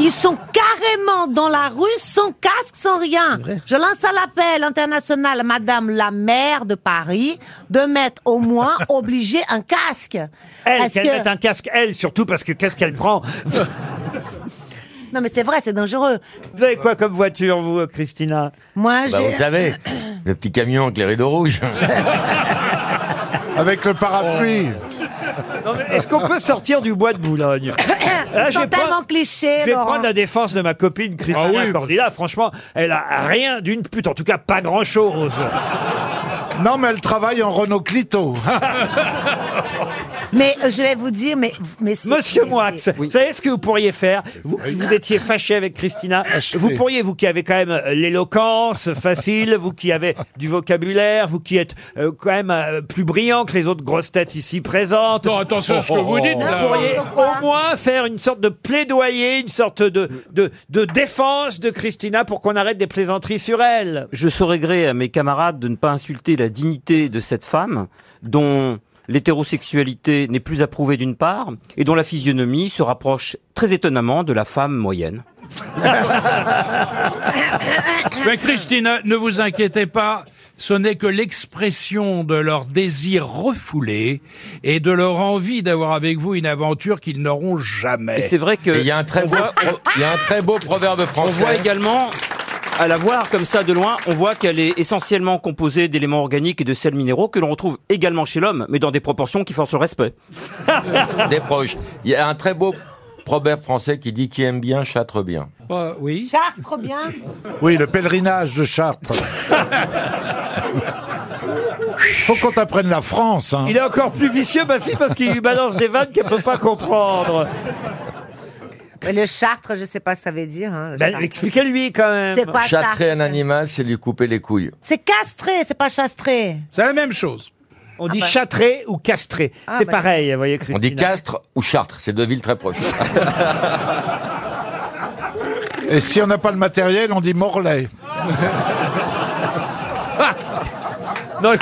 S19: ils sont carrément dans la rue sans casque, sans rien. Je lance à l'appel international, Madame la maire de Paris, de mettre au moins obligé un casque.
S1: Elle,
S19: Parce
S1: qu'elle
S19: que-
S1: mette un casque, elle, surtout, parce que qu'est-ce qu'elle prend
S19: Non, mais c'est vrai, c'est dangereux.
S1: Vous avez quoi comme voiture, vous, Christina
S19: Moi,
S14: Bah, vous savez, le petit camion avec les rideaux rouges.
S20: Avec le parapluie.
S1: Est-ce qu'on peut sortir du bois de Boulogne Là, je
S19: Ils sont
S1: vais prendre-
S19: tellement clichés,
S1: Ah, Je vais
S19: Laurent.
S1: prendre la défense de ma copine Christina
S20: Ah
S1: Cordila. Franchement, elle a rien d'une pute, en tout cas pas grand-chose.
S20: Non, mais elle travaille en Renault Clito.
S19: Mais euh, je vais vous dire, mais, mais c'est-
S1: Monsieur Moix, vous savez ce que vous pourriez faire vous, vous étiez fâché avec Christina. Vous pourriez, vous qui avez quand même euh, l'éloquence facile, vous qui avez du vocabulaire, vous qui êtes euh, quand même euh, plus brillant que les autres grosses têtes ici présentes.
S8: Non, attention à ce que vous dites, là.
S1: Vous pourriez au moins faire une sorte de plaidoyer, une sorte de, de, de défense de Christina pour qu'on arrête des plaisanteries sur elle.
S6: Je saurais gré à mes camarades de ne pas insulter la dignité de cette femme dont l'hétérosexualité n'est plus approuvée d'une part et dont la physionomie se rapproche très étonnamment de la femme moyenne.
S11: Mais Christine, ne vous inquiétez pas, ce n'est que l'expression de leur désir refoulé et de leur envie d'avoir avec vous une aventure qu'ils n'auront jamais.
S6: Et c'est vrai que il y a un très beau- il y a un très beau proverbe français. On voit également à la voir comme ça de loin, on voit qu'elle est essentiellement composée d'éléments organiques et de sels minéraux que l'on retrouve également chez l'homme, mais dans des proportions qui forcent le respect.
S14: des proches. Il y a un très beau proverbe français qui dit qui aime bien châtre bien.
S1: Bah,
S6: oui.
S19: Chartres, bien.
S20: Oui, le pèlerinage de Chartres. Faut qu'on t'apprenne la France. hein.
S1: Il est encore plus vicieux, ma fille, parce qu'il lui balance des vannes qu'elle peut pas comprendre.
S19: Mais le chartre, je sais pas ce que ça veut dire.
S20: Ben,
S19: hein, le
S1: Ben,
S19: chartre.
S1: expliquez-lui quand même.
S19: C'est quoi
S14: Châtrer un
S19: Chartres
S14: animal, c'est lui couper les couilles.
S19: C'est castré, c'est pas chastré.
S11: C'est la même chose.
S1: On dit châtrer ou castrer.
S19: Ah,
S1: c'est
S19: bah.
S1: pareil, vous voyez,
S14: On
S1: Christina.
S14: dit Castres ou Chartres, c'est deux villes très proches.
S20: Et si on n'a pas le matériel, on dit Morlaix.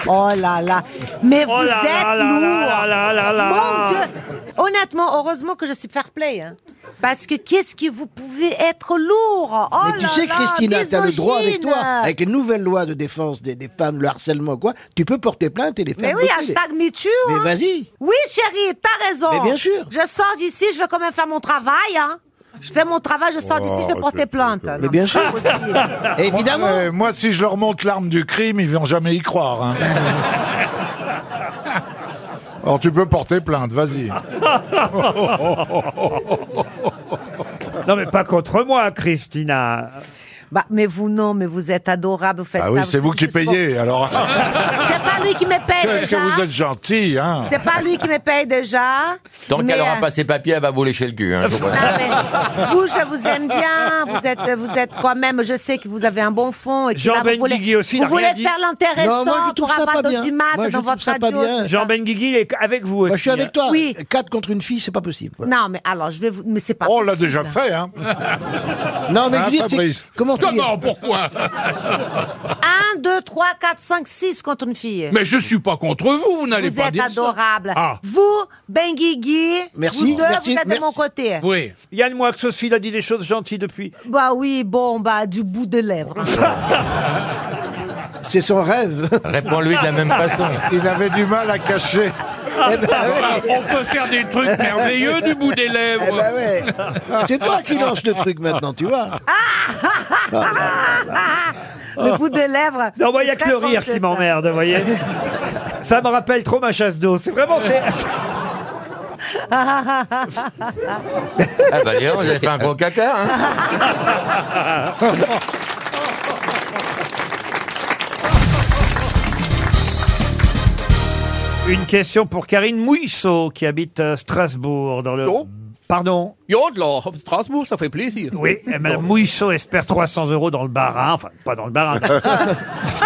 S19: Oh là là. Mais
S1: Oh
S19: vous
S1: là
S19: êtes
S1: là là
S19: lourd.
S1: là là là là
S19: Mon
S1: là.
S19: Dieu. Honnêtement, heureusement que je suis fair play. hein. Parce que qu'est-ce que vous pouvez être lourd. Oh
S16: Mais
S19: là
S16: tu sais,
S19: là,
S16: Christina, t'as le droit avec toi,
S19: misogyne.
S16: avec les nouvelles lois de défense des, des femmes, le harcèlement, quoi, tu peux porter plainte et les
S19: Mais
S16: faire.
S19: oui,
S16: bosser.
S19: hashtag MeToo.
S16: Mais
S19: hein.
S16: vas-y.
S19: Oui, chérie, t'as raison.
S16: Mais bien sûr.
S19: Je sors d'ici, je vais quand même faire mon travail. hein. Je fais mon travail, je sors d'ici, je
S16: Oh,
S19: vais porter plainte. Mais
S16: bien sûr.
S20: Évidemment. Moi, euh, moi, si je leur montre l'arme du crime, ils vont jamais y croire. hein. Alors tu peux porter plainte, vas-y.
S1: Non, mais pas contre moi, Christina.
S19: Bah, mais vous non, mais vous êtes adorable, vous faites
S20: Ah oui,
S19: ça,
S20: c'est vous qui
S19: juste pour-
S20: payez, alors.
S19: C'est pas lui qui me paye
S20: Qu'est-ce que
S19: déjà.
S20: vous êtes gentil, hein
S19: C'est pas lui qui me paye déjà.
S14: Tant
S19: Mais,
S14: qu'elle aura
S19: euh,
S14: pas ses papiers, elle va vous lécher le cul. hein, je vous préviens.
S19: non, mais vous, je vous aime bien. Vous êtes, vous êtes quand même. Je sais que vous avez un bon fond. Et que
S1: Jean
S19: là, vous voulez-
S1: Benguigui aussi
S19: Vous
S1: n'a rien
S19: voulez
S1: dit.
S19: faire
S16: Non, moi, je
S19: l'intéressant
S16: trouve
S19: pour
S16: ça
S19: avoir
S16: pas bien.
S19: d'audimat
S16: Moi, je
S19: dans
S16: trouve
S19: votre
S16: ça pas
S19: radio.
S16: bien.
S19: c'est
S1: Jean
S19: ça.
S1: Benguigui, il est avec vous aussi. hein.
S16: Moi, je suis avec toi.
S19: Oui.
S16: Quatre contre une fille, c'est pas possible. Voilà.
S19: Non, mais alors, je vais vous. Mais c'est pas.
S20: On l'a
S19: possible.
S20: déjà fait, hein
S1: euh,
S16: Non, mais
S20: Hein,
S16: je veux dire, c'est-
S20: Fabrice
S16: comment tu
S20: Comment,
S16: dis-
S20: pourquoi
S19: Un, deux, trois, quatre, cinq, six contre une fille.
S11: Mais je suis pas contre vous, vous n'allez
S19: vous
S11: pas
S19: êtes
S11: dire ça.
S19: adorable.
S11: Ah.
S19: Vous, Benguigui,
S11: Merci,
S19: vous deux,
S11: merci,
S19: vous êtes de
S11: merci.
S19: mon côté.
S11: Oui.
S1: Yann Moix aussi, il a dit des choses gentilles depuis.
S19: Bah oui, bon, bah du bout des lèvres.
S16: C'est son rêve.
S14: Réponds-lui de la même façon.
S20: Il avait du mal à cacher.
S16: Eh ben
S11: Ah, on peut faire des trucs merveilleux du bout des lèvres.
S16: Eh ben ouais. C'est toi qui lance le truc maintenant, tu vois.
S19: Ah, Le bout des lèvres.
S1: Non, moi, il n'y a
S19: C'est
S1: que le
S19: très
S1: rire
S19: français,
S1: qui
S19: ça.
S1: m'emmerde, vous voyez. Ça me rappelle trop ma chasse d'eau. C'est vraiment. c'est-
S14: Ah bah d'ailleurs, vous avez fait un gros caca. Hein.
S16: Oh.
S1: Une question pour Karine Mouisseau, qui habite euh, Strasbourg, dans le Pardon
S11: Ja, là, Strasbourg, ça fait plaisir.
S1: Oui, et Madame Mouissot espère 300 euros dans le bar. hein. Enfin, pas dans le
S19: Bah,
S1: bar. hein.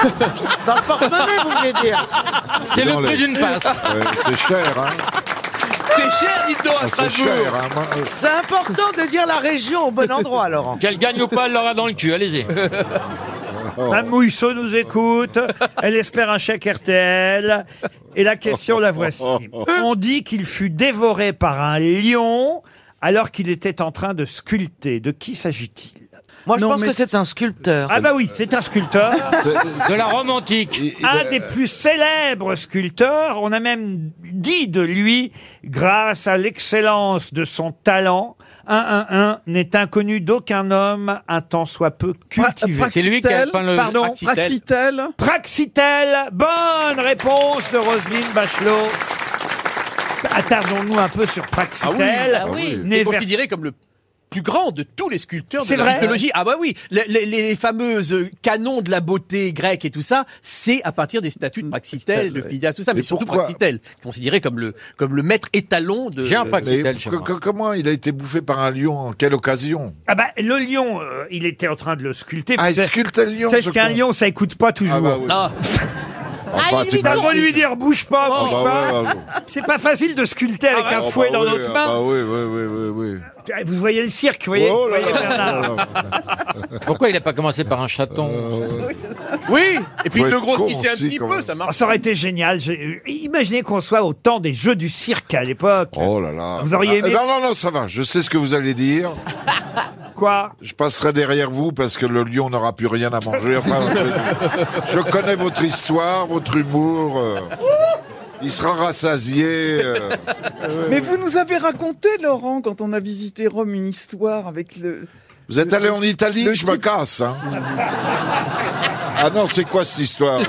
S9: Dans le porte-monnaie, vous voulez dire
S1: C'est le prix d'une passe.
S20: c'est cher, hein.
S9: C'est cher, dites
S20: Ah, c'est cher, hein. Moi, euh,
S9: C'est important de dire la région au bon endroit, Laurent.
S14: Qu'elle gagne ou pas, elle l'aura dans le cul, allez-y.
S9: Oh.
S20: Oh.
S1: Madame Mouissot nous écoute. Elle espère un chèque RTL. Et la question, la voici. On dit qu'il fut dévoré par un lion alors qu'il était en train de sculpter. De qui s'agit-il
S9: Moi, je pense que c'est un sculpteur.
S1: Ah bah oui, c'est un sculpteur.
S9: De la Rome
S1: romantique.
S9: euh,
S1: Un des plus célèbres sculpteurs. On a même dit de lui, grâce à l'excellence de son talent, 111 n'est inconnu d'aucun homme, un tant soit peu cultivé.
S14: C'est lui qui a peint le-
S1: Pardon
S14: Praxitel. Praxitel.
S1: Praxitel. Bonne réponse de Roselyne Bachelot. Attardons-nous un peu sur
S11: Ah
S1: Praxitel.
S11: oui, ah oui. Il est
S1: Né vers-
S11: considéré comme le plus grand de tous les sculpteurs de
S1: C'est
S11: la
S1: vrai
S11: mythologie. Ah bah oui, les, les- les fameuses canons de la beauté grecque et tout ça, c'est à partir des statues de Praxitèle, de Phidias, tout ça, mais,
S20: Mais
S11: surtout
S20: pourquoi
S11: Praxitèle, considéré comme le comme le maître étalon de.
S20: Mais
S11: Praxitèle
S20: co- co- comment il a été bouffé par un lion En quelle occasion
S1: Ah bah, le lion, euh, il était en train de le sculpter.
S20: Ah, il
S1: C'est-
S20: sculptait le lion, Ah
S1: C'est
S20: ce
S1: qu'un
S20: con.
S1: lion, ça écoute pas toujours.
S20: bah
S14: Ah.
S1: Ah,
S20: Enfin, Ah, bah, tu
S1: On va
S20: m'as-
S1: lui dire bouge pas,
S20: Ah,
S1: bouge
S20: bah
S1: pas.
S20: ouais, ah, bon.
S1: C'est pas facile de sculpter avec
S20: Ah,
S1: un
S20: bah
S1: fouet dans
S20: oui,
S1: notre
S20: ah,
S1: main.
S20: bah oui, oui, oui, oui, oui.
S1: Vous voyez le cirque, vous voyez,
S20: Oh là
S1: vous voyez
S20: là,
S1: Bernard.
S20: oh là
S14: Pourquoi il n'a pas commencé par un chaton
S20: Euh,
S11: Oui, et puis
S20: Faut
S11: il le
S20: être con
S11: grossissait un
S20: aussi,
S11: petit
S20: quand
S11: peu,
S20: même.
S11: ça
S1: Ah,
S11: marche.
S1: Ça aurait été génial. J'ai- Imaginez qu'on soit au temps des jeux du cirque à l'époque.
S20: Oh là là.
S1: Vous auriez
S20: Ah,
S1: aimé.
S20: non, non, non, ça va. Je sais ce que vous allez dire.
S1: Quoi
S20: Je passerai derrière vous parce que le lion n'aura plus rien à manger. Enfin, je connais votre histoire, votre humour. euh, Il sera rassasié. euh.
S5: Mais vous nous avez raconté, Laurent, quand on a visité Rome, une histoire avec le.
S20: Vous êtes allé en Italie, je me casse. hein. Ah non, c'est quoi cette histoire là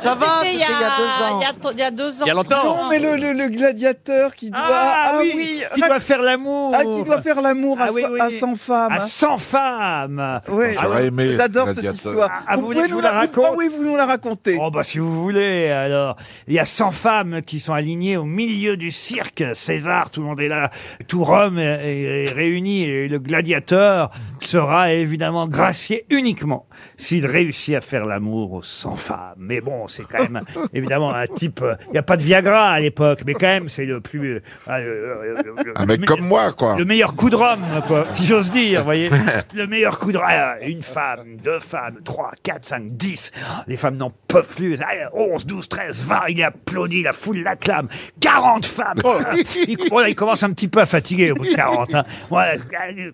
S9: ça va,
S29: C'était il y a deux ans. Il y a deux ans.
S20: Il y a longtemps.
S5: Non, mais le, le- le gladiateur qui doit.
S29: Ah oui, qui
S5: ah,
S29: doit
S1: faire l'amour.
S5: Ah, qui doit faire l'amour à,
S1: Ah oui,
S5: cent-
S1: oui.
S5: à 100 femmes.
S1: À 100 femmes.
S5: Oui.
S20: Ah,
S5: Ah,
S20: J'aurais aimé être
S5: J'adore cette
S20: gladiateur.
S5: histoire.
S1: Ah, vous voulez
S5: pouvez
S1: que je vous
S5: nous
S1: la raconte
S5: Ah oui, vous nous la racontez.
S1: Oh bah si vous voulez, alors. Il y a 100 femmes qui sont alignées au milieu du cirque. César, tout le monde est là, tout Rome est, est- est réuni et le gladiateur sera évidemment gracié uniquement s'il réussit à faire l'amour aux 100 femmes. Mais bon, c'est quand même évidemment un type... euh, Il n'y a pas de Viagra à l'époque, mais quand même c'est le plus... euh, euh, euh, euh,
S20: Un mec
S1: le-
S20: comme moi, quoi.
S1: Le meilleur coup de Rome, quoi, si j'ose dire, vous voyez. Le meilleur coup de ah, Une femme, deux femmes, trois, quatre, cinq, dix. Ah, Les femmes n'en peuvent plus. Ah, 11, 12, 13, 20. Il applaudit, la foule l'acclame. 40 femmes.
S11: Oh.
S1: Il, bon, là, il commence un petit peu à fatiguer au bout de 40. hein. Voilà,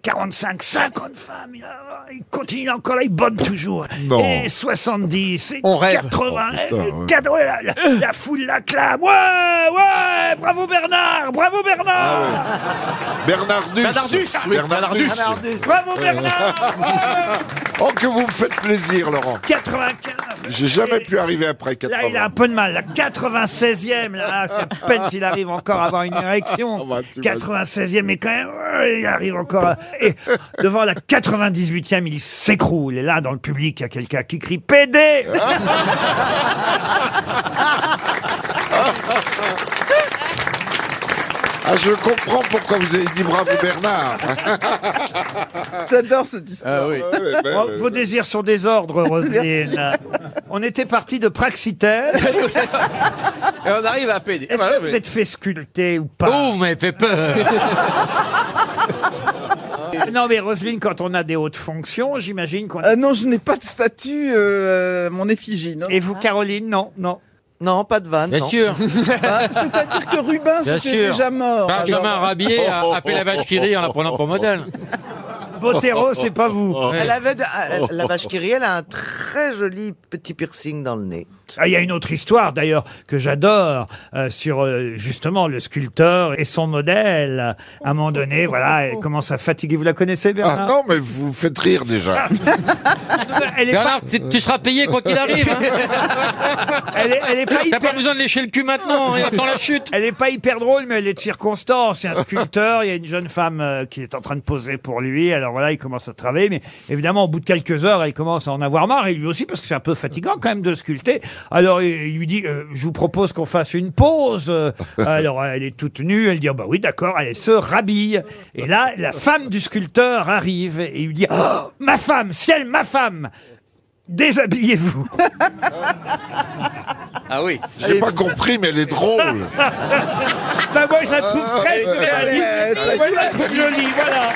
S1: 45, 50 femmes. Il, ah, il continue encore là, il bonne toujours.
S20: Non.
S1: Et 70, et
S11: On rêve.
S1: 80.
S11: Oh, putain,
S1: et
S11: ouais.
S1: 80, la, la- la foule l'acclame. Ouais, ouais, bravo Bernard, bravo Bernard.
S20: Ah Bernardus.
S11: Ah. Bernardus, oui, Bernardus. Bernardus.
S1: Bravo Bernard
S20: Oh, que vous me faites plaisir, Laurent.
S1: 95
S20: J'ai jamais pu arriver après
S1: Là,
S20: 80.
S1: il a un peu de mal. La 96e, là, c'est à peine s'il arrive encore à avoir une érection. 96e, mais quand même, euh, il arrive encore. à- Et devant la 98e, il s'écroule. Et là, dans le public, il y a quelqu'un qui crie PD
S20: Ah, je comprends pourquoi vous avez dit bravo Bernard.
S5: J'adore cette histoire.
S11: Ah oui.
S1: Oh, Vos désirs sont des ordres, Roselyne. On était parti de Praxitaire.
S11: Et on arrive à PD.
S1: Est-ce
S11: Ah bah
S1: que
S11: oui.
S1: vous êtes fait sculpter ou pas
S11: Oh,
S1: vous m'avez fait peur Non mais Roselyne, quand on a des hautes fonctions, j'imagine qu'on...
S5: Ah non, je n'ai pas de statut, euh, mon effigie. Non
S1: Et vous, Caroline, non, non.
S5: Non, pas de vanne.
S11: Bien
S5: non.
S11: sûr.
S5: Ah, C'est-à-dire que
S1: Ah,
S5: Rubin,
S11: Bien
S5: c'était
S11: sûr.
S5: déjà mort.
S11: Benjamin
S5: alors.
S11: Rabier a, a fait la vache qui rit en la prenant pour modèle. Botero, c'est
S1: pas vous.
S5: Oh.
S9: Elle avait de- elle- la vache qui rit, elle a un très joli petit piercing dans le nez.
S1: Ah, il y a une autre histoire d'ailleurs que j'adore euh, sur euh, justement le sculpteur et son modèle. À un moment donné, voilà, elle commence à fatiguer. Vous la connaissez, Bernard
S20: Ah non, mais vous me faites rire déjà.
S1: Bah, Elle est
S11: Bernard, tu, tu seras payé quoi qu'il arrive. hein.
S1: Elle est, elle est pas
S11: T'as
S1: hyper...
S11: pas besoin de lécher le cul maintenant, hein, attends la chute.
S1: Elle n'est pas hyper drôle, mais elle est de circonstance. C'est un sculpteur, il y a une jeune femme euh, qui est en train de poser pour lui. Alors voilà, il commence à travailler, mais évidemment, au bout de quelques heures, elle commence à en avoir marre. Il lui aussi, parce que c'est un peu fatigant quand même de sculpter. Alors, il il lui dit, euh, je vous propose qu'on fasse une pause. Euh, Alors, elle est toute nue, elle dit, Ah bah oui, d'accord, elle se rhabille. Et là, la femme du sculpteur arrive et il lui dit, Oh, ma femme, ciel, ma femme, déshabillez-vous.
S20: Ah oui. J'ai pas compris, mais elle est drôle.
S1: bah moi, je la trouve très
S20: Ah,
S1: jolie.
S20: elle est-
S1: Moi, je la trouve jolie, voilà.